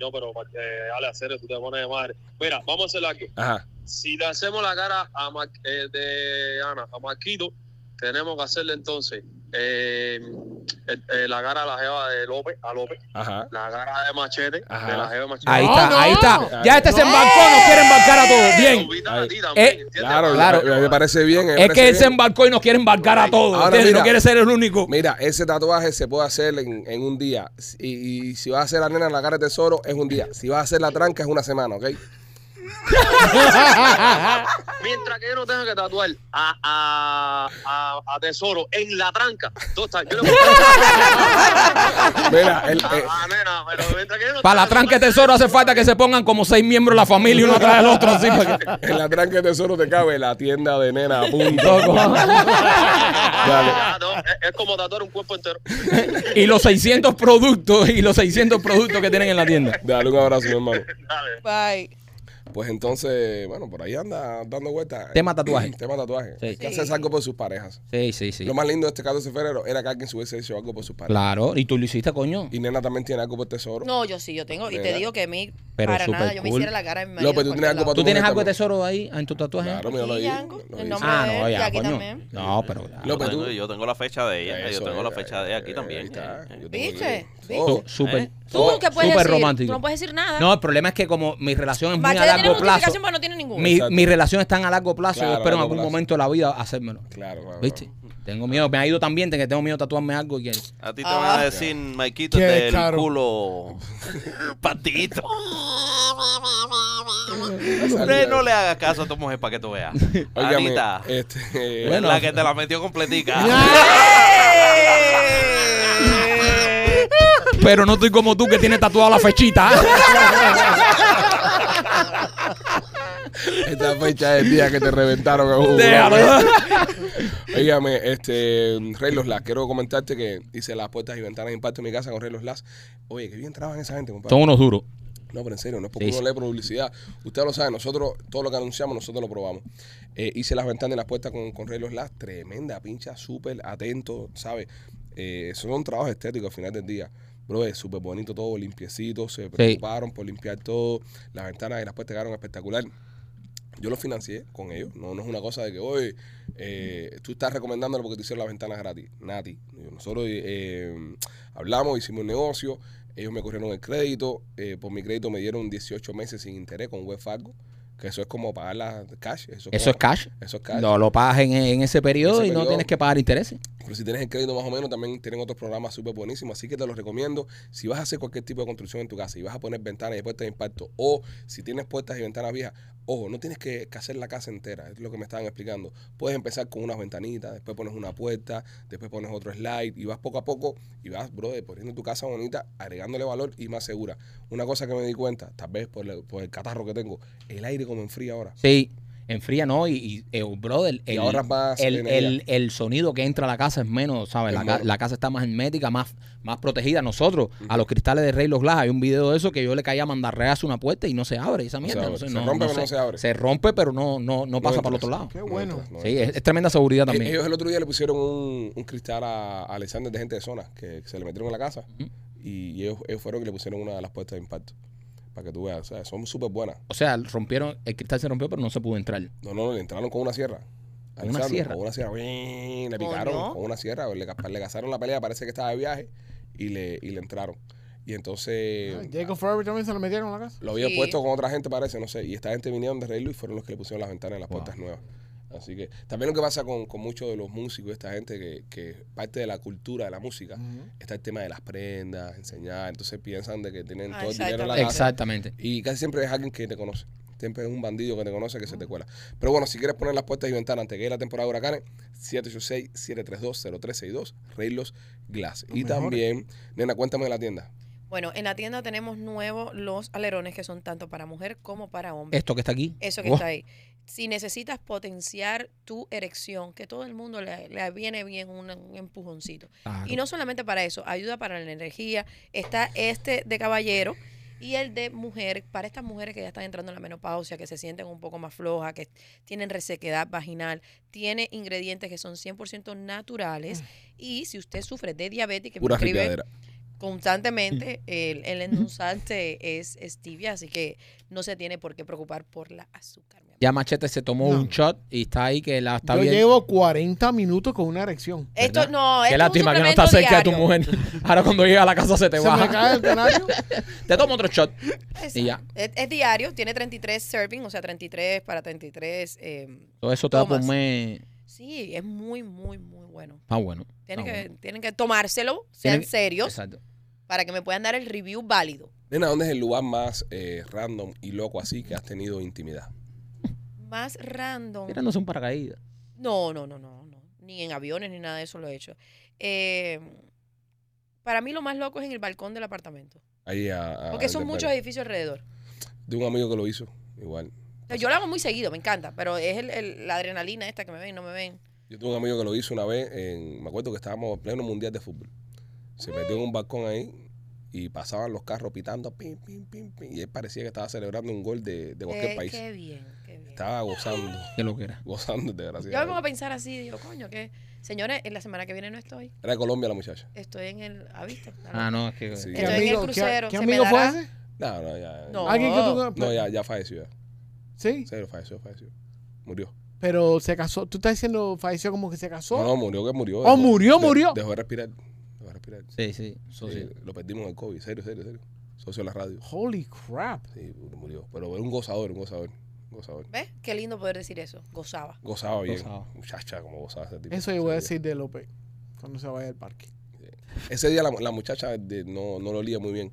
S6: No, pero eh, Ale, Cere, tú te pones de madre. Mira, vamos a hacer algo.
S2: Ajá.
S6: Si le hacemos la cara a Ma- eh, de Ana, a Marquito, tenemos que hacerle entonces eh, eh, eh, la cara a la jeva de López, a López,
S2: Ajá.
S6: la cara de Machete,
S2: Ajá.
S6: de la jeva de Machete.
S1: Ahí
S4: No,
S1: está,
S4: no.
S1: ahí está. Ya este se
S4: No.
S1: embarcó, nos quiere embarcar a todos. Bien.
S6: Ubícame a ti
S2: Ahí.
S6: también,
S1: Eh,
S6: ¿entiendes?
S2: Claro,
S1: Claro.
S2: claro. Me, me parece bien. me
S1: Es
S2: parece
S1: que él se
S2: bien.
S1: embarcó y nos quiere embarcar a todos.
S2: Ahora
S1: ¿entiendes?
S2: mira.
S1: No quiere ser el único.
S2: Mira, ese tatuaje se puede hacer en, en un día. Y, y si vas a hacer la nena en la cara de tesoro, es un día. Si vas a hacer la tranca, es una semana, ¿ok?
S6: Mientras que yo no tenga que tatuar a, a, a, a Tesoro en la tranca, tú estás. Yo le voy
S2: Mira, el, eh,
S6: a, a nena, pero mientras que yo no
S1: Para la
S6: tenga
S1: tranca de tesoro hace falta que se pongan como seis miembros de la familia uno atrás del otro. Así, para que-
S2: en la tranca de tesoro te cabe la tienda de nena. a punto.
S1: Loco.
S6: Ah, no, es, es como tatuar un cuerpo entero.
S1: y los 600 productos y los 600 productos que tienen en la tienda.
S2: Dale un abrazo, mi hermano.
S6: Dale.
S5: Bye.
S2: Pues entonces, bueno, por ahí anda dando vueltas.
S1: Tema tatuaje.
S2: Tema tatuaje.
S1: Sí.
S2: Que haces algo por sus parejas.
S1: Sí, sí, sí.
S2: Lo más lindo de este 14 de febrero era que alguien se hubiese hecho algo por sus parejas.
S1: Claro, y tú lo hiciste, coño.
S2: Y nena también tiene algo por tesoro.
S5: No, yo sí, yo tengo. Y te
S2: Mira.
S5: digo que a mí,
S1: Pero
S5: para nada,
S1: súper
S5: yo me
S1: cool.
S5: hiciera la cara de mi marido.
S2: López, tú
S5: en
S2: tienes
S5: cualquier
S2: algo para
S1: ¿Tú
S2: tu
S1: tienes
S2: mujer
S1: algo de
S2: también.
S1: tesoro ahí en tu tatuaje?
S2: Claro, mira,
S5: lado.
S2: lo
S5: Y
S2: ahí,
S5: Yango,
S2: lo
S5: pues, el
S2: ahí.
S5: nombre
S1: Ah,
S5: de él,
S1: no,
S5: y
S1: ya,
S5: aquí
S1: coño.
S5: también.
S1: No, pero...
S2: López,
S3: Bueno,
S2: tú-
S3: Yo tengo la fecha de ella.
S2: Eso
S3: yo tengo la
S2: es,
S3: fecha de ella aquí
S2: ahí
S3: también.
S2: está.
S3: eh, eh.
S2: Yo tengo Oh.
S5: ¿Viste?
S2: aquí.
S5: ¿Viste?
S2: Todo.
S1: Súper.
S5: Tú nunca puedes
S1: Súper
S5: decir,
S1: romántico.
S5: tú no puedes decir nada.
S1: No, el problema es que como mi relación es muy
S5: Machete
S1: a
S5: tiene
S7: largo plazo.
S5: justificación, pero no tiene ninguna.
S7: Mi,
S2: Exacto.
S7: mi relación está a largo plazo.
S2: Claro,
S7: yo espero en
S2: largo
S7: algún
S2: plazo.
S7: momento de la vida hacérmelo.
S2: Claro, claro.
S7: ¿Viste? Tengo miedo. Me ha ido tan bien que tengo miedo de tatuarme algo. Y
S3: A ti te van a
S5: Ah.
S3: decir, Maikito,
S4: Qué
S3: del
S4: caro.
S3: culo. Patito.
S2: claro.
S3: Hombre, no le hagas caso a tu mujer para que tú veas.
S2: Óigame,
S3: Anita,
S2: este, eh,
S3: es la que te la metió completica.
S5: ¡Ey!
S7: Pero no estoy como tú que tienes tatuada la fechita.
S2: esta fecha es el día que te reventaron a Hugo.
S7: Déjalo.
S2: Óigame, este, Rey Los Las, quiero comentarte que hice las puertas y ventanas en parte de mi casa con Rey Los Las. Oye, que bien trabajan esa gente, compadre.
S7: Son unos duros.
S2: No, pero en serio, no es porque
S7: Sí,
S2: uno
S7: sí.
S2: lee publicidad. Usted lo sabe, nosotros, todo lo que anunciamos, nosotros lo probamos. Eh, hice las ventanas y las puertas con, con Rey Los Las, tremenda pincha, súper atento, ¿sabes? Eh, son trabajos estéticos al final del día. Bro, es súper bonito todo, limpiecito, se preocuparon por limpiar todo. Las ventanas y las puertas quedaron espectacular. Yo lo financié con ellos. No, no es una cosa de que, oye, eh, tú estás recomendándolo porque te hicieron las ventanas gratis. Nati. Nosotros eh, hablamos, hicimos un negocio. Ellos me corrieron el crédito. eh, por mi crédito me dieron 18 meses sin interés con Web Fargo. Que eso es como pagar la cash. Eso
S7: ¿Eso es
S2: como-
S7: cash?
S2: Eso es cash.
S7: No, lo pagas en, en ese periodo
S2: Ese
S7: y
S2: periodo.
S7: no tienes que pagar intereses.
S2: Pero si tienes el crédito más o menos, también tienen otros programas súper buenísimos. Así que te los recomiendo. Si vas a hacer cualquier tipo de construcción en tu casa y vas a poner ventanas y puertas de impacto, o si tienes puertas y ventanas viejas, ojo, no tienes que, que hacer la casa entera. Es lo que me estaban explicando. Puedes empezar con unas ventanitas, después pones una puerta, después pones otro slide y vas poco a poco y vas, brother, poniendo tu casa bonita, agregándole valor y más segura. Una cosa que me di cuenta, tal vez por, el- por el catarro que tengo, el aire como enfría ahora.
S7: Sí. Enfría, ¿no? Y, y, eh, brother,
S2: Y
S7: el,
S2: ahorras más
S7: el,
S2: energía.
S7: el- el sonido que entra a la casa es menos, ¿sabes?
S2: Es
S7: La, ca-
S2: menos.
S7: la casa está más hermética, más, más protegida. Nosotros, a los cristales de Rey Los Glass, hay un video de eso que yo le caí a mandarreas una puerta y no se abre esa mierda.
S2: se
S7: no sé,
S2: abre. Se
S7: no-
S2: rompe,
S7: no
S2: pero no
S7: sé.
S2: se abre.
S7: Se rompe, pero no, no, no pasa
S2: No
S7: para el
S2: entras.
S7: otro lado.
S4: Qué
S2: No
S4: bueno.
S2: entras, no
S7: Sí, es, es tremenda seguridad también.
S2: Eh, Ellos el otro día le pusieron un, un cristal a, a Alexander de gente de zona, que, que se le metieron en la casa.
S7: Ujú.
S2: Y ellos, ellos fueron que le pusieron una de las puertas de impacto. Para que tú veas, o sea, son súper buenas.
S7: o sea, rompieron, el cristal se rompió, pero no se pudo entrar.
S2: No, no, le entraron con una sierra.
S7: ¿Con
S2: A
S7: una
S2: Alexander,
S7: sierra?
S2: Con una sierra. ¡Uin! Le
S5: Coño.
S2: picaron con una sierra. Le, ca- le cazaron la pelea, parece que estaba de viaje. Y le, y le entraron. Y entonces.
S4: Jacob Forever también se lo metieron en la casa.
S2: Lo había
S5: Sí.
S2: puesto con otra gente, parece, no sé. Y esta gente vinieron de Reylo y fueron los que le pusieron las ventanas y las puertas nuevas. Así que también lo que pasa con, con muchos de los músicos, esta gente que, que parte de la cultura de la música, está el tema de las prendas, enseñar. Entonces piensan de que tienen
S5: Ah,
S2: todo el dinero en la
S5: exactamente.
S2: casa.
S7: Exactamente.
S2: Y casi siempre es alguien que te conoce. Siempre es un bandido que te conoce que se te cuela. Pero bueno, si quieres poner las puertas y ventanas antes que llegue la temporada de huracanes, 786-732-0362, Reylos Glass. Y
S4: mejores.
S2: también, nena, cuéntame de la tienda.
S5: Bueno, en la tienda tenemos nuevos los alerones que son tanto para mujer como para hombre.
S7: Esto que está aquí.
S5: Eso que
S7: Oh,
S5: está ahí. Si necesitas potenciar tu erección, que todo el mundo le, le viene bien un, un empujoncito.
S7: claro.
S5: Y no solamente para eso, ayuda para la energía. Está este de caballero y el de mujer, para estas mujeres que ya están entrando en la menopausia, que se sienten un poco más flojas, que tienen resequedad vaginal, tiene ingredientes que son 100% naturales. Y si usted sufre de diabetes, que me
S2: Pura
S5: escribe
S2: ripiadera.
S5: constantemente el, el endulzante es stevia, así que no se tiene por qué preocupar por la azúcar. mi amor.
S7: Ya Machete se tomó
S4: No.
S7: un shot y está ahí que la está
S4: Yo
S7: bien.
S4: llevo 40 minutos con una erección.
S5: Esto
S7: ¿Verdad?
S5: no, esto
S7: Qué
S5: es
S7: lástima
S5: un
S7: que no
S5: suplemento
S7: estás cerca de tu
S5: diario.
S7: mujer. Ahora cuando llega a la casa se te
S4: Se me
S7: baja.
S4: cae el canario.
S7: Te tomo otro shot.
S5: Exacto.
S7: Y ya.
S5: Es, es diario, tiene 33 serving, o sea, 33 para 33. eh,
S7: Todo eso te va a
S5: Tomas.
S7: comer.
S5: sí, es muy, muy, muy bueno.
S7: Ah, bueno.
S5: Tienen,
S7: Ah,
S5: que,
S7: bueno.
S5: tienen que tomárselo, sean
S7: Tienen-
S5: serios,
S7: Exacto.
S5: para que me puedan dar el review válido.
S2: Nena, ¿dónde es el lugar más eh, random y loco así que has tenido intimidad?
S5: Más random.
S7: Tirándose un paracaídas.
S5: No, no, no, no, no. Ni en aviones ni nada de eso lo he hecho. Eh, para mí lo más loco es en el balcón del apartamento.
S2: Ahí a, a-
S5: Porque son
S2: de-
S5: muchos edificios alrededor.
S2: De un amigo que lo hizo, igual.
S5: O sea, Yo lo hago muy seguido, me encanta, pero es el- el- la adrenalina esta que me ven, no me ven.
S2: Yo tuve un amigo que lo hizo una vez, en, me acuerdo que estábamos en pleno mundial de fútbol. Se metió en un balcón ahí y pasaban los carros pitando, pim, pim, pim, pim, y él parecía que estaba celebrando un gol de, de cualquier
S5: Eh,
S2: país.
S5: Qué bien, qué bien.
S2: Estaba gozando,
S7: Que lo que era.
S2: gozando de
S5: Yo me pongo a
S2: gracia.
S5: pensar así, digo, coño, que señores, en la semana que viene no estoy,
S2: Era de Colombia la muchacha.
S5: estoy en el, ¿ah, viste?
S7: Ah, no, es que.
S2: Sí.
S4: ¿Qué
S5: Estoy en el
S4: amigo,
S5: crucero,
S4: ¿qué, qué
S5: se me
S4: amigo fue
S5: dará.
S4: ese?
S2: No, no, ya.
S5: No.
S4: ¿Alguien que tú
S2: No, ya, ya falleció. ya.
S4: Sí,
S2: En serio, falleció, falleció. Murió.
S4: pero se casó. Tú estás diciendo falleció como que se casó.
S2: No, no, murió que murió.
S4: Oh, murió,
S2: de-
S4: murió.
S2: Dejó de respirar. Dejó de respirar.
S7: Sí, sí. Eso sí.
S2: Eh, Sí, Lo perdimos en el COVID, serio, serio, serio. socio de la radio.
S4: Holy crap.
S2: Sí, murió. Pero era un gozador, un gozador. un gozador.
S5: ¿Ves? Qué lindo poder decir eso. Gozaba.
S2: Gozaba bien.
S1: Gozaba.
S2: Muchacha, como gozaba ese tipo.
S4: Eso yo voy a
S2: Ese
S4: decir de López cuando se vaya al parque.
S2: día- Ese día la, la muchacha de- no, no lo olía muy bien.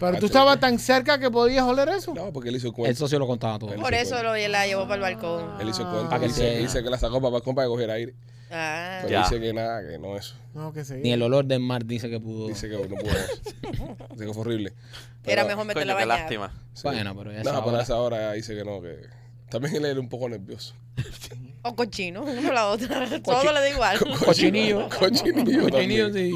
S4: Pero tú estabas tan cerca que podías oler eso.
S2: No, porque él hizo el
S1: El
S2: cuento.
S1: socio lo contaba todo.
S2: Él
S5: Por
S2: se
S5: eso lo, la llevó para el balcón.
S2: Él hizo el cuento.
S4: Para que
S2: dice,
S1: sea.
S2: dice que la sacó para el balcón para coger aire.
S5: Ah.
S2: Pero
S3: Ya.
S2: dice que nada, que no eso.
S4: No, que sí.
S1: Ni el olor del mar dice que pudo.
S2: Dice que no pudo eso. Dice que fue horrible.
S5: Era
S2: Pero-
S5: mejor
S3: Coño,
S5: meterla a
S3: qué
S5: bañar.
S3: lástima.
S2: Sí.
S1: Bueno, pero ya
S2: No,
S1: no,
S2: pero a esa hora dice que no, que... También él era un poco nervioso.
S5: O cochino, una o la otra. Todo le da igual.
S1: Cochinillo.
S2: Cochinillo también.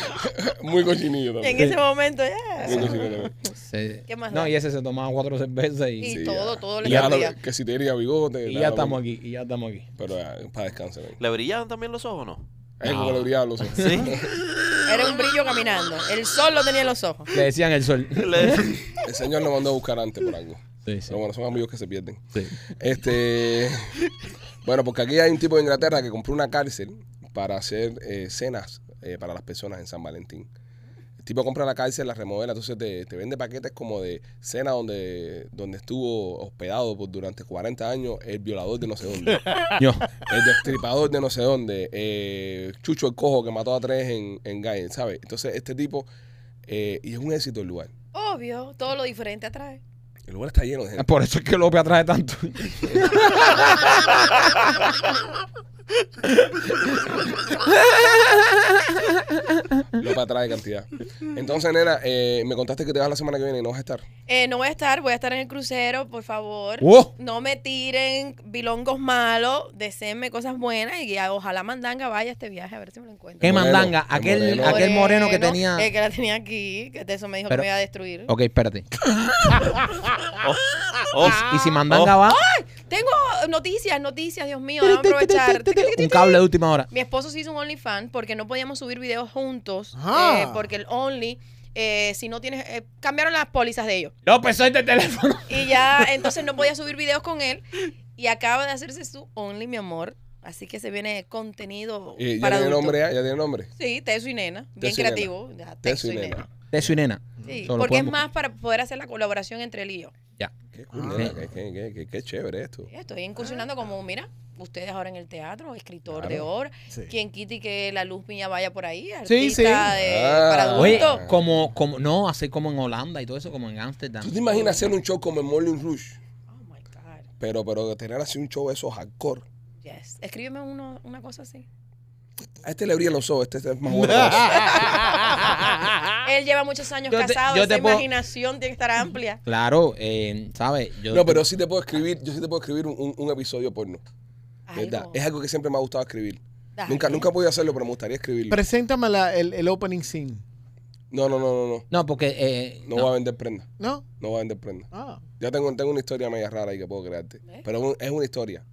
S2: Muy cochinillo
S5: En
S2: también.
S5: ese momento, ya.
S2: Muy cochinillo también.
S5: ¿Qué más
S1: No,
S5: da?
S1: y ese se tomaba cuatro cervezas y,
S5: Y
S2: Sí,
S5: todo,
S2: ya.
S5: todo
S2: Y
S5: le
S2: ya
S5: servía.
S2: lo- Que si tenía bigote.
S1: y
S2: nada,
S1: ya
S2: lo-
S1: estamos aquí, y ya estamos aquí.
S2: Pero eh, ya, para descanso. ¿no?
S3: ¿Le brillaban también los ojos o no?
S1: Ah.
S2: Es como le brillaba los ojos.
S3: Sí.
S5: Era un brillo caminando. El sol lo tenía en los ojos.
S1: Le decían el sol.
S3: Le-
S2: El señor lo mandó a buscar antes por algo.
S1: Sí, sí.
S2: Pero bueno, son amigos que se pierden.
S1: Sí.
S2: Este. Bueno, porque aquí hay un tipo de Inglaterra que compró una cárcel para hacer eh, cenas eh, para las personas en San Valentín. El tipo compra la cárcel, la remodela, entonces te, te vende paquetes como de cena donde, donde estuvo hospedado por durante 40 años el violador de no sé dónde,
S1: Yo.
S2: el destripador de no sé dónde, eh, Chucho el Cojo que mató a tres en, en Gaia, ¿sabes? Entonces este tipo, eh, y es un éxito el lugar.
S5: Obvio, todo lo diferente atrae.
S2: El lugar está lleno de gente.
S1: Por eso es que López atrae tanto.
S2: Lo para atrás de cantidad. Entonces, nena, eh, me contaste que te vas la semana que viene y no vas a estar.
S5: Eh, no voy a estar, voy a estar en el crucero, por favor.
S1: ¡Oh!
S5: No me tiren bilongos malos, deseenme cosas buenas y ya, ojalá Mandanga vaya a este viaje a ver si me lo encuentro.
S1: ¿Qué
S2: Moreno,
S1: mandanga?
S2: el
S1: Aquel
S2: moreno.
S1: moreno, aquel moreno que tenía.
S5: El que la tenía aquí, que de eso me dijo
S1: Pero-
S5: que me iba a destruir.
S1: Ok, espérate.
S3: Oh,
S1: Y si mandanga va,
S5: Tengo noticias, noticias, Dios mío, déjame aprovechar.
S1: un cable de última hora.
S5: Mi esposo se hizo un OnlyFans porque no podíamos subir videos juntos.
S4: Ajá.
S1: Ah.
S5: eh, porque el Only, eh, si no tienes. eh, cambiaron las pólizas de ellos.
S1: López, soy de teléfono.
S5: Y ya, entonces no podía subir videos con él. Y acaba de hacerse su Only, mi amor. Así que se viene contenido
S2: Eh, ¿Ya
S5: para
S2: tiene
S5: adultos.
S2: nombre? ¿Ya ¿Ya tiene nombre?
S5: Sí, Teso y Nena. Bien
S2: Teso y Nena.
S5: creativo. Ya,
S2: Teso
S5: Teso
S2: y Nena.
S1: De su y nena.
S5: Sí,
S1: Solo
S5: porque es
S1: podemos-
S5: más para poder hacer la colaboración entre él y yo.
S1: Ya.
S2: Qué cool,
S4: Ah.
S2: nena, qué, qué- qué- qué- qué chévere esto.
S5: Estoy incursionando como, mira, ustedes ahora en el teatro, escritor
S2: Ah. Claro.
S5: de obra.
S4: Sí.
S5: Quien quite que la luz mía vaya por ahí, artista
S4: Sí, sí.
S5: de-
S2: Ah.
S5: para
S1: Oye,
S5: adultos.
S1: como, como, no, así como en Holanda y todo eso, como en Ámsterdam.
S2: ¿Tú te imaginas hacer un show como en Morning Rush?
S5: Oh my God.
S2: Pero, pero tener así un show de esos hardcore.
S5: Yes. Escríbeme uno, una cosa así.
S2: A este le brillan los ojos, este es más bueno. que eso.
S5: Él lleva muchos años
S1: Yo te-
S5: casado,
S1: yo
S5: esa
S1: te puedo-
S5: imaginación tiene que estar amplia.
S1: Claro, eh, ¿sabes? Yo-
S2: este. No, pero sí te puedo escribir, yo sí te puedo escribir un, un- un episodio porno. ¿Verdad?
S5: Algo.
S2: Es algo que siempre me ha gustado escribir.
S5: Dale.
S2: Nunca, nunca he podido hacerlo, pero me gustaría escribirlo.
S4: Preséntame la- el, el opening scene.
S2: No, no, no, no, no.
S1: No, porque. eh,
S2: No
S1: no.
S2: voy a vender prenda.
S4: ¿No?
S2: No voy a vender prenda.
S4: Ah.
S2: Ya tengo, tengo una historia media rara ahí que puedo crearte.
S5: ¿Ves?
S2: Pero es un- es una historia.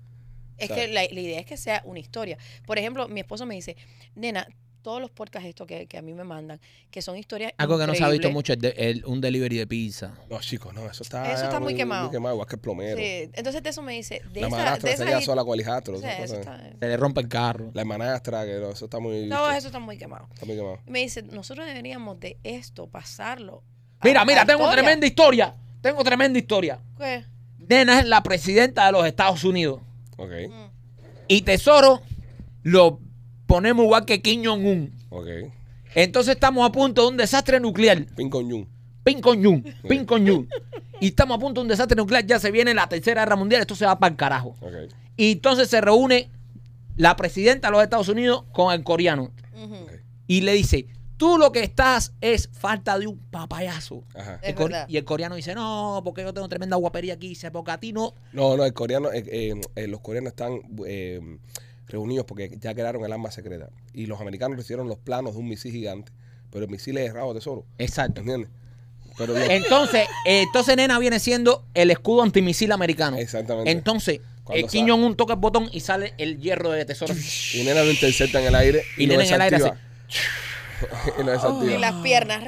S5: Es
S2: ¿sabes?
S5: que la, la idea es que sea una historia. Por ejemplo, mi esposo me dice, nena, todos los podcasts estos que, que a mí me mandan, que son historias
S1: Algo que no se ha visto
S5: increíbles".
S1: mucho es de- el- un delivery de pizza.
S2: No, chicos, no, eso está,
S5: Eso está muy quemado.
S2: Muy quemado, igual que el plomero.
S5: Sí. Entonces de eso me dice, de
S2: la
S5: esa,
S2: madrastra
S5: de
S2: que se queda
S5: esa
S2: sola con el hijastro.
S5: Sí,
S2: esas
S5: eso
S2: cosas.
S5: está-
S1: Se le rompe el carro.
S2: La hermanastra, que no, eso está muy.
S5: todo eso está muy quemado.
S2: Está muy quemado.
S5: Y Me dice, nosotros deberíamos de esto pasarlo. a-
S1: Mira,
S5: a
S1: mira, tengo
S5: historia".
S1: tremenda historia. Tengo tremenda historia.
S5: ¿Qué?
S1: Nena es la presidenta de los Estados Unidos.
S2: Ok,
S1: Y Tesoro lo ponemos igual que Kim Jong-un.
S5: Mm.
S2: ok.
S1: Entonces estamos a punto de un desastre nuclear.
S2: Pin con Jun.
S1: Pin con Yun, pin con Yun. Y estamos a punto de un desastre nuclear. Ya se viene la tercera guerra mundial. Esto se va para el carajo.
S2: Ok.
S1: Y entonces se reúne la presidenta de los Estados Unidos con el coreano.
S5: Ujú.
S1: Y le dice: Tú lo que estás es falta de un papayazo.
S2: Ajá.
S5: Es
S1: El core-
S5: verdad.
S1: y el coreano dice, no, porque yo tengo tremenda guapería aquí. Dice, porque a ti no.
S2: No, no, el coreano, eh, eh, eh, los coreanos están eh, reunidos porque ya crearon el arma secreta. Y los americanos recibieron los planos de un misil gigante. Pero el misil es errado, tesoro.
S1: Exacto.
S2: ¿Entiendes? Pero no.
S1: Entonces, eh, entonces nena viene siendo el escudo antimisil americano.
S2: Exactamente.
S1: Entonces,
S2: Cuando
S1: el Kim
S2: sale-
S1: Jong-un toca el botón y sale el hierro de tesoro.
S2: Y nena lo intercepta en el aire. Y,
S1: Y
S2: lo
S1: nena en el aire
S2: desactiva. y lo desactiva.
S5: Y las piernas.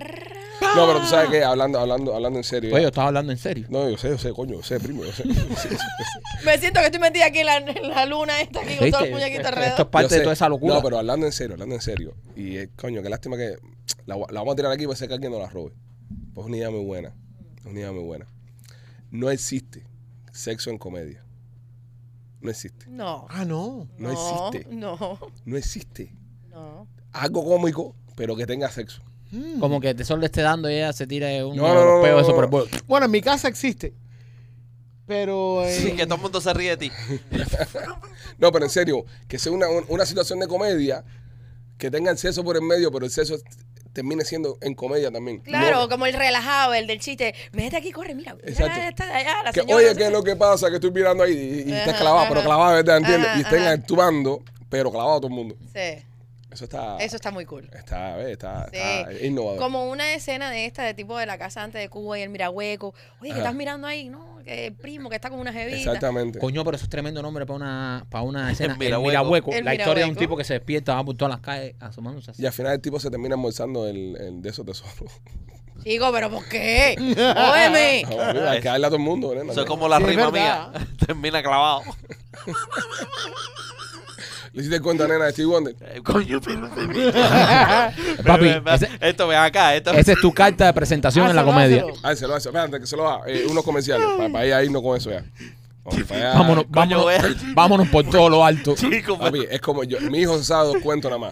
S2: No, pero tú sabes que hablando, hablando, hablando en serio.
S1: Oye, yo estaba hablando en serio.
S2: No, yo sé, yo sé, coño, yo sé, primo, yo sé. Yo sé, yo sé.
S5: Me siento que estoy metida aquí en la, en la luna esta, aquí con
S1: ¿Viste?
S5: todos los muñequitos
S1: Esto-
S5: alrededor.
S1: Esto es parte
S2: Yo sé.
S1: de toda esa locura.
S2: No, pero hablando en serio, hablando en serio. Y eh, coño, qué lástima que La, va- la vamos a tirar aquí para ser que alguien nos la robe. Pues es una idea muy buena. Es una idea muy buena. No existe sexo en comedia. No existe.
S5: No.
S4: Ah, no.
S2: No existe.
S5: No,
S2: No existe.
S5: no.
S2: Algo cómico, pero que tenga sexo.
S4: Mm.
S1: Como que te solo le esté dando y ella se tira un
S2: No, no, no,
S1: peo
S2: no,
S1: eso por el
S2: no.
S1: bol-
S4: Bueno, en mi casa existe. Pero. eh,
S3: Sí, que todo el mundo se ríe de ti.
S2: No, pero en serio, que sea una, un- una situación de comedia, que tenga el sexo por el medio, pero el sexo termine siendo en comedia también.
S5: Claro,
S2: No-
S5: como el relajado, el del chiste. Vete aquí, corre, mira. mira
S2: Exacto.
S5: esta de allá, la
S2: que,
S5: señora,
S2: oye,
S5: no sé
S2: ¿qué es lo que pasa? Que estoy mirando ahí y, y
S5: Ajá,
S2: estás clavado, pero
S5: ajá.
S2: clavado, ¿verdad? ¿Entiendes?
S5: Ajá,
S2: y estén
S5: ajá.
S2: actuando, pero clavado todo el mundo.
S5: qué. Sí,
S2: Eso está.
S5: eso está muy cool.
S2: Está, ¿ves? está,
S5: Sí.
S2: está innovador.
S5: Como una escena de esta, de tipo de la casa antes de Cuba y el mirahueco. Oye,
S2: Ajá.
S5: que estás mirando ahí, ¿no? Que el primo que está con una jevita.
S2: Exactamente.
S1: Coño, pero eso es tremendo nombre para una, para una escena. El
S3: Mirahueco.
S1: Mirahueco.
S5: El
S1: la historia de un
S5: Mirahueco.
S1: tipo que se despierta, va por todas las calles asomándose así.
S2: Y al final el tipo se termina almorzando el, el de esos tesoros.
S5: Chico, ¿pero por qué? Óyeme.
S2: Amigo, Hay que darle a todo el mundo, nena.
S3: Eso es como la
S4: Sí, es
S3: rima mía.
S4: verdad.
S3: Termina clavado.
S2: ¿Le hiciste cuenta, nena, de Steve Wonder?
S3: Eh, Coño, pero-
S1: Papi,
S3: Pero, pero,
S1: ese-
S3: esto ven acá, esto
S1: Esa es tu carta de presentación en la
S4: Hazlo,
S1: comedia.
S4: hazlo.
S2: Hárselo, hárselo. Espérate, que Ah, se lo haga. Eh, unos comerciales. Para ir a irnos con eso ya. Vamos para allá.
S1: Vámonos, vámonos,
S3: vea.
S1: vámonos por todo lo alto.
S3: chico, pero-
S2: Papi, es como yo. Mi hijo se sabe dos cuentos nada más.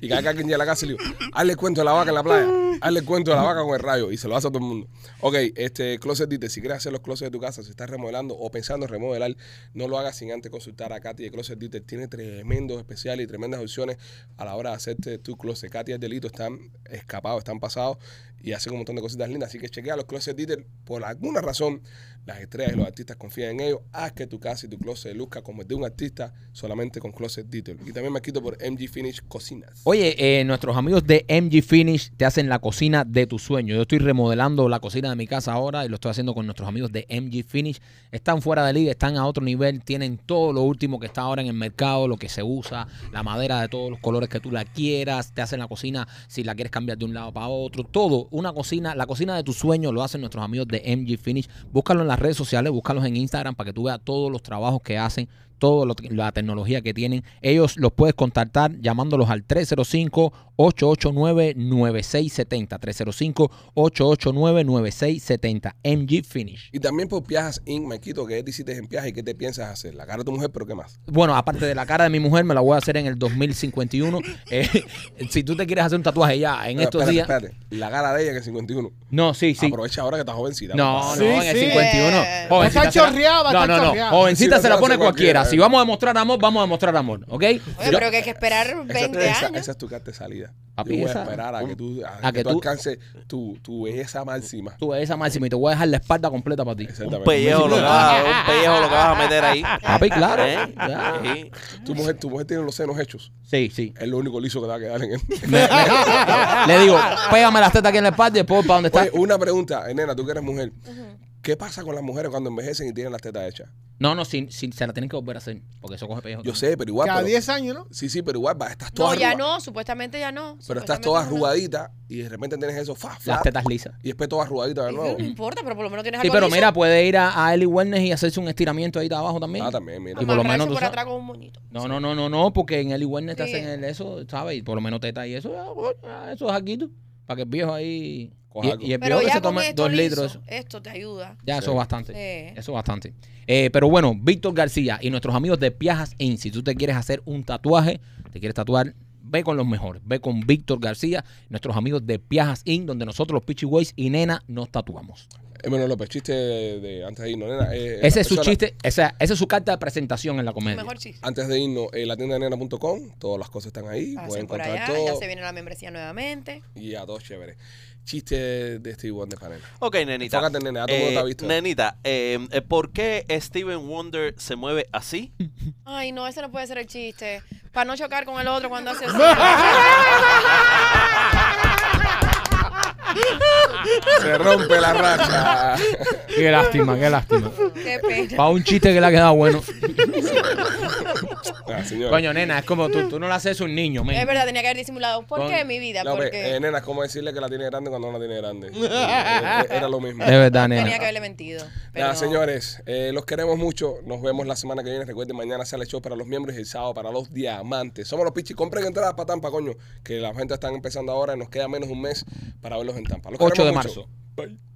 S2: Y cada vez que alguien llega a la casa le digo, hazle el cuento de la vaca en la playa, hazle el cuento de la vaca con el rayo. Y se lo hace a todo el mundo. Ok, este closet dite, si quieres hacer los closets de tu casa, si estás remodelando o pensando en remodelar, no lo hagas sin antes consultar a Katy de Closet Dite. Tiene tremendos especiales y tremendas opciones a la hora de hacerte tu closet. Katy y el delito están escapados, están pasados y hacen un montón de cositas lindas. Así que chequea los closet Dite. Por alguna razón, las estrellas y los artistas confían en ellos. Haz que tu casa y tu closet luzca como el de un artista solamente con Closet Detail. Y también me quito por MG Finish Cocinas.
S1: Oye, eh, nuestros amigos de MG Finish te hacen la cocina de tu sueño. Yo estoy remodelando la cocina de mi casa ahora y lo estoy haciendo con nuestros amigos de MG Finish. Están fuera de liga, están a otro nivel, tienen todo lo último que está ahora en el mercado, lo que se usa, la madera de todos los colores que tú la quieras, te hacen la cocina si la quieres cambiar de un lado para otro, todo. Una cocina, la cocina de tu sueño lo hacen nuestros amigos de MG Finish. Búscalo en las redes sociales, búscalos en Instagram para que tú veas todos los trabajos que hacen toda la tecnología que tienen. Ellos los puedes contactar llamándolos al 305-889-9670. 305-889-9670. MG Finish.
S2: Y también por Piajas Inc. me quito que te hiciste en Piajas y qué te piensas hacer. La cara de tu mujer, pero ¿qué más?
S1: Bueno, aparte de la cara de mi mujer, me la voy a hacer en el 2051. Eh, si tú te quieres hacer un tatuaje ya en
S2: Pero
S1: estos
S2: espérate,
S1: días.
S2: espérate. La cara de ella que es 51.
S1: No, sí, sí.
S2: Aprovecha ahora que estás jovencita.
S1: No,
S4: Sí,
S1: no, en el
S4: sí.
S1: 51.
S5: Eh,
S1: Jovencita
S4: está
S1: se la-
S4: chorreada,
S1: No,
S4: está
S1: no, no.
S4: chorreada.
S1: Jovencita
S2: Sí,
S1: se la
S2: se
S1: pone
S2: hace
S1: cualquiera.
S2: cualquiera.
S1: Si vamos a demostrar amor, vamos a demostrar amor, ¿ok?
S5: Oye,
S1: Yo-
S5: pero que hay que esperar 20
S2: esa,
S5: años.
S2: esa es tu carta de salida.
S1: Papi,
S2: Yo voy
S1: esa-
S2: a esperar a que tú,
S1: a
S2: a que
S1: que
S2: tú
S1: tú-
S2: alcances tu, tu belleza máxima.
S1: Tú ves esa máxima y te voy a dejar la espalda completa para ti.
S3: un
S2: Exactamente.
S3: pellejo, lo que vas, a- un pellejo lo que vas a meter ahí.
S1: Papi, claro.
S3: ¿Eh?
S1: Ya.
S3: Sí.
S2: Tu mujer, tu mujer tiene los senos hechos.
S1: Sí, sí.
S2: Es lo único liso que te va a quedar en él.
S1: Me- me- le digo, pégame las tetas aquí en la espalda y después para donde está.
S2: Oye, una pregunta, eh, nena, tú que eres mujer. ¿Qué pasa con las mujeres cuando envejecen y tienen las tetas hechas?
S1: No, no, si, si se la tienen que volver a hacer. Porque eso coge pellejo.
S2: Yo sé, pero igual.
S4: Cada
S2: pero-
S4: 10 años, ¿no?
S2: Sí, sí, pero igual va, estás toda
S5: No, ya
S2: arruga-
S5: no, supuestamente ya no.
S2: Pero estás
S5: supuestamente
S2: toda
S5: ya no.
S2: arrugadita y de repente tienes eso fa,
S1: Las
S2: fa,
S1: tetas lisas.
S2: y después toda arrugadita de nuevo.
S5: No importa, pero por lo menos tienes
S1: Sí,
S5: algo
S1: pero
S5: liso.
S1: mira, puede ir a, a Ellie Wellness y hacerse un estiramiento ahí de abajo también.
S2: Ah, también, mira.
S1: Y por lo
S5: Amarrar
S1: menos tú
S5: eso por
S1: sabes-
S5: atrás con un moñito.
S1: No, no, no, no, no, porque en Ellie Wellness te
S5: Sí.
S1: hacen el eso, ¿sabes? Y por lo menos teta y eso, ya, coño, ah, eso es aquí tú. Para que el viejo ahí.
S2: Coja algo.
S1: Y, y el
S5: Pero
S1: viejo que
S5: ya
S1: se
S5: con
S1: tome
S5: esto,
S1: dos litros. de
S5: liso,
S1: eso.
S5: esto te ayuda.
S1: Ya, eso
S2: Sí.
S1: es bastante.
S5: Sí.
S1: Eso es bastante. Eh, pero bueno, Víctor García y nuestros amigos de Piajas Inc. Si tú te quieres hacer un tatuaje, te quieres tatuar, ve con los mejores. Ve con Víctor García, nuestros amigos de Piajas Inc., donde nosotros los Pitchy Boys y Nena nos tatuamos.
S2: Eh, bueno, López, chiste de, de- antes de irnos, nena. eh, la
S1: Ese es su
S2: persona-
S1: chiste, esa, esa es su carta de presentación en la comedia.
S5: Mejor chiste.
S2: Antes de irnos, eh, la tienda de nena.com, todas las cosas están ahí, pueden
S5: Pasen por
S2: encontrar
S5: allá,
S2: todo.
S5: ya se viene la membresía nuevamente.
S2: Y a todos chévere. Chiste de Steve Wonder para nena.
S3: Ok, nenita.
S2: Enfócate, nena, ya todo el
S1: Eh,
S2: mundo te ha visto.
S3: Nenita, eh, eh, ¿por qué Steven Wonder se mueve así?
S5: Ay, no, ese no puede ser el chiste. Para no chocar con el otro cuando hace así.
S2: Se rompe la racha.
S1: Qué lástima, qué lástima.
S5: Qué pena.
S1: Para un chiste que le ha quedado bueno.
S2: Ah, señora.
S7: Coño, nena, es como tú, tú no le haces eso a un niño, men.
S5: Es verdad, tenía que haber disimulado. ¿Por
S7: Con-
S5: qué mi vida?
S2: No,
S5: Porque
S2: ve, eh, nena, es como decirle que la tiene grande cuando no la tiene grande. Eh, eh, Era lo mismo.
S7: Es verdad,
S5: tenía que
S7: nena.
S5: haberle mentido. Pero
S2: Nada,
S5: no.
S2: señores, eh, los queremos mucho. Nos vemos la semana que viene. Recuerden, mañana sale show para los miembros y el sábado para los diamantes. Somos los pichis. Compren entradas para Tampa, coño. Que la gente está empezando ahora y nos queda menos de un mes para verlos en Tampa. Los
S7: 8 de
S2: queremos mucho.
S7: marzo.
S2: Bye.